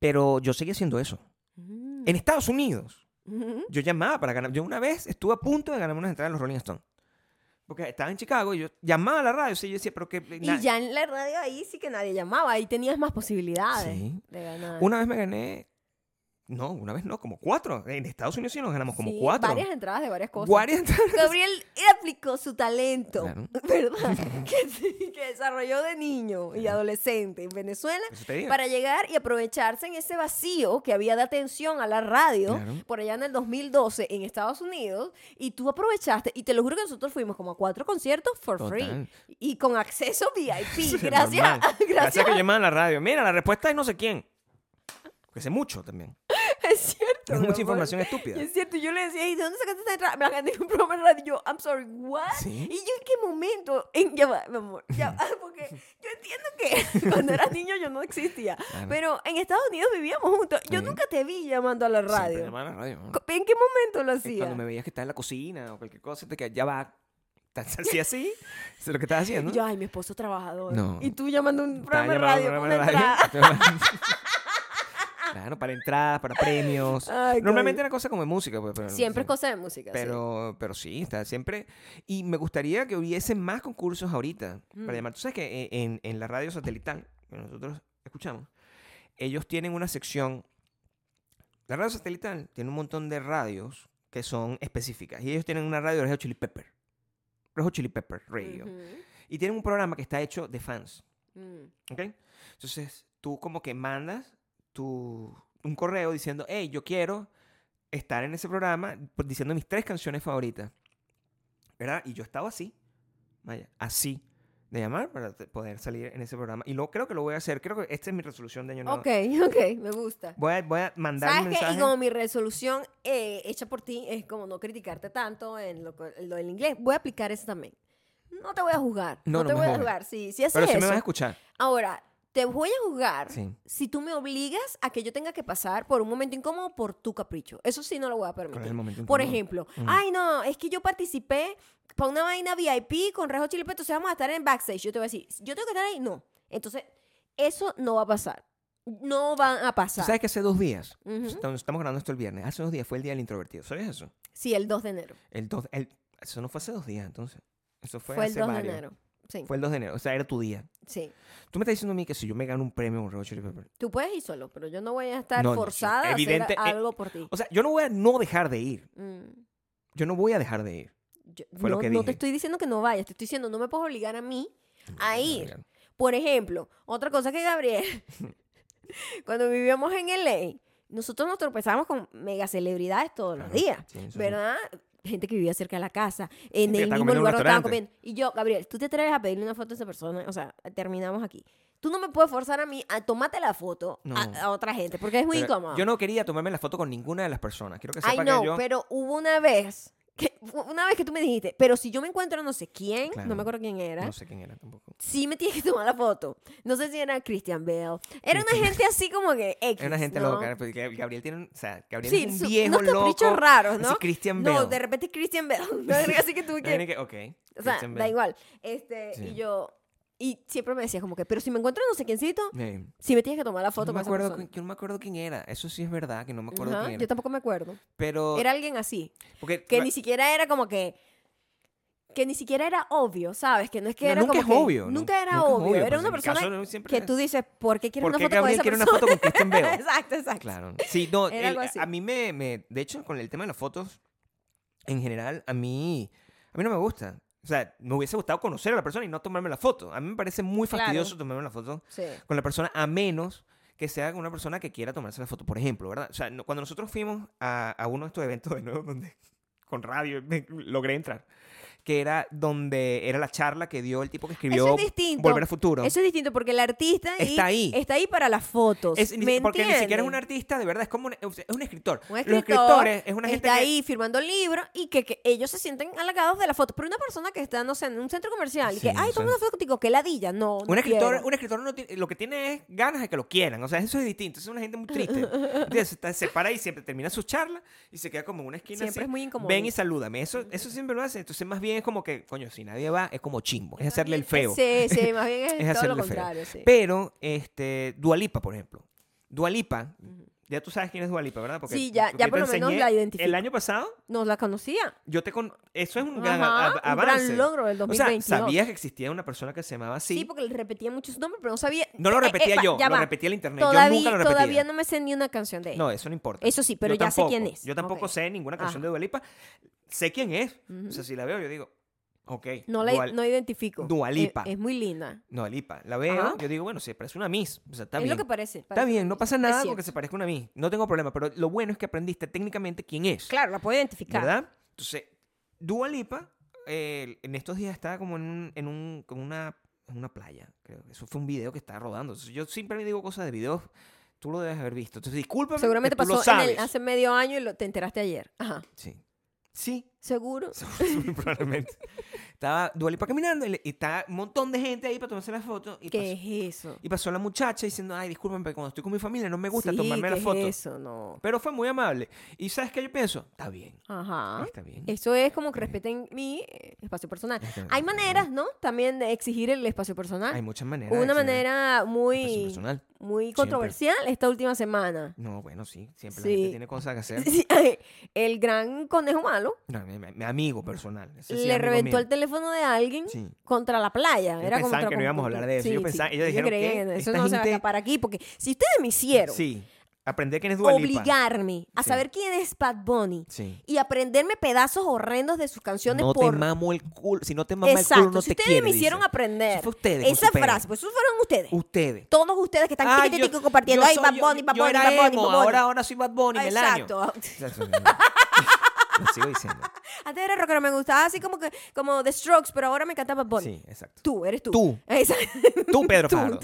Speaker 2: Pero yo seguía haciendo eso.
Speaker 1: Mm.
Speaker 2: En Estados Unidos,
Speaker 1: Ujú.
Speaker 2: yo llamaba para ganar. Yo una vez estuve a punto de ganarme unas entradas en los Rolling Stones. Porque estaba en Chicago y yo llamaba a la radio. O sea, yo decía, pero que. na-
Speaker 1: Y ya en la radio ahí sí que nadie llamaba, ahí tenías más posibilidades
Speaker 2: Sí.
Speaker 1: de ganar.
Speaker 2: Una vez me gané. No, una vez no, como cuatro. En Estados Unidos sí nos ganamos como
Speaker 1: Sí,
Speaker 2: cuatro.
Speaker 1: Varias entradas de varias cosas.
Speaker 2: Varias entradas.
Speaker 1: Gabriel aplicó su talento,
Speaker 2: Claro.
Speaker 1: ¿verdad? que, sí, que desarrolló de niño y adolescente en Venezuela
Speaker 2: Eso te digo.
Speaker 1: para llegar y aprovecharse en ese vacío que había de atención a la radio
Speaker 2: Claro.
Speaker 1: por allá en el 2012 en Estados Unidos y tú aprovechaste y te lo juro que nosotros fuimos como a cuatro conciertos for
Speaker 2: Total.
Speaker 1: free y con acceso VIP
Speaker 2: Sí,
Speaker 1: gracias,
Speaker 2: normal.
Speaker 1: a- gracias
Speaker 2: a que llamaban a la radio. Mira, la respuesta es no sé quién. Que sé mucho también.
Speaker 1: a- es cierto
Speaker 2: Es
Speaker 1: mi amor.
Speaker 2: mucha información
Speaker 1: Y
Speaker 2: estúpida.
Speaker 1: es cierto, yo le decía, ¿y de dónde sacaste esta entrada? Me la gané en un programa de radio. Yo, I'm sorry, what?
Speaker 2: Sí.
Speaker 1: Y yo, ¿en qué momento? En, ya va, mi amor, ya va, porque yo entiendo que cuando era niño yo no existía.
Speaker 2: Claro.
Speaker 1: Pero en Estados Unidos vivíamos juntos. Yo
Speaker 2: Sí.
Speaker 1: nunca te vi llamando a la
Speaker 2: Siempre
Speaker 1: radio.
Speaker 2: llamaban a la radio. ¿no?
Speaker 1: Co- ah. ¿En qué momento lo
Speaker 2: Y
Speaker 1: hacía?
Speaker 2: Cuando me veías que estaba en la cocina o cualquier cosa, te quedas, ya va. Estás así, así. Eso es lo que estás haciendo.
Speaker 1: Yo, ay, mi esposo trabajador.
Speaker 2: No.
Speaker 1: Y tú llamando a un
Speaker 2: Estaba
Speaker 1: programa de
Speaker 2: llamando
Speaker 1: radio.
Speaker 2: a
Speaker 1: con
Speaker 2: un
Speaker 1: una
Speaker 2: programa de
Speaker 1: entrada.
Speaker 2: radio. Claro, para entradas, para premios.
Speaker 1: Ay,
Speaker 2: Normalmente
Speaker 1: coño.
Speaker 2: era cosa como de música. pues, pero-
Speaker 1: Siempre es cosa de música. sí.
Speaker 2: Pero, pero sí, está siempre. Y me gustaría que hubiese más concursos ahorita para llamar. Tú sabes que e- en, en la radio satelital, que nosotros escuchamos, ellos tienen una sección. La radio satelital tiene un montón de radios que son específicas. Y ellos tienen una radio de Rojo Chili Pepper. Rojo Chili Pepper Radio.
Speaker 1: Ujú.
Speaker 2: Y tienen un programa que está hecho de fans.
Speaker 1: Mm.
Speaker 2: ¿Ok? Entonces, tú como que mandas tu, un correo diciendo, hey, yo quiero estar en ese programa por- diciendo mis tres canciones favoritas. ¿Verdad? Y yo estaba así, vaya, así de llamar para te- poder salir en ese programa. Y lo, creo que lo voy a hacer. Creo que esta es mi resolución de año nuevo.
Speaker 1: Ok, ok, me gusta.
Speaker 2: Voy, a, voy a mandar un
Speaker 1: ¿Sabes qué?
Speaker 2: mensaje.
Speaker 1: Y como mi resolución eh, hecha por ti es como no criticarte tanto en lo, co- en lo del inglés, voy a aplicar eso también. No te voy a juzgar. No,
Speaker 2: No, no
Speaker 1: te
Speaker 2: me
Speaker 1: voy a
Speaker 2: juzgues.
Speaker 1: juzgar. Sí, sí haces
Speaker 2: Pero sí me
Speaker 1: eso.
Speaker 2: vas a escuchar.
Speaker 1: Ahora, te voy a juzgar
Speaker 2: Sí.
Speaker 1: si tú me obligas a que yo tenga que pasar por un momento incómodo por tu capricho. Eso sí no lo voy a
Speaker 2: ¿Cuál es el
Speaker 1: permitir.
Speaker 2: momento
Speaker 1: Por
Speaker 2: incómodo? Mm.
Speaker 1: ejemplo, ay no, es que yo participé para una vaina VIP con Rejo Chili Peppers, entonces vamos a estar en backstage. Yo te voy a decir, yo tengo que estar ahí, no. Entonces, eso no va a pasar. No van a
Speaker 2: ¿Tú
Speaker 1: pasar.
Speaker 2: ¿Sabes que hace dos días?
Speaker 1: Ujú.
Speaker 2: estamos, estamos grabando esto el viernes. Hace dos días fue el día del introvertido. ¿Sabes eso?
Speaker 1: Sí, el 2 de enero.
Speaker 2: El dos- el- eso no fue hace dos días, entonces. Eso fue,
Speaker 1: Fue, el
Speaker 2: hace
Speaker 1: 2
Speaker 2: varios.
Speaker 1: de enero. Sí,
Speaker 2: Fue el 2 de enero, o sea, era tu día.
Speaker 1: sí.
Speaker 2: Tú me estás diciendo a mí que si yo me gano un premio con Red Hot Chili Pepper.
Speaker 1: Tú puedes ir solo, pero yo no voy a estar
Speaker 2: No, no, sí.
Speaker 1: forzada a
Speaker 2: Evidente,
Speaker 1: hacer
Speaker 2: eh,
Speaker 1: algo por ti.
Speaker 2: O sea, yo no voy a no dejar de ir.
Speaker 1: Mm.
Speaker 2: Yo no voy a dejar de ir.
Speaker 1: Yo-
Speaker 2: Fue lo
Speaker 1: no,
Speaker 2: que
Speaker 1: no
Speaker 2: dije.
Speaker 1: te estoy diciendo que no vayas, te estoy diciendo no me puedes obligar a mí a ir.
Speaker 2: Claro.
Speaker 1: Por ejemplo, otra cosa que Gabriel, cuando vivíamos en LA, nosotros nos tropezamos con mega celebridades todos los
Speaker 2: Claro,
Speaker 1: días,
Speaker 2: sí, eso sí.
Speaker 1: ¿verdad? Gente que vivía cerca de la casa, en
Speaker 2: Gente que
Speaker 1: el
Speaker 2: estaba
Speaker 1: mismo
Speaker 2: comiendo en un
Speaker 1: lugar donde estaban comiendo.
Speaker 2: restaurante.
Speaker 1: Y yo, Gabriel, tú te atreves a pedirle una foto a esa persona, o sea, terminamos aquí. Tú no me puedes forzar a mí a tomarte la foto a,
Speaker 2: No.
Speaker 1: a otra gente, porque es muy
Speaker 2: Pero
Speaker 1: incómodo.
Speaker 2: Yo no quería tomarme la foto con ninguna de las personas. Quiero que sepa
Speaker 1: Ay,
Speaker 2: que yo.
Speaker 1: no, pero hubo una vez, que, una vez que tú me dijiste, pero si yo me encuentro a no sé quién, no
Speaker 2: Claro.
Speaker 1: me acuerdo quién era,
Speaker 2: No sé quién era tampoco.
Speaker 1: sí me tienes que tomar la foto. No sé si era Christian Bale. Era una
Speaker 2: Christian
Speaker 1: gente así como que X,
Speaker 2: Era una gente
Speaker 1: ¿no?
Speaker 2: loca. porque Gabriel tiene un. O sea, Gabriel
Speaker 1: Sí,
Speaker 2: es un
Speaker 1: su-
Speaker 2: viejo
Speaker 1: unos caprichos
Speaker 2: loco.
Speaker 1: raros,
Speaker 2: así
Speaker 1: ¿no?
Speaker 2: Christian Bale.
Speaker 1: No, de repente Christian Bale. No, así que tú
Speaker 2: Yo tenía
Speaker 1: que...
Speaker 2: que- Ok.
Speaker 1: O sea,
Speaker 2: Christian
Speaker 1: da
Speaker 2: Bale.
Speaker 1: igual. Este,
Speaker 2: Sí.
Speaker 1: y yo... Y siempre me decía como que, pero si me encuentro a no sé quiéncito,
Speaker 2: Eh,
Speaker 1: sí me tienes que tomar la foto
Speaker 2: no me
Speaker 1: con esa
Speaker 2: acuerdo,
Speaker 1: persona.
Speaker 2: quién- yo no me acuerdo quién era. Eso sí es verdad que no me acuerdo
Speaker 1: Ajá,
Speaker 2: quién
Speaker 1: yo
Speaker 2: era. Oh.
Speaker 1: tampoco me acuerdo.
Speaker 2: Pero.
Speaker 1: Era alguien así.
Speaker 2: porque,
Speaker 1: que ni siquiera era como que que ni siquiera era obvio, ¿sabes? Que no es que
Speaker 2: No,
Speaker 1: era
Speaker 2: nunca
Speaker 1: como
Speaker 2: es
Speaker 1: que-
Speaker 2: obvio, ¿no?
Speaker 1: nunca era
Speaker 2: Nunca es
Speaker 1: obvio,
Speaker 2: obvio,
Speaker 1: era
Speaker 2: pues,
Speaker 1: una
Speaker 2: en mi
Speaker 1: persona
Speaker 2: caso, siempre
Speaker 1: que
Speaker 2: es-
Speaker 1: tú dices, ¿por qué quieres
Speaker 2: ¿Por
Speaker 1: una
Speaker 2: qué
Speaker 1: foto
Speaker 2: Gabriel
Speaker 1: con
Speaker 2: quiere
Speaker 1: esa
Speaker 2: una
Speaker 1: persona?
Speaker 2: foto con Christian Bale?
Speaker 1: exacto, exacto.
Speaker 2: Claro. Sí, no,
Speaker 1: Era
Speaker 2: el-
Speaker 1: algo así.
Speaker 2: a mí me, me- De hecho, con el tema de las fotos, en general, a mí. A mí no me gusta. O sea, me hubiese gustado conocer a la persona y no tomarme la foto. A mí me parece muy
Speaker 1: Claro.
Speaker 2: fastidioso tomarme la foto
Speaker 1: Sí.
Speaker 2: con la persona, a menos que sea con una persona que quiera tomarse la foto, por ejemplo, ¿verdad? O sea, no- cuando nosotros fuimos a, a uno de estos eventos de nuevo, donde con radio me- logré entrar, que era donde era la charla que dio el tipo que escribió
Speaker 1: Eso es distinto.
Speaker 2: Volver al Futuro.
Speaker 1: Eso es distinto porque el artista ahí-
Speaker 2: Está ahí.
Speaker 1: está ahí para las fotos.
Speaker 2: Es ni-
Speaker 1: ¿me
Speaker 2: porque ni siquiera es un
Speaker 1: entiendes?
Speaker 2: artista, de verdad, es como un, es un escritor.
Speaker 1: Un
Speaker 2: Los escritores es una gente
Speaker 1: está
Speaker 2: que-
Speaker 1: ahí firmando libros y que, que ellos se sienten halagados de la foto. Pero una persona que está, no sé, en un centro comercial y
Speaker 2: Sí,
Speaker 1: que, ay,
Speaker 2: o sea,
Speaker 1: toma una foto contigo, que ladilla. No, no
Speaker 2: Un escritor,
Speaker 1: quiero.
Speaker 2: un escritor no tiene- lo que tiene es ganas de que lo quieran. O sea, eso es distinto. Eso es una gente muy triste. ¿Entiendes? Se está- se para y siempre termina su charla y se queda como en una esquina.
Speaker 1: Siempre
Speaker 2: así,
Speaker 1: es muy incómodo.
Speaker 2: Ven y salúdame. Eso, eso siempre lo hace. Entonces, más bien es como que, coño, si nadie va, es como chimbo. Es hacerle el feo.
Speaker 1: Sí, sí, más bien es,
Speaker 2: Es
Speaker 1: todo lo
Speaker 2: hacerle feo.
Speaker 1: contrario. Sí.
Speaker 2: Pero, este, Dualipa, por ejemplo. Dualipa, ya tú sabes quién es Dualipa, ¿verdad?
Speaker 1: Sí, ya-
Speaker 2: yo
Speaker 1: ya
Speaker 2: te
Speaker 1: por lo menos
Speaker 2: enseñé
Speaker 1: la identifico.
Speaker 2: El año pasado,
Speaker 1: No la conocía.
Speaker 2: yo te con. Eso es un gran
Speaker 1: Ajá,
Speaker 2: av-
Speaker 1: un gran
Speaker 2: avance.
Speaker 1: logro del
Speaker 2: O
Speaker 1: 2022.
Speaker 2: sea, sabías que existía una persona que se llamaba
Speaker 1: Sí,
Speaker 2: así.
Speaker 1: porque le repetía muchos nombres, pero no sabía.
Speaker 2: No lo
Speaker 1: Eh, eh,
Speaker 2: repetía
Speaker 1: pa-
Speaker 2: yo,
Speaker 1: ya
Speaker 2: lo
Speaker 1: va.
Speaker 2: repetía el internet.
Speaker 1: Todavía,
Speaker 2: yo nunca lo repetía.
Speaker 1: todavía no me sé ni una canción de él.
Speaker 2: No, eso no importa.
Speaker 1: Eso sí, pero
Speaker 2: Yo
Speaker 1: ya sé
Speaker 2: tampoco.
Speaker 1: quién es.
Speaker 2: Yo tampoco
Speaker 1: Ok.
Speaker 2: sé ninguna canción
Speaker 1: Ajá.
Speaker 2: de Dua Lipa. Sé quién es. O sea, si la veo, yo digo, ok.
Speaker 1: No la
Speaker 2: Dua,
Speaker 1: no identifico.
Speaker 2: Dua
Speaker 1: Eh,
Speaker 2: Lipa.
Speaker 1: Es, muy linda.
Speaker 2: Dua Lipa. La veo,
Speaker 1: Ajá.
Speaker 2: yo digo, bueno, sí, parece una Miss. O sea, está
Speaker 1: es lo
Speaker 2: bien.
Speaker 1: que parece.
Speaker 2: está bien, no pasa nada
Speaker 1: porque
Speaker 2: porque se parezca a una Miss. No tengo problema, pero lo bueno es que aprendiste técnicamente quién es.
Speaker 1: Claro, la puedo identificar.
Speaker 2: ¿Verdad? Entonces, Dua Lipa, eh, en estos días estaba como en, un, en, un- como una, en una playa, creo. Eso fue un video que estaba rodando. Entonces, yo siempre me digo cosas de videos. Tú lo debes haber visto. Entonces, discúlpame.
Speaker 1: Seguramente
Speaker 2: que tú lo
Speaker 1: pasó en el-
Speaker 2: sabes.
Speaker 1: hace medio año y lo, te enteraste ayer. Ajá.
Speaker 2: Sí. Sí,
Speaker 1: Seguro.
Speaker 2: probablemente. Estaba Dualipa caminando y, le- y está un montón de gente ahí para tomarse la foto. Y pasó,
Speaker 1: ¿Qué es eso?
Speaker 2: y pasó la muchacha diciendo, ay, discúlpenme, pero cuando estoy con mi familia no me gusta
Speaker 1: Sí,
Speaker 2: tomarme
Speaker 1: ¿qué
Speaker 2: la foto.
Speaker 1: Es eso, no.
Speaker 2: Pero fue muy amable. ¿Y sabes qué yo pienso? Está bien.
Speaker 1: Ajá.
Speaker 2: Está bien.
Speaker 1: Eso Ah, es como que respeten mi eh, espacio personal.
Speaker 2: Está
Speaker 1: Hay
Speaker 2: bien.
Speaker 1: maneras, ¿no? También de exigir el espacio personal.
Speaker 2: Hay muchas maneras. de
Speaker 1: Una
Speaker 2: hacer
Speaker 1: manera
Speaker 2: expresión
Speaker 1: muy,
Speaker 2: personal.
Speaker 1: muy controversial esta última semana.
Speaker 2: No, bueno, sí. Siempre
Speaker 1: Sí.
Speaker 2: la gente tiene cosas que hacer.
Speaker 1: Sí, El gran conejo malo
Speaker 2: No, mi, mi- mi amigo personal. ese sí,
Speaker 1: le
Speaker 2: amigo
Speaker 1: reventó
Speaker 2: mío.
Speaker 1: el teléfono de alguien
Speaker 2: Sí.
Speaker 1: contra la playa.
Speaker 2: Ellos
Speaker 1: Era como
Speaker 2: pensaban que
Speaker 1: otra
Speaker 2: no
Speaker 1: com-
Speaker 2: íbamos a hablar de eso. Ellos pensaban- ellos dijeron,
Speaker 1: creían
Speaker 2: ¿qué?
Speaker 1: en Eso
Speaker 2: Esta
Speaker 1: no se va a
Speaker 2: gente-
Speaker 1: escapar aquí porque si ustedes me hicieron
Speaker 2: Sí. Aprender quién es Dualipa.
Speaker 1: obligarme a
Speaker 2: Sí.
Speaker 1: saber quién es Bad Bunny
Speaker 2: Sí.
Speaker 1: y aprenderme pedazos horrendos de sus canciones
Speaker 2: No
Speaker 1: por
Speaker 2: te mamo el culo. Si no te mama
Speaker 1: Exacto.
Speaker 2: el culo, no
Speaker 1: si
Speaker 2: te
Speaker 1: ustedes
Speaker 2: quiere,
Speaker 1: me hicieron
Speaker 2: dice.
Speaker 1: aprender
Speaker 2: Eso fue ustedes con
Speaker 1: esa
Speaker 2: su pelo.
Speaker 1: frase, pues eso fueron ustedes.
Speaker 2: Ustedes.
Speaker 1: Todos ustedes que están
Speaker 2: Ah,
Speaker 1: tiqui,
Speaker 2: yo-
Speaker 1: tiqui, compartiendo.
Speaker 2: yo
Speaker 1: Ay,
Speaker 2: soy-
Speaker 1: Bad
Speaker 2: yo-
Speaker 1: Bunny, Bad
Speaker 2: yo
Speaker 1: Bunny,
Speaker 2: era
Speaker 1: Bad Bunny,
Speaker 2: emo,
Speaker 1: Bad Bunny.
Speaker 2: Ahora, ahora soy Bad Bunny,
Speaker 1: Ah,
Speaker 2: Melanio.
Speaker 1: Exacto.
Speaker 2: Exacto. Lo sigo diciendo.
Speaker 1: Antes era rockero, me gustaba así como que como The Strokes, pero ahora me encanta Bad Bunny.
Speaker 2: Sí, exacto.
Speaker 1: Tú, eres tú.
Speaker 2: Tú.
Speaker 1: Exacto.
Speaker 2: Tú, Pedro Fajardo.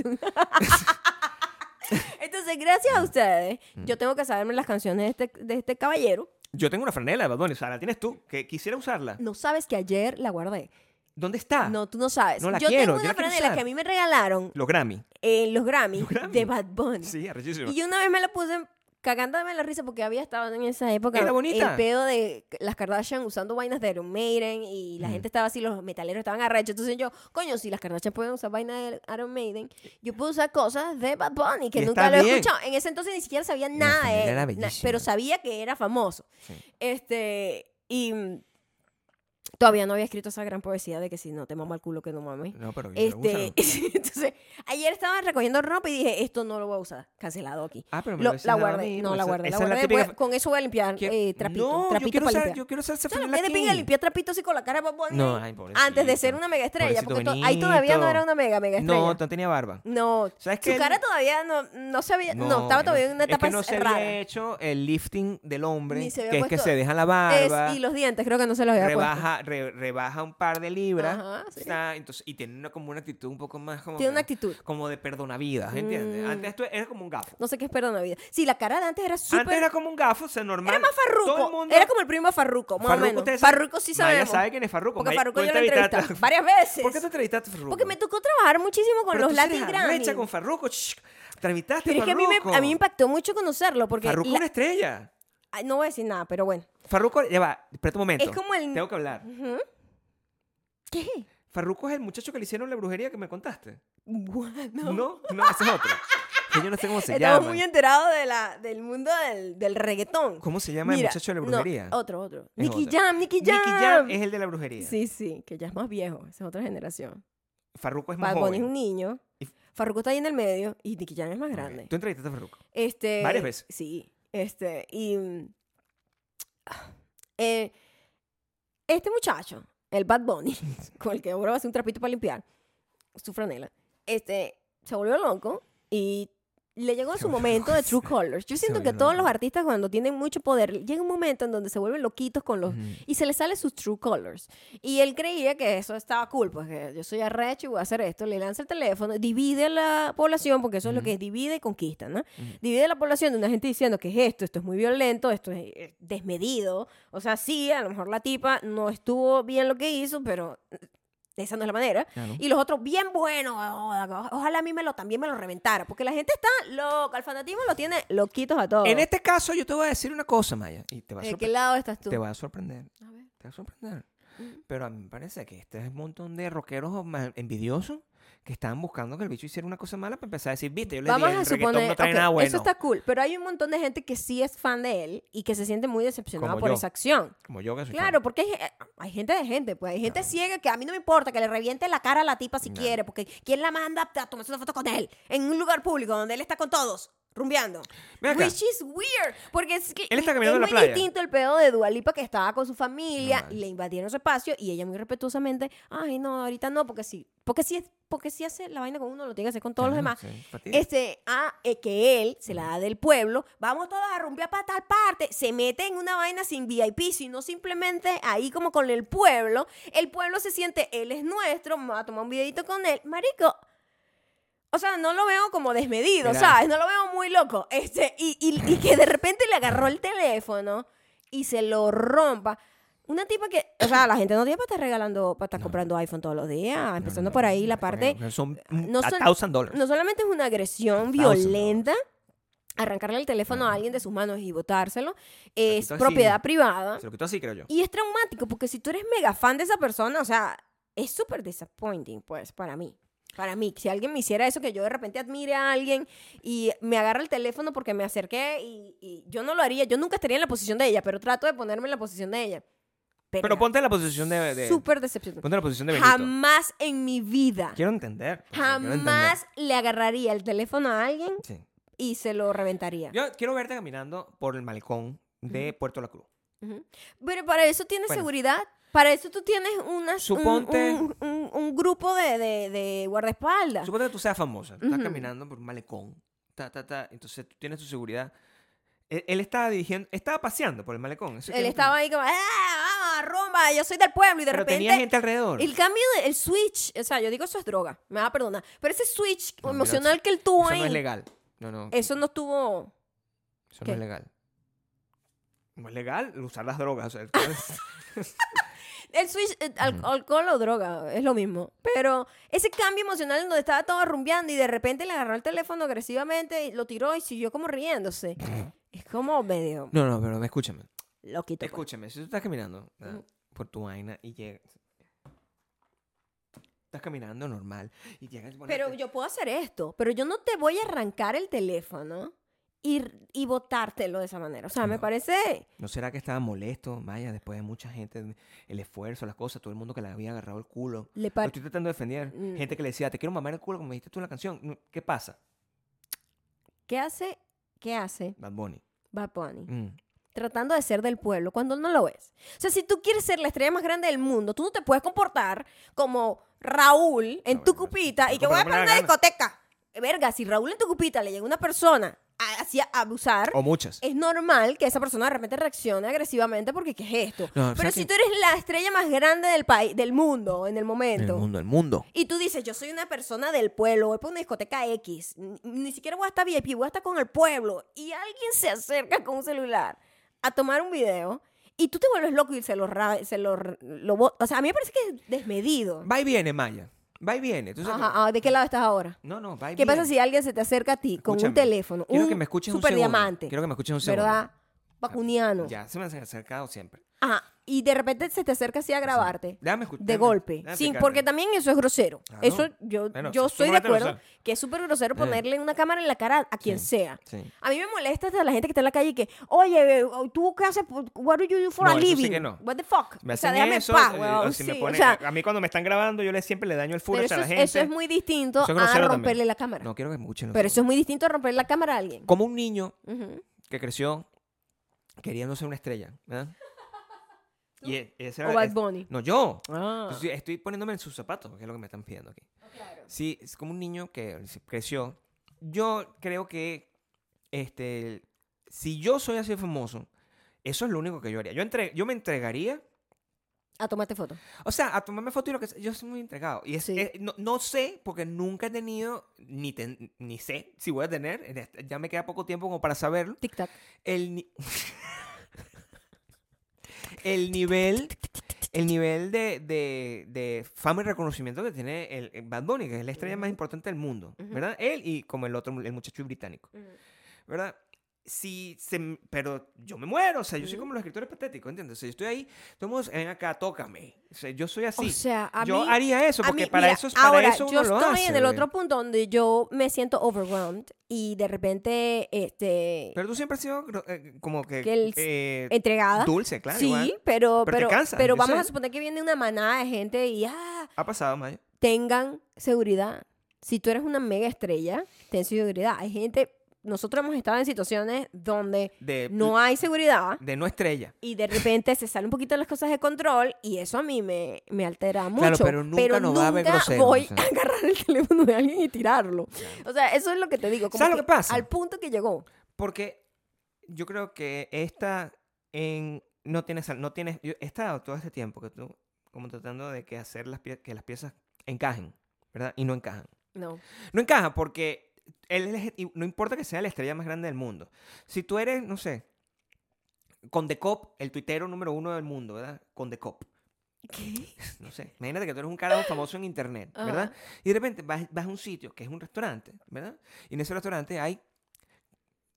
Speaker 1: Entonces, gracias
Speaker 2: Mm.
Speaker 1: a ustedes, yo tengo que saberme las canciones de este, de este caballero.
Speaker 2: Yo tengo una franela de Bad Bunny. O sea, la tienes tú. Que quisiera usarla.
Speaker 1: No sabes que ayer la guardé.
Speaker 2: ¿Dónde está?
Speaker 1: No, tú no sabes.
Speaker 2: Ah. No la
Speaker 1: yo
Speaker 2: quiero,
Speaker 1: tengo
Speaker 2: yo
Speaker 1: una
Speaker 2: la quiero
Speaker 1: franela
Speaker 2: usar.
Speaker 1: que a mí me regalaron
Speaker 2: Los Grammy.
Speaker 1: en los Grammys
Speaker 2: Los Grammy.
Speaker 1: de Bad Bunny.
Speaker 2: Sí, arrechísimo.
Speaker 1: Y yo una vez me la puse cagándome la risa porque había estado en esa época
Speaker 2: Era bonita.
Speaker 1: el pedo de las Kardashian usando vainas de Iron Maiden y la gente estaba así, los metaleros estaban arrechos. Entonces yo, coño, si las Kardashian pueden usar vainas de Iron Maiden, yo puedo usar cosas de Bad Bunny que
Speaker 2: Y
Speaker 1: nunca lo
Speaker 2: está
Speaker 1: he
Speaker 2: bien.
Speaker 1: escuchado. En ese entonces ni siquiera sabía nada
Speaker 2: familia
Speaker 1: de él,
Speaker 2: era
Speaker 1: na-
Speaker 2: bellísima.
Speaker 1: pero sabía que era famoso.
Speaker 2: Sí.
Speaker 1: Este, y mm, todavía no había escrito esa gran poesía de que si no te mama el culo que no mames.
Speaker 2: No, pero yo
Speaker 1: Este, entonces, ayer estaba recogiendo ropa y dije, esto no lo voy a usar, cancelado aquí.
Speaker 2: Ah, pero me
Speaker 1: Lo-
Speaker 2: lo dices
Speaker 1: la
Speaker 2: ahora
Speaker 1: guardé,
Speaker 2: mismo,
Speaker 1: no la
Speaker 2: esa-
Speaker 1: guardé, la
Speaker 2: esa es la
Speaker 1: guardé.
Speaker 2: típica
Speaker 1: voy- con eso voy a limpiar eh, trapito,
Speaker 2: No, yo
Speaker 1: trapito
Speaker 2: quiero
Speaker 1: para
Speaker 2: usar,
Speaker 1: limpiar.
Speaker 2: yo quiero usar esa
Speaker 1: ¿Sabes lo
Speaker 2: franela
Speaker 1: que es de
Speaker 2: aquí.
Speaker 1: pinga limpiar trapitos y con la cara de Bad Bunny
Speaker 2: No,
Speaker 1: ahí?
Speaker 2: ay,
Speaker 1: antes de
Speaker 2: pobrecito.
Speaker 1: ser una mega estrella,
Speaker 2: Pobrecito
Speaker 1: porque to- ahí todavía no
Speaker 2: Benito.
Speaker 1: era una mega mega estrella.
Speaker 2: No, no tenía barba.
Speaker 1: No,
Speaker 2: ¿Sabes
Speaker 1: su
Speaker 2: qué?
Speaker 1: cara todavía no, no se había, no,
Speaker 2: bueno,
Speaker 1: estaba todavía en una etapa
Speaker 2: es que no se
Speaker 1: rara.
Speaker 2: había hecho el lifting del hombre,
Speaker 1: Ni se había
Speaker 2: que es que
Speaker 1: puesto-
Speaker 2: se deja la
Speaker 1: Es-
Speaker 2: barba,
Speaker 1: y los dientes, creo que no se los había puesto.
Speaker 2: rebaja, re- rebaja un par de libras,
Speaker 1: Ajá, sí.
Speaker 2: está, entonces, y tiene una, como una actitud un poco más como,
Speaker 1: Tiene una
Speaker 2: que-
Speaker 1: actitud.
Speaker 2: como de perdonavidas, ¿entiendes?
Speaker 1: Mm.
Speaker 2: Antes esto era como un gafo.
Speaker 1: No sé qué es perdón la vida. Sí, la cara de antes era
Speaker 2: Antes
Speaker 1: súper...
Speaker 2: era como un gafo, o sea, normal.
Speaker 1: Era más
Speaker 2: Todo
Speaker 1: Farruco.
Speaker 2: el mundo-
Speaker 1: Era como el primo de Farruco, más
Speaker 2: Farruko,
Speaker 1: o menos.
Speaker 2: ustedes saben-
Speaker 1: Farruco sí
Speaker 2: Maya
Speaker 1: sabemos.
Speaker 2: sabe quién es Farruco.
Speaker 1: Porque
Speaker 2: Maya-
Speaker 1: Farruco
Speaker 2: tú
Speaker 1: yo lo entrevisté
Speaker 2: entrevistaste-
Speaker 1: varias veces.
Speaker 2: ¿Por qué te entrevistaste a Farruko?
Speaker 1: Porque me tocó trabajar muchísimo con
Speaker 2: Pero
Speaker 1: los
Speaker 2: tú sí
Speaker 1: Latin
Speaker 2: eres
Speaker 1: Grammy.
Speaker 2: arrecha con Farruco. shh, Entrevistaste
Speaker 1: Pero es que a mí, me, a mí me impactó mucho conocerlo porque...
Speaker 2: Farruco
Speaker 1: la-
Speaker 2: una estrella.
Speaker 1: Ay, No voy a decir nada, pero bueno.
Speaker 2: Farruco, ya va, espera un momento.
Speaker 1: Es como el-
Speaker 2: Tengo que hablar.
Speaker 1: Ujú. ¿Qué?
Speaker 2: Farruco es el muchacho que le hicieron la brujería que me contaste.
Speaker 1: Bueno.
Speaker 2: No, no, ese es otro. Que yo no sé cómo se
Speaker 1: Estamos
Speaker 2: llama.
Speaker 1: muy enterados de la, del mundo del, del reggaetón.
Speaker 2: ¿Cómo se llama
Speaker 1: Mira,
Speaker 2: el muchacho de la
Speaker 1: no,
Speaker 2: brujería?
Speaker 1: otro, otro.
Speaker 2: Es
Speaker 1: Nicky
Speaker 2: otro.
Speaker 1: Jam, Nicky
Speaker 2: Nicky
Speaker 1: Jam.
Speaker 2: Jam es el de la brujería.
Speaker 1: Sí, sí, que ya es más viejo. Esa es otra generación.
Speaker 2: Farruko es más
Speaker 1: Bad Bunny es un
Speaker 2: joven.
Speaker 1: niño.
Speaker 2: Y-
Speaker 1: Farruko está ahí en el medio y Nicky Jam es más
Speaker 2: Ok,
Speaker 1: grande.
Speaker 2: Tú entrevistaste a Farruko.
Speaker 1: Este,
Speaker 2: Varias veces.
Speaker 1: Sí. Este, y. mm, ah, eh, este muchacho, el Bad Bunny, con el que ahora va a hacer un trapito para limpiar su franela, este, se volvió loco y le llegó
Speaker 2: Se
Speaker 1: su
Speaker 2: volvió
Speaker 1: momento
Speaker 2: loco,
Speaker 1: de
Speaker 2: sí.
Speaker 1: True Colors. Yo
Speaker 2: Se
Speaker 1: siento que
Speaker 2: volvió
Speaker 1: todos
Speaker 2: loco.
Speaker 1: los artistas, cuando tienen mucho poder, llega un momento en donde se vuelven loquitos con los.
Speaker 2: Ujú.
Speaker 1: Y se les sale sus true colors. Y él creía que eso estaba cool, pues que yo soy arrecho y voy a hacer esto. Le lanza el teléfono, divide a la población, porque eso es lo
Speaker 2: Ujú.
Speaker 1: que es divide y conquista, ¿no? Divide a la población de una gente diciendo que es esto, esto es muy violento, esto es eh, desmedido. O sea, sí, a lo mejor la tipa no estuvo bien lo que hizo, pero eh, esa no es la manera.
Speaker 2: Claro.
Speaker 1: Y los otros, bien bueno, o- ojalá a mí me lo, también me lo reventara, porque la gente está loca, el fanatismo lo tiene loquitos a todos.
Speaker 2: En este caso, yo te voy a decir una cosa, Maya. Y te va a,
Speaker 1: ¿De
Speaker 2: sorpre-
Speaker 1: qué lado estás tú?
Speaker 2: te va a sorprender.
Speaker 1: Eh, A ver.
Speaker 2: Te va a sorprender. Pero a mí me parece que este es un montón de rockeros ma- envidiosos que estaban buscando que el bicho hiciera una cosa mala para empezar a decir, viste, yo les
Speaker 1: Vamos
Speaker 2: dije,
Speaker 1: a
Speaker 2: el reggaetón
Speaker 1: suponer,
Speaker 2: no trae
Speaker 1: ok,
Speaker 2: nada bueno.
Speaker 1: eso está cool, pero hay un montón de gente que sí es fan de él y que se siente muy decepcionada
Speaker 2: Como
Speaker 1: por
Speaker 2: yo.
Speaker 1: esa acción.
Speaker 2: Como yo que soy
Speaker 1: Claro, porque hay, ge- hay gente de gente, pues hay gente ciega que a mí no me importa que le reviente la cara a la tipa si
Speaker 2: No.
Speaker 1: quiere, porque ¿quién la manda a tomarse una foto con él en un lugar público donde él está con todos? Rumbeando.
Speaker 2: Ven acá.
Speaker 1: Which is weird. Porque es que
Speaker 2: Él está caminando en
Speaker 1: es
Speaker 2: la
Speaker 1: muy
Speaker 2: playa.
Speaker 1: distinto el pedo de Dualipa que estaba con su familia,
Speaker 2: No,
Speaker 1: le invadieron su espacio y ella muy respetuosamente, ay no, ahorita no, porque sí, porque sí, es- porque sí hace la vaina con uno, lo tiene que hacer con todos los demás. Este, ah, eh, que él se la da del pueblo, vamos todos a romper para tal parte, se mete en una vaina sin VIP, sino simplemente ahí como con el pueblo, el pueblo se siente, él es nuestro, vamos a tomar un videito con él, marico. O sea, no lo veo como desmedido,
Speaker 2: Mira.
Speaker 1: ¿sabes? No lo veo muy loco. Este, y, y- y que de repente le agarró el teléfono y se lo rompa. Una tipa que, o sea, la gente no tiene para estar regalando, para estar comprando iPhone todos los días, empezando
Speaker 2: no,
Speaker 1: por ahí la
Speaker 2: no,
Speaker 1: parte,
Speaker 2: no, son
Speaker 1: no
Speaker 2: a
Speaker 1: son-
Speaker 2: thousand dollars.
Speaker 1: no solamente es una agresión
Speaker 2: $1,000.
Speaker 1: violenta, arrancarle el teléfono a alguien de sus manos y botárselo, es
Speaker 2: Entonces,
Speaker 1: propiedad
Speaker 2: sí.
Speaker 1: privada
Speaker 2: Se lo quitó así, creo yo.
Speaker 1: y es traumático porque si tú eres mega fan de esa persona, o sea, es súper disappointing, pues, para mí. Para mí, si alguien me hiciera eso, que yo de repente admire a alguien y me agarra el teléfono porque me acerqué y, y yo no lo haría, yo nunca estaría en la posición de ella, pero trato de ponerme en la posición de ella.
Speaker 2: Pero ponte en la posición de, de-
Speaker 1: Súper decepcionante.
Speaker 2: ponte en la posición de Benito.
Speaker 1: Jamás en mi vida,
Speaker 2: Quiero entender. o sea, quiero entender.
Speaker 1: jamás le agarraría el teléfono a alguien
Speaker 2: Sí.
Speaker 1: y se lo reventaría.
Speaker 2: Yo quiero verte caminando por el malecón de Puerto La Cruz.
Speaker 1: Ujú. Pero para eso tienes
Speaker 2: Bueno.
Speaker 1: seguridad. Para eso tú tienes unas, un-
Speaker 2: Suponte-
Speaker 1: un, un- un grupo de, de- de guardaespaldas.
Speaker 2: Suponte que tú seas famosa. Estás
Speaker 1: Ujú.
Speaker 2: caminando por un malecón. Ta, ta, ta. Entonces tú tienes tu seguridad. Él, él estaba dirigiendo, estaba paseando por el malecón. eso
Speaker 1: Él
Speaker 2: quiero
Speaker 1: estaba
Speaker 2: entender.
Speaker 1: ahí como, ¡ah, vamos, rumba! Yo soy del pueblo. Y de
Speaker 2: Pero tenía
Speaker 1: repente,
Speaker 2: gente alrededor.
Speaker 1: el cambio, de- el switch, o sea, yo digo eso es droga, me va a perdonar. Pero ese switch
Speaker 2: No, mira,
Speaker 1: emocional que él
Speaker 2: Eso
Speaker 1: tuvo ahí,
Speaker 2: no es legal. No, no.
Speaker 1: eso no estuvo...
Speaker 2: Eso
Speaker 1: ¿Qué?
Speaker 2: no es legal. No es legal usar las drogas. o sea, el cual-
Speaker 1: El switch, eh, al-
Speaker 2: Ujú.
Speaker 1: alcohol o droga, es lo mismo. Pero ese cambio emocional en donde estaba todo rumbeando y de repente le agarró el teléfono agresivamente, y lo tiró y siguió como riéndose. es como medio
Speaker 2: no, no, pero escúchame.
Speaker 1: loquito. pues.
Speaker 2: Escúchame, si tú estás caminando ¿verdad? por tu vaina y llegas. Estás caminando normal y llegas. bueno,
Speaker 1: Pero
Speaker 2: te-
Speaker 1: yo puedo hacer esto, pero yo no te voy a arrancar el teléfono y, y botártelo de esa manera. O sea, me
Speaker 2: No.
Speaker 1: parece...
Speaker 2: ¿No será que estaba molesto? Vaya, después de mucha gente, el esfuerzo, las cosas, todo el mundo que le había agarrado el culo.
Speaker 1: Le
Speaker 2: Lo
Speaker 1: par-
Speaker 2: estoy tratando de defender.
Speaker 1: Mm.
Speaker 2: Gente que le decía, te quiero mamar el culo como me dijiste tú en la canción. No, ¿Qué pasa?
Speaker 1: ¿Qué hace? ¿Qué hace
Speaker 2: Bad Bunny.
Speaker 1: Bad Bunny?
Speaker 2: Mm.
Speaker 1: Tratando de ser del pueblo cuando no lo es. O sea, si tú quieres ser la estrella más grande del mundo, tú no te puedes comportar como Raúl en
Speaker 2: No,
Speaker 1: tu
Speaker 2: bueno,
Speaker 1: cupita y que
Speaker 2: tampoco
Speaker 1: voy a
Speaker 2: me da
Speaker 1: poner una
Speaker 2: gana.
Speaker 1: discoteca. Verga, si Raúl en tu cupita le llega una persona a- así a abusar,
Speaker 2: O muchas.
Speaker 1: es normal que esa persona de repente reaccione agresivamente porque ¿qué es esto?
Speaker 2: No, o sea
Speaker 1: Pero
Speaker 2: que-
Speaker 1: si tú eres la estrella más grande del país, del mundo, en el
Speaker 2: el
Speaker 1: momento,
Speaker 2: mundo, el mundo.
Speaker 1: y tú dices, yo soy una persona del pueblo, voy para una discoteca X, ni, ni siquiera voy a estar VIP, voy a estar con el pueblo, y alguien se acerca con un celular a tomar un video, y tú te vuelves loco y se lo... ra- se lo, lo bo- o sea, a mí me parece que es desmedido.
Speaker 2: Va y viene, Maya. Va y viene. Tú sabes-
Speaker 1: Ajá, ah, ¿de qué lado estás ahora?
Speaker 2: No, no, va y
Speaker 1: ¿Qué
Speaker 2: viene.
Speaker 1: pasa si alguien se te acerca a ti con un
Speaker 2: Escúchame,
Speaker 1: teléfono?
Speaker 2: Quiero
Speaker 1: un
Speaker 2: que me escuches un
Speaker 1: super
Speaker 2: segundo.
Speaker 1: diamante.
Speaker 2: Quiero que me escuches un segundo.
Speaker 1: ¿Verdad? Vacuniano.
Speaker 2: Ya, se me han acercado siempre.
Speaker 1: Ajá, y de repente se te acerca así a grabarte.
Speaker 2: Déjame escuchar.
Speaker 1: De golpe. Sí, porque también eso es grosero.
Speaker 2: Claro.
Speaker 1: Eso yo,
Speaker 2: Bueno,
Speaker 1: yo
Speaker 2: sí,
Speaker 1: estoy de
Speaker 2: póngate
Speaker 1: acuerdo
Speaker 2: grosero.
Speaker 1: que es súper grosero ponerle una cámara en la cara a quien
Speaker 2: Eh. Sí.
Speaker 1: sea.
Speaker 2: Sí.
Speaker 1: A mí me molesta hasta la gente que está en la calle y que, oye, eh, tú qué haces, what do you do for a
Speaker 2: No, eso sí
Speaker 1: living?
Speaker 2: que no.
Speaker 1: What the fuck?
Speaker 2: Me
Speaker 1: o sea,
Speaker 2: hacen
Speaker 1: déjame en
Speaker 2: eso,
Speaker 1: paz,
Speaker 2: eh,
Speaker 1: weón.
Speaker 2: o si me
Speaker 1: Sí,
Speaker 2: ponen-
Speaker 1: o sea,
Speaker 2: a mí cuando me están grabando, yo le siempre le daño el
Speaker 1: pero
Speaker 2: furor a
Speaker 1: eso,
Speaker 2: la
Speaker 1: es-
Speaker 2: gente.
Speaker 1: eso es muy distinto
Speaker 2: Eso es
Speaker 1: a
Speaker 2: grosero
Speaker 1: romperle
Speaker 2: también.
Speaker 1: la cámara.
Speaker 2: No quiero que me escuchen. los
Speaker 1: pero
Speaker 2: dos.
Speaker 1: eso es muy distinto a romperle la cámara a alguien.
Speaker 2: Como un niño
Speaker 1: Ujú.
Speaker 2: que creció queriendo ser una estrella, ¿verdad? Y e- ese era-
Speaker 1: O Bad
Speaker 2: es-
Speaker 1: Bunny.
Speaker 2: No, yo.
Speaker 1: Ah.
Speaker 2: Entonces, Estoy poniéndome en sus zapatos, que es lo que me están pidiendo aquí. Sí, es como un niño que creció. Yo creo que este, si yo soy así de famoso, eso es lo único que yo haría. Yo, entre, yo me entregaría,
Speaker 1: A tomarte foto.
Speaker 2: o sea, a tomarme foto y lo que sea, yo soy muy entregado. Y es-
Speaker 1: Sí.
Speaker 2: es- no, no sé, porque nunca he tenido, ni, ten- ni sé si voy a tener, en este- ya me queda poco tiempo como para saberlo,
Speaker 1: Tic-tac.
Speaker 2: el, ni- el nivel... El nivel de, de- de fama y reconocimiento que tiene el, el Bad Bunny, que es la estrella más importante del mundo,
Speaker 1: Ujú.
Speaker 2: ¿verdad? Él y como el otro, el muchacho británico, ¿verdad? Si se, m- pero yo me muero, o sea, yo soy
Speaker 1: Ujú.
Speaker 2: como los escritores patéticos, ¿entiendes? O sea, yo estoy ahí, todo el mundo, ven acá, tócame. O sea, yo soy así.
Speaker 1: O sea, a
Speaker 2: yo
Speaker 1: mí...
Speaker 2: haría eso,
Speaker 1: A
Speaker 2: porque
Speaker 1: mí,
Speaker 2: para
Speaker 1: mira,
Speaker 2: eso es para
Speaker 1: ahora,
Speaker 2: eso uno
Speaker 1: yo
Speaker 2: lo
Speaker 1: estoy
Speaker 2: hace,
Speaker 1: en el
Speaker 2: güey.
Speaker 1: otro punto donde yo me siento overwhelmed y de repente este
Speaker 2: Pero tú siempre has sido gro- eh, como que,
Speaker 1: Que el-
Speaker 2: eh,
Speaker 1: entregada
Speaker 2: dulce, claro.
Speaker 1: sí
Speaker 2: igual.
Speaker 1: pero
Speaker 2: Pero
Speaker 1: pero
Speaker 2: te cansan,
Speaker 1: pero
Speaker 2: yo
Speaker 1: vamos
Speaker 2: sé.
Speaker 1: a suponer que viene una manada de gente y ah
Speaker 2: Ha pasado, Maya.
Speaker 1: tengan seguridad si tú eres una mega estrella ten seguridad hay gente nosotros hemos estado en situaciones donde
Speaker 2: De,
Speaker 1: no hay seguridad
Speaker 2: de no estrella.
Speaker 1: y de repente se salen un poquito las cosas de control y eso a mí me, me altera mucho.
Speaker 2: Claro, pero nunca nos va a ver
Speaker 1: nunca
Speaker 2: groseros,
Speaker 1: voy
Speaker 2: o sea.
Speaker 1: a agarrar el teléfono de alguien y tirarlo. O sea, eso es lo que te digo. como
Speaker 2: ¿Sabes lo que pasa?
Speaker 1: Al punto que llegó.
Speaker 2: Porque yo creo que esta en no tienes sal- no tienes yo he estado todo este tiempo que tú como tratando de que hacer las pie- que las piezas encajen, ¿verdad? Y no encajan.
Speaker 1: No.
Speaker 2: No encajan porque él es- y no importa que sea la estrella más grande del mundo. Si tú eres, no sé, Condecop, el tuitero número uno del mundo, ¿verdad? Condecop.
Speaker 1: ¿Qué?
Speaker 2: No sé. Imagínate que tú eres un carajo famoso en internet, ¿verdad? Y de repente vas, vas a un sitio que es un restaurante, ¿verdad? Y en ese restaurante hay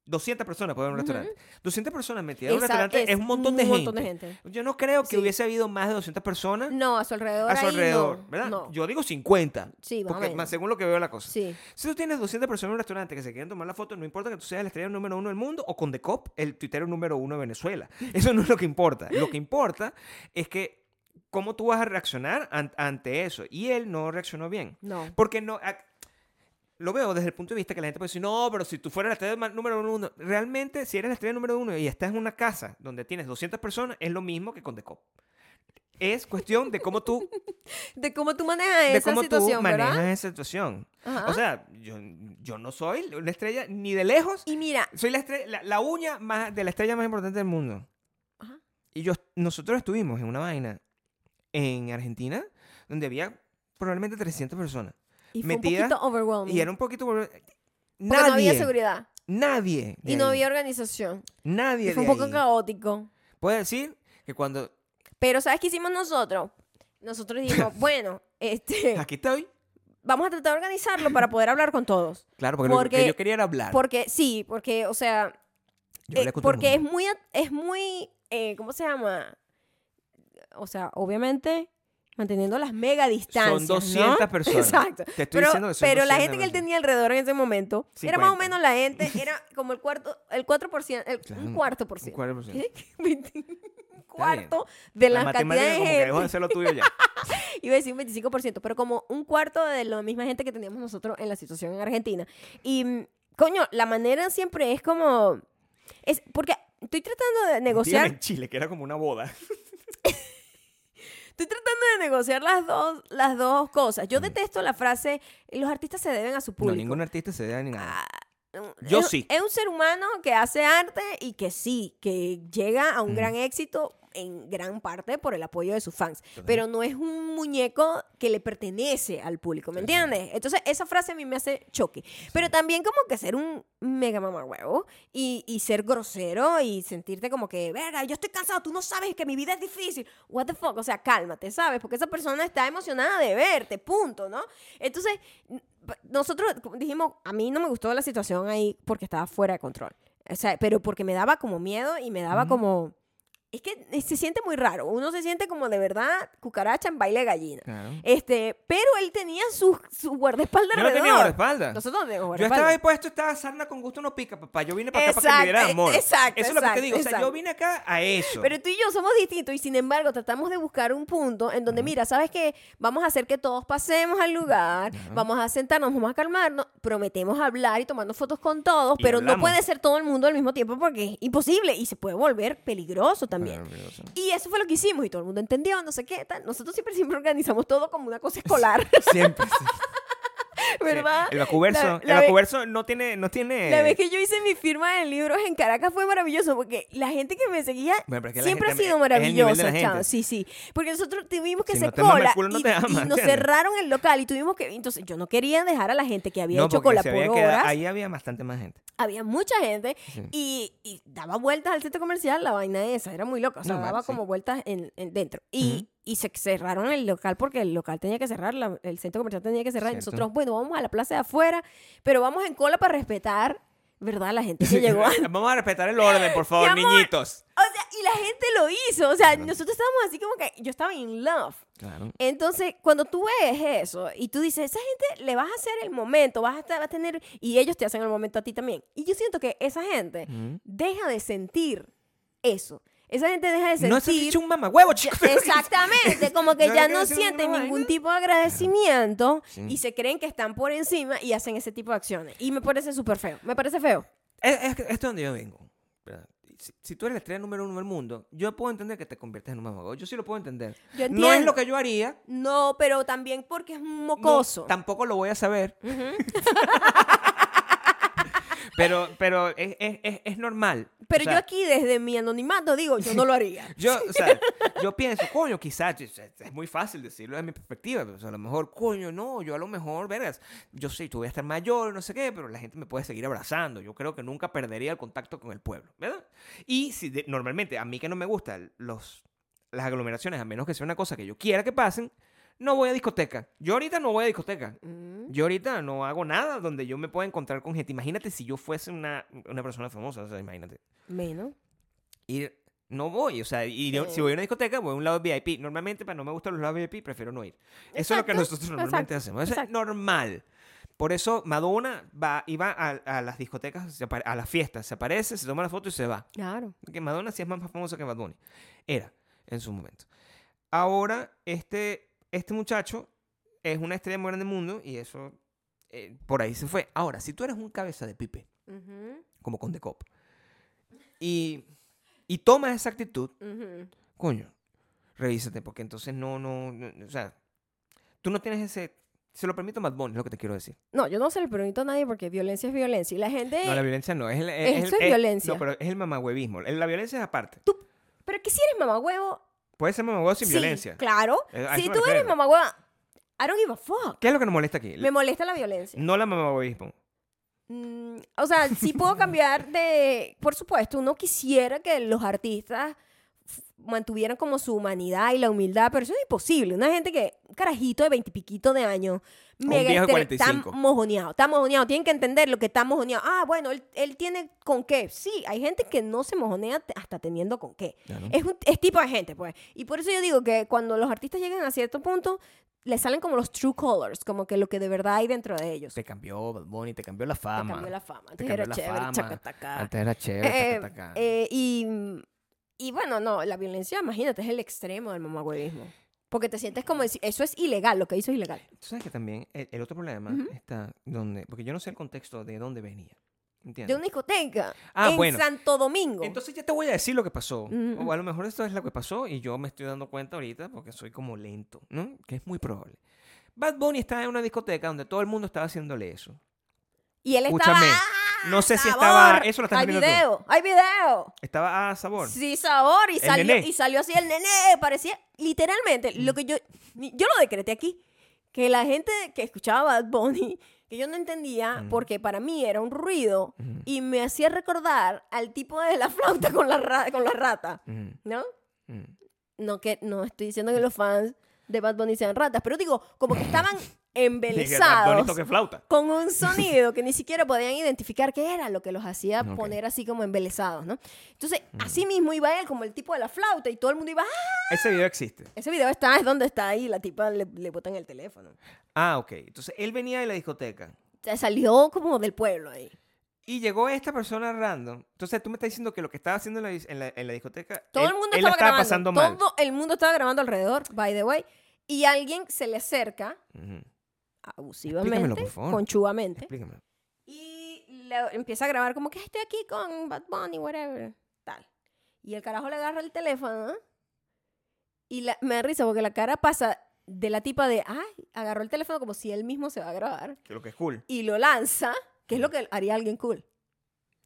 Speaker 2: 200 personas, puede haber un restaurante. 200 personas metidas en un
Speaker 1: Esa-
Speaker 2: restaurante es, un montón de
Speaker 1: un
Speaker 2: gente.
Speaker 1: montón de gente.
Speaker 2: Yo no creo que
Speaker 1: Sí.
Speaker 2: hubiese habido más de 200 personas
Speaker 1: No, a su alrededor.
Speaker 2: a su
Speaker 1: ahí
Speaker 2: alrededor,
Speaker 1: no,
Speaker 2: ¿verdad?
Speaker 1: no.
Speaker 2: Yo digo 50.
Speaker 1: Sí, más o
Speaker 2: porque,
Speaker 1: menos.
Speaker 2: más según lo que veo la cosa.
Speaker 1: Sí.
Speaker 2: Si tú tienes 200 personas en un restaurante que se quieren tomar la foto, no importa que tú seas la estrella número uno del mundo o con The Cop, el tuitero número uno de Venezuela. Eso no es lo que importa. Lo que importa es que cómo tú vas a reaccionar an- ante eso. Y él no reaccionó bien.
Speaker 1: No.
Speaker 2: Porque no... ac- lo veo desde el punto de vista que la gente puede decir, no, pero si tú fueras la estrella ma- número uno, realmente si eres la estrella número uno y estás en una casa donde tienes 200 personas, es lo mismo que con The Cop. Es cuestión de cómo tú
Speaker 1: De cómo tú manejas
Speaker 2: de
Speaker 1: esa
Speaker 2: cómo tú
Speaker 1: situación,
Speaker 2: manejas
Speaker 1: ¿verdad?
Speaker 2: esa situación.
Speaker 1: Ajá.
Speaker 2: O sea, yo, yo no soy una estrella ni de lejos.
Speaker 1: Y mira,
Speaker 2: Soy la, estre- la, la uña más, de la estrella más importante del mundo.
Speaker 1: Ajá.
Speaker 2: Y yo, nosotros estuvimos en una vaina en Argentina donde había probablemente 300 personas.
Speaker 1: y fue
Speaker 2: metida,
Speaker 1: un poquito overwhelming.
Speaker 2: Y era un poquito...
Speaker 1: porque no había
Speaker 2: Nadie,
Speaker 1: seguridad.
Speaker 2: nadie. de
Speaker 1: Y no
Speaker 2: ahí,
Speaker 1: había organización.
Speaker 2: Nadie
Speaker 1: Y fue un
Speaker 2: de
Speaker 1: poco
Speaker 2: ahí.
Speaker 1: caótico.
Speaker 2: Puedo decir que cuando
Speaker 1: Pero ¿sabes qué hicimos nosotros? Nosotros dijimos, bueno, este,
Speaker 2: aquí estoy,
Speaker 1: vamos a tratar de organizarlo para poder hablar con todos.
Speaker 2: claro, porque, lo que
Speaker 1: Porque-
Speaker 2: yo quería era hablar.
Speaker 1: Porque sí, porque, o sea,
Speaker 2: Yo hablé
Speaker 1: eh,
Speaker 2: con todo el
Speaker 1: porque es
Speaker 2: mundo.
Speaker 1: muy, at- es muy, eh, ¿cómo se llama? O sea, obviamente manteniendo las mega distancias.
Speaker 2: Son
Speaker 1: ¿no?
Speaker 2: 200 personas.
Speaker 1: Exacto.
Speaker 2: Te estoy
Speaker 1: pero
Speaker 2: diciendo que son
Speaker 1: pero la
Speaker 2: 200
Speaker 1: gente que él
Speaker 2: personas.
Speaker 1: tenía alrededor en ese momento era más o
Speaker 2: 50.
Speaker 1: menos la gente, era como el cuarto, el 4%, el,
Speaker 2: Claro,
Speaker 1: un cuarto por
Speaker 2: Un
Speaker 1: ciento.
Speaker 2: cuarto por ciento.
Speaker 1: ¿Qué? Un cuarto de la,
Speaker 2: La
Speaker 1: cantidad
Speaker 2: matemática
Speaker 1: de
Speaker 2: como que
Speaker 1: gente.
Speaker 2: dejó de ser lo tuyo ya.
Speaker 1: Iba a decir un 25%, pero como un cuarto de la misma gente que teníamos nosotros en la situación en Argentina. Y, mm, coño, la manera siempre es como... Es porque estoy tratando de
Speaker 2: Dígame
Speaker 1: negociar,
Speaker 2: en Chile, que era como una boda.
Speaker 1: estoy tratando de negociar las dos, las dos cosas. Yo detesto la frase, los artistas se deben a su público.
Speaker 2: Mm. No, ningún artista se da ni nada.
Speaker 1: Ah,
Speaker 2: Yo
Speaker 1: es-
Speaker 2: sí.
Speaker 1: Es un ser humano que hace arte y que sí, que llega
Speaker 2: Mm.
Speaker 1: a un gran éxito en gran parte por el apoyo de sus fans, pero no es un muñeco que le pertenece al público, ¿me entiendes? Entonces esa frase a mí me hace choque, pero también como que ser un mega mamahuevo y, y ser grosero y sentirte como que, verga, yo estoy cansado, tú no sabes que mi vida es difícil, what the fuck, o sea, cálmate, ¿sabes? Porque esa persona está emocionada de verte, punto, ¿no? Entonces, n- p- nosotros como dijimos, a mí no me gustó la situación ahí porque estaba fuera de control. O sea, pero porque me daba como miedo y me daba como... Es que eh, se siente muy raro. Uno se siente como de verdad cucaracha en baile de gallina.
Speaker 2: Claro.
Speaker 1: Este, pero él tenía su, su guardaespaldas
Speaker 2: Yo no tenía
Speaker 1: alrededor.
Speaker 2: guardaespaldas.
Speaker 1: Nosotros no teníamos
Speaker 2: Yo estaba
Speaker 1: guardaespaldas.
Speaker 2: ahí puesto, estaba sarna con gusto no pica, papá. Yo vine para acá para
Speaker 1: Exacto,
Speaker 2: que me diera
Speaker 1: eh,
Speaker 2: amor.
Speaker 1: exacto,
Speaker 2: Eso es lo que
Speaker 1: exacto,
Speaker 2: te digo. O sea,
Speaker 1: exacto.
Speaker 2: yo vine acá a eso.
Speaker 1: Pero tú y yo somos distintos y sin embargo tratamos de buscar un punto en donde, mira, ¿sabes qué? Vamos a hacer que todos pasemos al lugar, vamos a sentarnos, vamos a calmarnos, prometemos hablar y tomarnos fotos con todos,
Speaker 2: Y
Speaker 1: pero no
Speaker 2: hablamos.
Speaker 1: puede ser todo el mundo al mismo tiempo porque es imposible y se puede volver peligroso también.
Speaker 2: Claro, pero, o sea,
Speaker 1: Y eso fue lo que hicimos y todo el mundo entendió, no sé qué tal. Nosotros siempre, siempre organizamos todo como una cosa escolar,
Speaker 2: Siempre. sí.
Speaker 1: ¿verdad?
Speaker 2: El vacuverso.
Speaker 1: La-
Speaker 2: el
Speaker 1: la vez-
Speaker 2: vacuverso no tiene. No tiene
Speaker 1: La vez que yo hice mi firma de libros en Caracas fue maravilloso porque la gente que me seguía
Speaker 2: Bueno, pero es que la
Speaker 1: siempre ha
Speaker 2: gente-
Speaker 1: sido
Speaker 2: es el nivel de la
Speaker 1: maravillosa,
Speaker 2: gente.
Speaker 1: chao. Sí, sí. Porque nosotros tuvimos que
Speaker 2: Si
Speaker 1: hacer
Speaker 2: no te mama el
Speaker 1: cola
Speaker 2: culo, no
Speaker 1: y,
Speaker 2: te ama,
Speaker 1: y nos
Speaker 2: ¿entiendes?
Speaker 1: cerraron el local y tuvimos que. Entonces yo no quería dejar a la gente que había
Speaker 2: no,
Speaker 1: hecho
Speaker 2: porque
Speaker 1: cola
Speaker 2: se
Speaker 1: por
Speaker 2: había
Speaker 1: horas.
Speaker 2: quedado- Ahí había bastante más gente.
Speaker 1: Había mucha gente
Speaker 2: Sí.
Speaker 1: y, y daba vueltas al centro comercial la vaina esa. Era muy loca. O sea,
Speaker 2: Normal,
Speaker 1: daba
Speaker 2: sí.
Speaker 1: como vueltas en, en dentro. Y,
Speaker 2: Ujú.
Speaker 1: y se cerraron el local porque el local tenía que cerrar, la- el centro comercial tenía que cerrar. Y
Speaker 2: Cierto.
Speaker 1: Nosotros, bueno, vamos a la plaza de afuera, pero vamos en cola para respetar, ¿verdad? La gente que llegó antes.
Speaker 2: Vamos a respetar el orden, por favor,
Speaker 1: Mi amor.
Speaker 2: niñitos.
Speaker 1: O sea, y la gente lo hizo. O sea, nosotros estábamos así como que yo estaba in love.
Speaker 2: Claro.
Speaker 1: Entonces, cuando tú ves eso y tú dices, esa gente le vas a hacer el momento, vas a, estar- vas a tener, y ellos te hacen el momento a ti también. Y yo siento que esa gente
Speaker 2: Ujú.
Speaker 1: deja de sentir eso. Esa gente deja de sentir.
Speaker 2: No se dicho un mamagüevo,
Speaker 1: Ya-
Speaker 2: chicos.
Speaker 1: Exactamente, como que
Speaker 2: No,
Speaker 1: ya no
Speaker 2: no quiero decir
Speaker 1: sienten
Speaker 2: ninguna
Speaker 1: ningún
Speaker 2: vaina.
Speaker 1: tipo de agradecimiento
Speaker 2: Sí.
Speaker 1: y se creen que están por encima y hacen ese tipo de acciones. Y me parece súper feo, me parece feo.
Speaker 2: Es, es, que esto es donde yo vengo. ¿verdad? Si, si tú eres la estrella número uno del mundo, yo puedo entender que te conviertes en un mamagüevo. Yo sí lo puedo entender.
Speaker 1: Yo
Speaker 2: no es
Speaker 1: entiendo.
Speaker 2: lo que yo haría.
Speaker 1: No, pero también porque es un
Speaker 2: No,
Speaker 1: mocoso.
Speaker 2: tampoco lo voy a saber. Pero, pero es, es- es- es normal. O
Speaker 1: Pero
Speaker 2: sea,
Speaker 1: yo aquí, desde mi anonimato, digo, yo no lo haría.
Speaker 2: Yo, o sea, yo pienso, coño, quizás, yo- es muy fácil decirlo desde mi perspectiva, pero o sea, a lo mejor, coño, no, yo a lo mejor, vergas, yo sé, tú voy a estar mayor, no sé qué, pero la gente me puede seguir abrazando, yo creo que nunca perdería el contacto con el pueblo, ¿verdad? Y si de- normalmente, a mí que no me gustan los, las aglomeraciones, a menos que sea una cosa que yo quiera que pasen, no voy a discoteca. Yo ahorita no voy a discoteca.
Speaker 1: Mm.
Speaker 2: Yo ahorita no hago nada donde yo me pueda encontrar con gente. Imagínate si yo fuese una, una persona famosa, o sea, imagínate
Speaker 1: Menos.
Speaker 2: ir no voy, o sea, y yo-
Speaker 1: Sí.
Speaker 2: si voy a una discoteca voy a un lado VIP. Normalmente para no me gustan los lados VIP prefiero no ir. Eso es lo que
Speaker 1: Exacto,
Speaker 2: nosotros normalmente
Speaker 1: exacto,
Speaker 2: hacemos. Eso es
Speaker 1: exacto.
Speaker 2: normal. Por eso Madonna va iba a, a las discotecas, se apare- a las fiestas, se aparece, se toma la foto y se va.
Speaker 1: Claro.
Speaker 2: Porque Madonna sí es más famosa que Bad Bunny. Era en su momento. Ahora este este muchacho es una estrella muy grande del mundo y eso eh, por ahí se fue. Ahora, si tú eres un cabeza de pipe
Speaker 1: Ujú,
Speaker 2: como Conde Cop y y tomas esa actitud
Speaker 1: ujú.
Speaker 2: coño, revísate, porque entonces no, no, no- o sea, tú no tienes ese, se lo permito a Mad Bunny, es lo que te quiero decir.
Speaker 1: No, yo no se lo permito a nadie porque violencia es violencia. Y la gente...
Speaker 2: No, la violencia no, es el, es,
Speaker 1: Eso
Speaker 2: el-
Speaker 1: Eh, es violencia.
Speaker 2: No, pero es el mamahuevismo, El- la violencia es aparte,
Speaker 1: Pero que si eres mamagüevo...
Speaker 2: puede ser mamahuevo sin
Speaker 1: sí,
Speaker 2: violencia.
Speaker 1: claro.
Speaker 2: Eh, a
Speaker 1: si
Speaker 2: eso me
Speaker 1: tú eres
Speaker 2: refiero.
Speaker 1: mamagüevo... I don't give a fuck.
Speaker 2: ¿Qué es lo que nos molesta aquí?
Speaker 1: Me molesta la violencia.
Speaker 2: No la mamahuevismo.
Speaker 1: Mm, o sea, sí puedo cambiar de... Por supuesto, uno quisiera que los artistas f- mantuvieran como su humanidad y la humildad, pero eso es imposible. Una gente que, un carajito de veintipiquito de años, mega
Speaker 2: viejo de
Speaker 1: estere- está
Speaker 2: 45.
Speaker 1: mojoneado, está mojoneado, tienen que entender lo que está mojoneado. Ah, bueno, él, él tiene con qué. Sí, hay gente que no se mojonea te- hasta teniendo con qué.
Speaker 2: Claro.
Speaker 1: Es, un- es tipo de gente, pues. Y por eso yo digo que cuando los artistas llegan a cierto punto, les salen como los true colors, como que lo que de verdad hay dentro de ellos.
Speaker 2: Te cambió Bad Bunny, te cambió la
Speaker 1: Te
Speaker 2: fama.
Speaker 1: cambió la fama.
Speaker 2: Te
Speaker 1: Antes
Speaker 2: cambió
Speaker 1: era
Speaker 2: la
Speaker 1: chévere,
Speaker 2: fama.
Speaker 1: chacataca.
Speaker 2: Antes era chévere,
Speaker 1: Eh,
Speaker 2: taca, taca.
Speaker 1: eh, y, y bueno, no, la violencia, imagínate, es el extremo del mamagüevismo. Porque te sientes como, si- eso es ilegal, lo que hizo es ilegal.
Speaker 2: Tú sabes que también el, el otro problema está donde, porque yo no sé el contexto de dónde venía, ¿entiendes?
Speaker 1: De una discoteca
Speaker 2: Ah,
Speaker 1: en
Speaker 2: bueno.
Speaker 1: Santo Domingo.
Speaker 2: Entonces ya te voy a decir lo que pasó.
Speaker 1: Mm, mm.
Speaker 2: O a lo mejor esto es lo que pasó y yo me estoy dando cuenta ahorita porque soy como lento, ¿no? Que es muy probable. Bad Bunny estaba en una discoteca donde todo el mundo estaba haciéndole eso.
Speaker 1: y él estaba...
Speaker 2: escúchame,
Speaker 1: ¡Ah,
Speaker 2: no sé si
Speaker 1: sabor!
Speaker 2: estaba- eso lo estás
Speaker 1: Hay
Speaker 2: viendo tú.
Speaker 1: video, hay video.
Speaker 2: Estaba a sabor.
Speaker 1: Sí, sabor. Y
Speaker 2: El
Speaker 1: salió,
Speaker 2: nené. Mm.
Speaker 1: y salió así el nené. eh, Parecía, literalmente, lo que yo, ni- yo lo decreté aquí. Que la gente que escuchaba Bad Bunny, que yo no entendía,
Speaker 2: Mm.
Speaker 1: porque para mí era un ruido
Speaker 2: Ujú,
Speaker 1: y me hacía recordar al tipo de la flauta con la, ra- con la rata,
Speaker 2: ujú,
Speaker 1: ¿no?
Speaker 2: ujú.
Speaker 1: No, que, no estoy diciendo que los fans de Bad Bunny sean ratas, pero digo, como que estaban
Speaker 2: Dije, Bad Bunny
Speaker 1: embelesados
Speaker 2: toque flauta.
Speaker 1: con un sonido que ni siquiera podían identificar qué era lo que los hacía
Speaker 2: Ok. Mm.
Speaker 1: poner así como embelesados, ¿no? Entonces, así mismo iba él, como el tipo de la flauta, y todo el mundo iba, ¡ah!
Speaker 2: Ese video existe.
Speaker 1: Ese video está, es donde está ahí, la tipa le, le botan el teléfono. O
Speaker 2: Ah, ok. Entonces él venía de la discoteca
Speaker 1: sea, salió como del pueblo ahí.
Speaker 2: y llegó esta persona random. Entonces tú me estás diciendo que lo que estaba haciendo en la, dis- en la- en la discoteca.
Speaker 1: Todo
Speaker 2: él-
Speaker 1: el mundo
Speaker 2: él la
Speaker 1: estaba,
Speaker 2: estaba
Speaker 1: grabando.
Speaker 2: pasando mal.
Speaker 1: Todo el mundo estaba grabando alrededor, by the way. Y alguien se le acerca
Speaker 2: Ujú. Explícamelo,
Speaker 1: abusivamente,
Speaker 2: por favor.
Speaker 1: conchudamente,
Speaker 2: Explícamelo.
Speaker 1: y le empieza a grabar como que estoy aquí con Bad Bunny, whatever, tal. Y el carajo le agarra el teléfono y la- me da risa porque la cara pasa de la tipa de, ay, agarró el teléfono como si él mismo se va a grabar
Speaker 2: Que lo que es cool.
Speaker 1: y lo lanza, que es lo que haría alguien cool.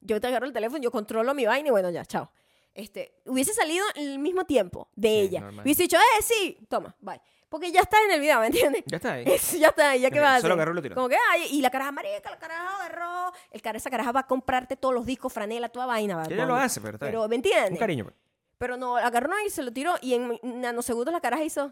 Speaker 1: Yo te agarro el teléfono, yo controlo mi vaina y bueno, ya, chao. Este, hubiese salido el mismo tiempo de
Speaker 2: Sí,
Speaker 1: ella.
Speaker 2: normal.
Speaker 1: Hubiese dicho, eh, sí, toma, bye. Porque ya está en el video, ¿me entiendes?
Speaker 2: Ya está ahí.
Speaker 1: Eso ya está, ya que
Speaker 2: Ok,
Speaker 1: va a
Speaker 2: solo
Speaker 1: hacer?
Speaker 2: agarró y lo tiró.
Speaker 1: Como que, ay, y la caraja marica, la caraja agarró. El cara, esa caraja va a comprarte todos los discos, franela, toda vaina. Bad
Speaker 2: Que Ella lo
Speaker 1: Bunny.
Speaker 2: hace, pero está
Speaker 1: Pero,
Speaker 2: bien.
Speaker 1: ¿me
Speaker 2: Un
Speaker 1: entiendes?
Speaker 2: cariño. pues.
Speaker 1: Pero no, agarró y se lo tiró y en nanosegundos la caraja hizo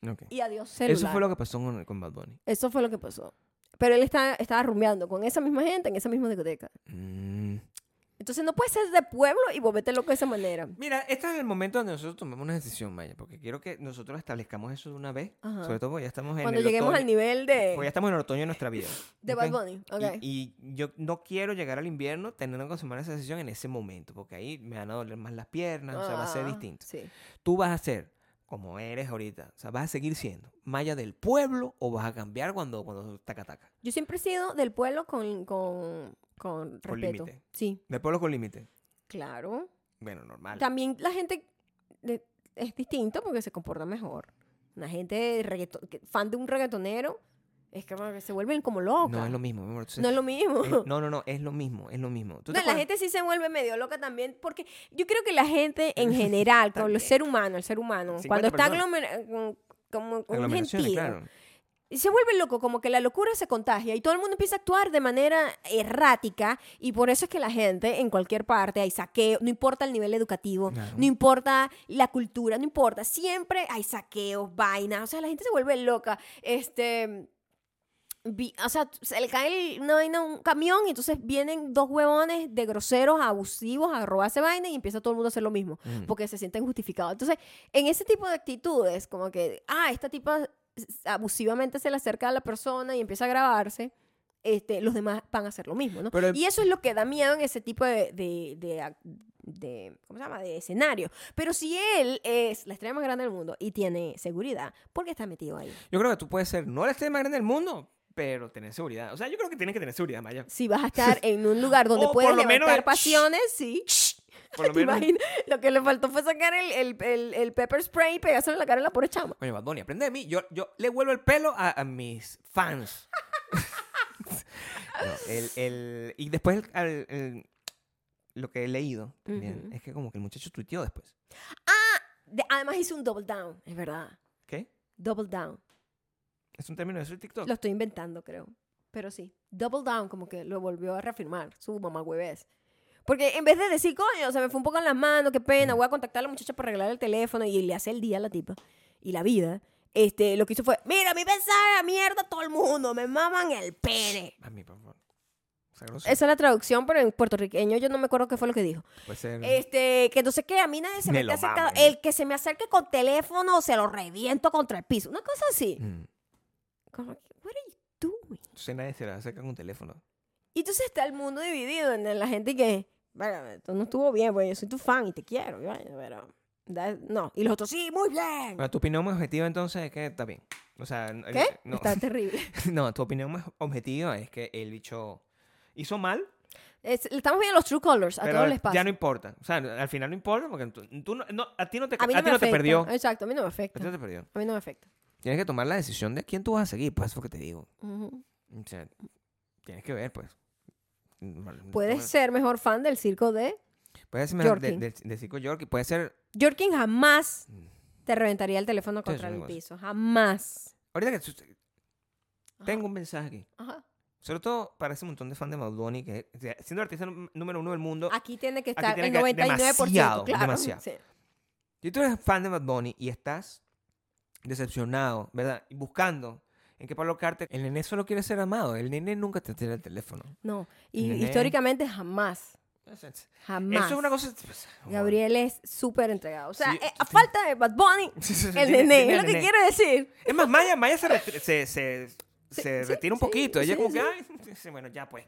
Speaker 2: pues. Ok.
Speaker 1: y adiós celular.
Speaker 2: Eso fue lo que pasó con, con Bad Bunny.
Speaker 1: Eso fue lo que pasó. Pero él está, estaba rumbeando con esa misma gente en esa misma discoteca.
Speaker 2: Mm.
Speaker 1: Entonces no puedes ser de pueblo y volverte loco de esa manera.
Speaker 2: Mira, este es el momento donde nosotros tomemos una decisión, Maya, porque quiero que nosotros establezcamos eso de una vez.
Speaker 1: Ajá.
Speaker 2: Sobre todo porque ya estamos en
Speaker 1: Cuando
Speaker 2: el
Speaker 1: lleguemos
Speaker 2: otoño-
Speaker 1: al nivel de,
Speaker 2: porque ya estamos en el otoño de nuestra vida.
Speaker 1: de
Speaker 2: ¿ok?
Speaker 1: Bad Bunny.
Speaker 2: Y-
Speaker 1: Ok.
Speaker 2: Y, yo no quiero llegar al invierno teniendo que tomar esa decisión en ese momento, porque ahí me van a doler más las piernas, o sea, va a ser
Speaker 1: Ah,
Speaker 2: distinto.
Speaker 1: Sí.
Speaker 2: Tú vas a ser como eres ahorita, o sea, vas a seguir siendo Maya del pueblo o vas a cambiar cuando, cuando taca taca.
Speaker 1: Yo siempre he sido del pueblo con, con, con
Speaker 2: Con
Speaker 1: respeto.
Speaker 2: límite.
Speaker 1: sí,
Speaker 2: Del pueblo con límite.
Speaker 1: claro.
Speaker 2: Bueno, normal.
Speaker 1: También la gente de- es distinto porque se comporta mejor. Una gente de reggaeto- que- fan de un reggaetonero Es que bueno, que se vuelven como locas.
Speaker 2: No es lo mismo, mi amor. Entonces,
Speaker 1: No es lo mismo.
Speaker 2: eh, no, no, no, es lo mismo, es lo mismo. ¿Tú te
Speaker 1: No, la
Speaker 2: acuerdas?
Speaker 1: gente sí se vuelve medio loca también, porque yo creo que la gente en general, con los ser humano, el ser humano,
Speaker 2: 50
Speaker 1: cuando está
Speaker 2: personas.
Speaker 1: aglomer- con- como con un
Speaker 2: Aglomeraciones,
Speaker 1: gentío,
Speaker 2: claro.
Speaker 1: y se vuelve loco, como que la locura se contagia y todo el mundo empieza a actuar de manera errática y por eso es que la gente en cualquier parte hay saqueo, no importa el nivel educativo,
Speaker 2: Claro.
Speaker 1: no importa la cultura, no importa, siempre hay saqueos, vainas, o sea, la gente se vuelve loca, este... vi- o sea, se le cae el- una vaina a un camión y entonces vienen dos huevones de groseros, abusivos, a robarse vaina y empieza todo el mundo a hacer lo mismo
Speaker 2: Mm.
Speaker 1: porque se sienten justificados. Entonces, en ese tipo de actitudes, como que, ah, esta tipa s- abusivamente se le acerca a la persona y empieza a grabarse, este, los demás van a hacer lo mismo, ¿no?
Speaker 2: Pero em el-
Speaker 1: y eso es lo que da miedo en ese tipo de, de, de ac- de- ¿cómo se llama?, de escenario. Pero si él es la estrella más grande del mundo y tiene seguridad, ¿por qué está metido ahí?
Speaker 2: Yo creo que tú puedes ser no la estrella más grande del mundo, pero tener seguridad. O sea, yo creo que tienes que tener seguridad, Maya.
Speaker 1: Si vas a estar en un lugar donde
Speaker 2: O por
Speaker 1: puedes
Speaker 2: lo menos
Speaker 1: levantar
Speaker 2: el-
Speaker 1: pasiones, sí.
Speaker 2: Por lo
Speaker 1: ¿Te
Speaker 2: menos.
Speaker 1: imaginas? Lo que le faltó fue sacar el, el- el- el pepper spray y pegárselo en la cara a la pobre chama.
Speaker 2: Coño, Bad Bunny, aprende de mí. Yo, yo le vuelvo el pelo a, a mis fans. No, el- el- y después el- al- el- lo que he leído también
Speaker 1: Ujú.
Speaker 2: es que como que el muchacho tuiteó después.
Speaker 1: De- además hice un double down, es verdad.
Speaker 2: ¿Qué?
Speaker 1: Double down.
Speaker 2: ¿Es un término de eso de TikTok?
Speaker 1: Lo estoy inventando, creo. Pero sí. Double down, como que lo volvió a reafirmar su mamá huevés. Porque en vez de decir, coño, se me fue un poco en las manos, qué
Speaker 2: Mm.
Speaker 1: pena, voy a contactar a la muchacha para arreglar el teléfono y le hace el día a la tipa y la vida, este, lo que hizo fue, mira, mi mensaje a mierda a todo el mundo, me maman el pene.
Speaker 2: Mami, por favor. O sea, grosero.
Speaker 1: Esa es la traducción, pero en puertorriqueño yo no me acuerdo qué fue lo que dijo.
Speaker 2: Puede ser-
Speaker 1: Este, que entonces que a mí nadie se me,
Speaker 2: Me lo
Speaker 1: está acercando.
Speaker 2: maman.
Speaker 1: El que se me acerque con teléfono se lo reviento contra el piso. Una cosa así.
Speaker 2: Mm.
Speaker 1: como que, what are you doing?
Speaker 2: Entonces nadie se le acerca con un teléfono.
Speaker 1: Y entonces está el mundo dividido en la gente que, bueno, esto no estuvo bien, pues yo soy tu fan y te quiero, y bueno, pero, that- no. Y los otros, sí, muy bien.
Speaker 2: Bueno, tu opinión más objetiva entonces es que está bien. O sea, n-
Speaker 1: ¿Qué?
Speaker 2: No,
Speaker 1: Está terrible.
Speaker 2: no, tu opinión más objetiva es que el bicho hizo mal,
Speaker 1: Es- le estamos viendo los true colors a
Speaker 2: pero
Speaker 1: todos les pasa.
Speaker 2: ya no importa. O sea, al final no importa porque tú, tú no, no- a ti no te,
Speaker 1: a mí no,
Speaker 2: a ti
Speaker 1: me
Speaker 2: no te
Speaker 1: afecta.
Speaker 2: perdió. A
Speaker 1: Exacto, a mí no me afecta.
Speaker 2: ti no te perdió.
Speaker 1: A mí no me afecta.
Speaker 2: Tienes que tomar la decisión de quién tú vas a seguir, pues eso que te digo.
Speaker 1: Ujú.
Speaker 2: O sea, tienes que ver, pues. Mm,
Speaker 1: Puedes
Speaker 2: toma-
Speaker 1: ser mejor fan del circo de
Speaker 2: Puedes ser mejor de,
Speaker 1: Yorkie.
Speaker 2: de- de Circo Yorkie, puede ser.
Speaker 1: Jorkin jamás
Speaker 2: Mm.
Speaker 1: te reventaría el teléfono contra
Speaker 2: eso
Speaker 1: el
Speaker 2: no pasa.
Speaker 1: piso. Jamás.
Speaker 2: Ahorita que tú-
Speaker 1: Ajá.
Speaker 2: tengo un mensaje aquí.
Speaker 1: Ajá.
Speaker 2: Sobre todo para ese montón de fan de Bad Bunny, que o sea, siendo el artista num- número uno del mundo,
Speaker 1: Aquí tiene que
Speaker 2: Aquí
Speaker 1: estar
Speaker 2: tiene
Speaker 1: el
Speaker 2: que-
Speaker 1: 99%.
Speaker 2: demasiado,
Speaker 1: claro.
Speaker 2: demasiado.
Speaker 1: Sí.
Speaker 2: si tú eres fan de Bad Bunny y estás decepcionado, ¿verdad? Y buscando en qué colocarte, el nene solo quiere ser amado, el nene nunca te tira el teléfono.
Speaker 1: No. Y
Speaker 2: Nene.
Speaker 1: históricamente jamás.
Speaker 2: Eso es
Speaker 1: Jamás.
Speaker 2: eso es una cosa... pues,
Speaker 1: Gabriel es súper entregado. O sea,
Speaker 2: Sí,
Speaker 1: eh,
Speaker 2: tú
Speaker 1: a
Speaker 2: tienes-
Speaker 1: falta de Bad Bunny,
Speaker 2: Tiene-
Speaker 1: el nene,
Speaker 2: tiene
Speaker 1: es lo
Speaker 2: al
Speaker 1: que
Speaker 2: nene.
Speaker 1: quiero decir.
Speaker 2: Es más, Maya, Maya se, retri- se, se,
Speaker 1: sí,
Speaker 2: se retira un
Speaker 1: sí,
Speaker 2: poquito.
Speaker 1: sí,
Speaker 2: Ella como que,
Speaker 1: sí.
Speaker 2: ay, sí, bueno, ya pues.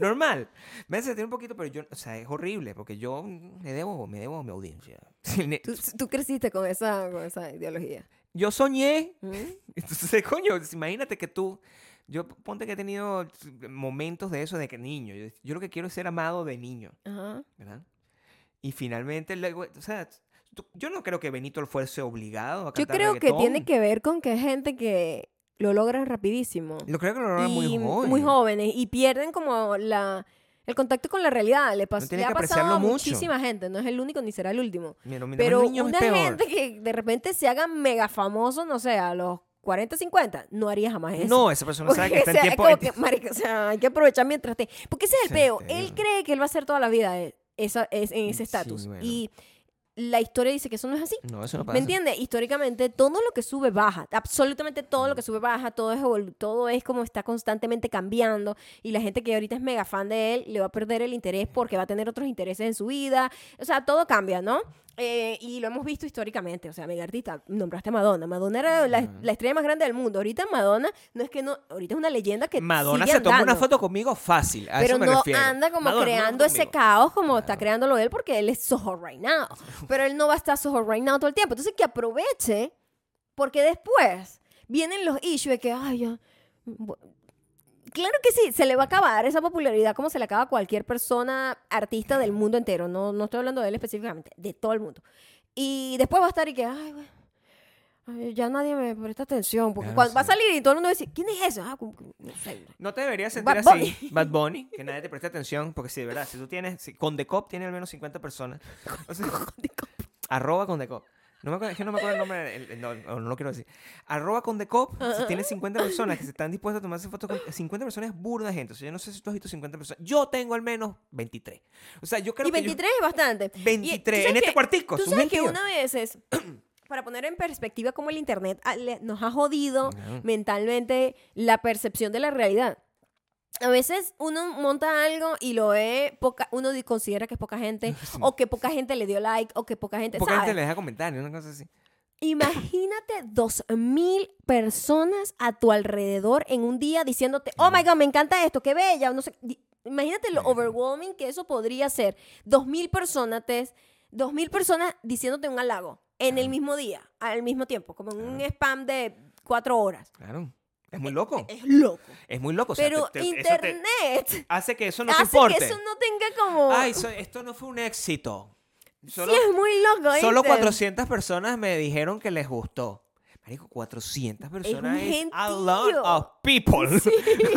Speaker 2: Normal. Maya se retira un poquito, pero yo, o sea, es horrible, porque yo me debo, me debo a mi audiencia. El ne-
Speaker 1: Tú, tú creciste con esa, con esa ideología.
Speaker 2: Yo soñé
Speaker 1: ¿Mm?
Speaker 2: Entonces, coño, pues, imagínate que tú, yo ponte que he tenido momentos de eso de que niño, yo, yo lo que quiero es ser amado de niño,
Speaker 1: Ajá.
Speaker 2: ¿verdad? Y finalmente, luego, o sea, tú- yo no creo que Benito fuese obligado a
Speaker 1: Yo
Speaker 2: cantar
Speaker 1: creo que
Speaker 2: reggaetón.
Speaker 1: tiene que ver con que hay gente que lo logra rapidísimo.
Speaker 2: Lo creo que lo logra muy
Speaker 1: y
Speaker 2: joven.
Speaker 1: muy jóvenes y pierden como la el contacto con la realidad le, pas-
Speaker 2: No tiene
Speaker 1: le ha
Speaker 2: que apreciarlo
Speaker 1: pasado a
Speaker 2: mucho.
Speaker 1: muchísima gente no es el único ni será el último
Speaker 2: Mira, mientras más
Speaker 1: pero
Speaker 2: niños es
Speaker 1: una
Speaker 2: peor.
Speaker 1: gente que de repente se haga mega famoso no sé a los 40 50 no haría jamás eso
Speaker 2: No, esa persona sabe que
Speaker 1: Porque,
Speaker 2: está
Speaker 1: o
Speaker 2: en
Speaker 1: sea,
Speaker 2: tiempo...
Speaker 1: es como que, marica, o sea, hay que aprovechar mientras esté. Porque ese es el
Speaker 2: Sí,
Speaker 1: peo.
Speaker 2: te
Speaker 1: Él
Speaker 2: digo.
Speaker 1: cree que él va a ser toda la vida eh, esa, es, en
Speaker 2: Sí,
Speaker 1: ese estatus.
Speaker 2: bueno.
Speaker 1: Y la historia dice que eso no es así.
Speaker 2: No, eso no pasa.
Speaker 1: ¿Me entiendes? Históricamente todo lo que sube baja, absolutamente todo lo
Speaker 2: Mm.
Speaker 1: que sube baja, todo es, evolu- todo es como está constantemente cambiando y la gente que ahorita es mega fan de él le va a perder el interés porque va a tener otros intereses en su vida, o sea, todo cambia, ¿no? Eh, y lo hemos visto históricamente, o sea, mega artista, nombraste a Madonna, Madonna era la, la estrella más grande del mundo, ahorita Madonna no es que no, ahorita es una leyenda que...
Speaker 2: Madonna
Speaker 1: sigue
Speaker 2: se tomó una
Speaker 1: andando
Speaker 2: foto conmigo fácil, a
Speaker 1: pero
Speaker 2: eso me
Speaker 1: no
Speaker 2: refiero.
Speaker 1: anda como
Speaker 2: Madonna,
Speaker 1: creando ese
Speaker 2: conmigo.
Speaker 1: caos como está creándolo él porque él es Soho Right Now. Pero él no va a estar Soho Right Now todo el tiempo. Entonces que aproveche porque después vienen los issues de que, ay, ya... bu- Claro que sí, se le va a acabar esa popularidad como se le acaba a cualquier persona artista del mundo entero. No, no estoy hablando de él específicamente, de todo el mundo. Y después va a estar y que, ay, bueno, Ay, ya nadie me presta atención. Porque
Speaker 2: Ya no
Speaker 1: cuando va a
Speaker 2: sé.
Speaker 1: salir y todo el mundo va a decir, ¿quién es ese? Ah, como que no sé.
Speaker 2: No te deberías sentir
Speaker 1: Bad
Speaker 2: así, Bad Bunny, que nadie te preste atención, porque si de verdad, si tú tienes, si, con The Cop tiene al menos 50 personas. O sea, arroba con The Cop. No me acuerdo, es que no me acuerdo el nombre, el- el- no, no, no lo quiero decir. Arroba con The Cop, si tienes 50 personas que se están dispuestas a tomarse fotos con 50 personas, es burda de gente. O sea, yo no sé si tú has visto 50 personas. Yo tengo al menos 23. O sea, yo creo
Speaker 1: Y 23 es bastante.
Speaker 2: que
Speaker 1: Y-
Speaker 2: yo-
Speaker 1: eh,
Speaker 2: 23.
Speaker 1: ¿tú sabes
Speaker 2: en este
Speaker 1: que-
Speaker 2: cuartico,
Speaker 1: Tú
Speaker 2: son
Speaker 1: sabes que
Speaker 2: 22.
Speaker 1: una vez es, para poner en perspectiva cómo el internet ah, le- nos ha jodido
Speaker 2: Claro.
Speaker 1: mentalmente la percepción de la realidad. A veces uno monta algo y lo ve, poca, uno di- considera que es poca gente, o que poca gente le dio like, o que poca gente,
Speaker 2: Porque
Speaker 1: ¿sabes?
Speaker 2: antes le deja comentarios, una cosa así.
Speaker 1: Imagínate dos mil personas a tu alrededor en un día diciéndote, oh my god, me encanta esto, qué bella, o no sé. di- Imagínate lo overwhelming que eso podría ser. Dos mil personas, dos mil personas diciéndote un halago en el mismo día, al mismo tiempo, como en un spam de cuatro horas.
Speaker 2: Claro. Es muy loco.
Speaker 1: Es loco.
Speaker 2: Es muy loco. o sea,
Speaker 1: Eh, Pero
Speaker 2: te- te- eso te-
Speaker 1: internet
Speaker 2: hace que eso no te
Speaker 1: hace
Speaker 2: importe.
Speaker 1: que eso no tenga como.
Speaker 2: Ay, so- esto no fue un éxito. Solo,
Speaker 1: sí, es muy loco.
Speaker 2: solo
Speaker 1: ¿viste?
Speaker 2: 400 personas me dijeron que les gustó. Marico, 400 personas
Speaker 1: un
Speaker 2: es a lot
Speaker 1: gentío.
Speaker 2: of people.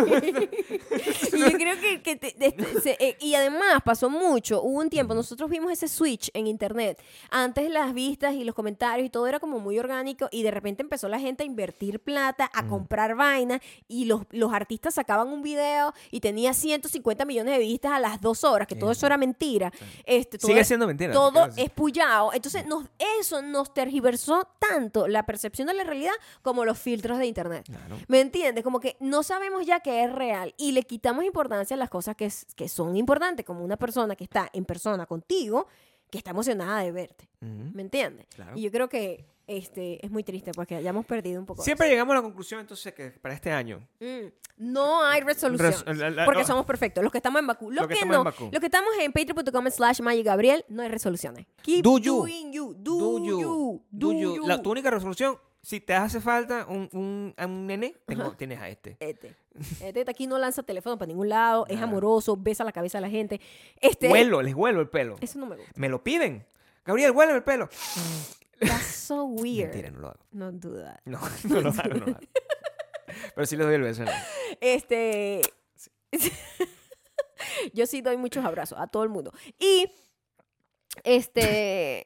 Speaker 1: Y yo creo que, que te- te- te- se- eh, y además pasó mucho, hubo un tiempo, nosotros vimos ese switch en internet. Antes las vistas y los comentarios y todo era como muy orgánico y de repente empezó la gente a invertir plata,
Speaker 2: Mm.
Speaker 1: a comprar vainas y los, los artistas sacaban un video y tenía 150 millones de vistas a las dos horas, que todo eso era mentira. Este, todo
Speaker 2: Sigue
Speaker 1: era-
Speaker 2: siendo mentira, te
Speaker 1: Todo
Speaker 2: quiero decir. Mm.
Speaker 1: es pullado. Entonces nos, eso nos tergiversó tanto la percepción de la realidad como los filtros de internet.
Speaker 2: Claro.
Speaker 1: ¿Me entiendes? Como que no sabemos ya que es real y le quitamos importancia a las cosas que, es- que son importantes, como una persona que está en persona contigo, que está emocionada de verte.
Speaker 2: Ujú.
Speaker 1: ¿Me entiendes?
Speaker 2: Claro.
Speaker 1: Y yo creo que este, es muy triste porque hayamos perdido un poco.
Speaker 2: Siempre llegamos a la conclusión entonces que para este año.
Speaker 1: eso. Mm, No hay resolución.
Speaker 2: Res- la- la-
Speaker 1: porque
Speaker 2: no.
Speaker 1: somos perfectos. Los que estamos en Bakú. Los
Speaker 2: Los
Speaker 1: que,
Speaker 2: que estamos
Speaker 1: no.
Speaker 2: en Bakú.
Speaker 1: Los que estamos en patreon.com slash Maya Gabriel. No hay resoluciones. Keep
Speaker 2: Do you.
Speaker 1: doing you. Do, you. Do
Speaker 2: you.
Speaker 1: you.
Speaker 2: La, tu única resolución, si te hace falta un, un, a un nene, tengo- tienes a este.
Speaker 1: Este. Este está aquí no lanza teléfono para ningún lado, es
Speaker 2: Nada.
Speaker 1: amoroso, besa la cabeza a la gente. Este,
Speaker 2: Huelo, les huelo el pelo.
Speaker 1: Eso no me gusta.
Speaker 2: Me lo piden. Gabriel, huéleme el pelo.
Speaker 1: That's so weird.
Speaker 2: Mentira, no lo hago.
Speaker 1: No duda.
Speaker 2: No, no lo hago, no lo hago. Pero sí les doy el beso. ¿no?
Speaker 1: Este. Yo sí doy muchos abrazos a todo el mundo. Y. Este.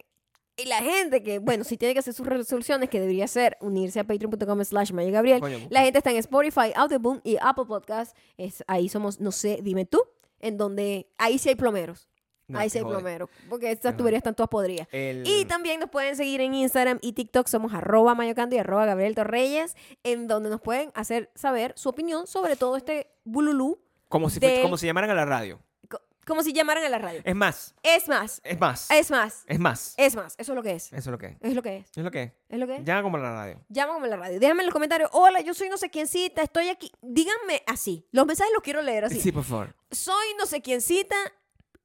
Speaker 1: Y la gente que, bueno, si tiene que hacer sus resoluciones, que debería ser unirse a patreon.com slash Maya Gabriel.
Speaker 2: Coño,
Speaker 1: La gente está en Spotify, Audioboom y Apple Podcast. Es, ahí somos, no sé, dime tú, en donde ahí sí hay plomeros.
Speaker 2: No,
Speaker 1: ahí
Speaker 2: te
Speaker 1: sí hay
Speaker 2: jode.
Speaker 1: plomeros. Porque
Speaker 2: Te
Speaker 1: estas
Speaker 2: jode.
Speaker 1: tuberías están todas podridas.
Speaker 2: El-
Speaker 1: Y también nos pueden seguir en Instagram y TikTok. Somos arroba mayocando y arroba Gabriel Torreyes, en donde nos pueden hacer saber su opinión sobre todo este bululú,
Speaker 2: Como si, fue-
Speaker 1: del-
Speaker 2: como si llamaran a la radio.
Speaker 1: co- como si llamaran a la radio.
Speaker 2: Es más,
Speaker 1: Es más,
Speaker 2: es más, es,
Speaker 1: es más,
Speaker 2: más.
Speaker 1: es más. Eso es lo que es.
Speaker 2: Eso es lo que es.
Speaker 1: Es lo que es.
Speaker 2: Es lo que es.
Speaker 1: Es lo que es.
Speaker 2: Llama como a la radio.
Speaker 1: Llama como la radio. Déjame en los comentarios. Hola, yo soy no sé quién cita. Estoy aquí. Díganme así. Los mensajes los quiero leer así.
Speaker 2: Sí, por favor.
Speaker 1: Soy no sé quién cita.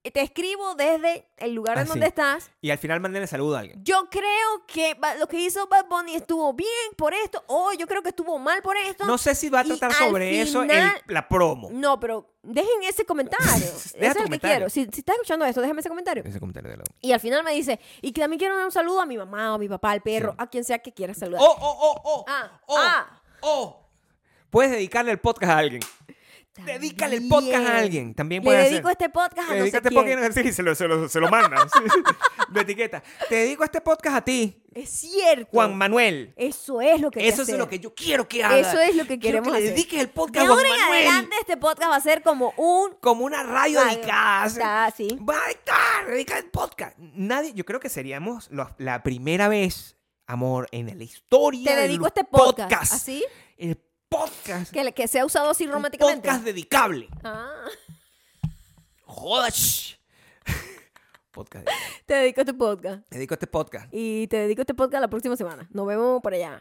Speaker 1: Te escribo desde el lugar en
Speaker 2: Así.
Speaker 1: donde estás.
Speaker 2: Y al final mándenle saludo a alguien.
Speaker 1: Yo creo que ba- lo que hizo Bad Bunny estuvo bien por esto, o yo creo que estuvo mal por esto.
Speaker 2: No sé si va a
Speaker 1: Y
Speaker 2: tratar
Speaker 1: al
Speaker 2: sobre eso el-
Speaker 1: final-
Speaker 2: la promo.
Speaker 1: No, pero dejen ese comentario. eso es
Speaker 2: Deja
Speaker 1: lo
Speaker 2: tu
Speaker 1: que
Speaker 2: comentario.
Speaker 1: quiero. Si, si estás escuchando esto, déjame ese comentario.
Speaker 2: Ese comentario de la
Speaker 1: Y al final me dice, y que también quiero dar un saludo a mi mamá, o a mi papá, al perro,
Speaker 2: Sí.
Speaker 1: a quien sea que quiera saludar.
Speaker 2: ¡Oh, oh, oh, oh!
Speaker 1: Ah,
Speaker 2: ¡Oh!
Speaker 1: ah.
Speaker 2: ¡Oh! Puedes dedicarle el podcast a alguien.
Speaker 1: También.
Speaker 2: Dedícale el podcast a alguien. También
Speaker 1: Le
Speaker 2: puedes
Speaker 1: dedico este podcast a
Speaker 2: Le
Speaker 1: no
Speaker 2: dedico
Speaker 1: sé
Speaker 2: este
Speaker 1: quién.
Speaker 2: podcast a- sí, se lo, se lo, se lo mandan. sí. De etiqueta. Te dedico este podcast a ti,
Speaker 1: Es cierto.
Speaker 2: Juan Manuel.
Speaker 1: Eso es lo que hay que
Speaker 2: Eso es
Speaker 1: hacer.
Speaker 2: lo que yo quiero que haga.
Speaker 1: Eso es lo que
Speaker 2: Quiero
Speaker 1: queremos
Speaker 2: que le
Speaker 1: hacer.
Speaker 2: dediques el
Speaker 1: De
Speaker 2: podcast a Juan
Speaker 1: ahora en
Speaker 2: Manuel.
Speaker 1: adelante este podcast va a ser como un...
Speaker 2: Como una radio
Speaker 1: Radio.
Speaker 2: dedicada. así.
Speaker 1: Ah, sí.
Speaker 2: Va a estar dedicada al podcast. Nadie, yo creo que seríamos los- la primera vez, amor, en la historia.
Speaker 1: Te
Speaker 2: del
Speaker 1: dedico este podcast. Así,
Speaker 2: El podcast.
Speaker 1: que, que sea usado así
Speaker 2: Un
Speaker 1: románticamente.
Speaker 2: podcast dedicable.
Speaker 1: Ah.
Speaker 2: Jodas. podcast. dedicable.
Speaker 1: Te dedico a este podcast.
Speaker 2: Te dedico este podcast.
Speaker 1: Y te dedico a este podcast la próxima semana. Nos vemos por allá.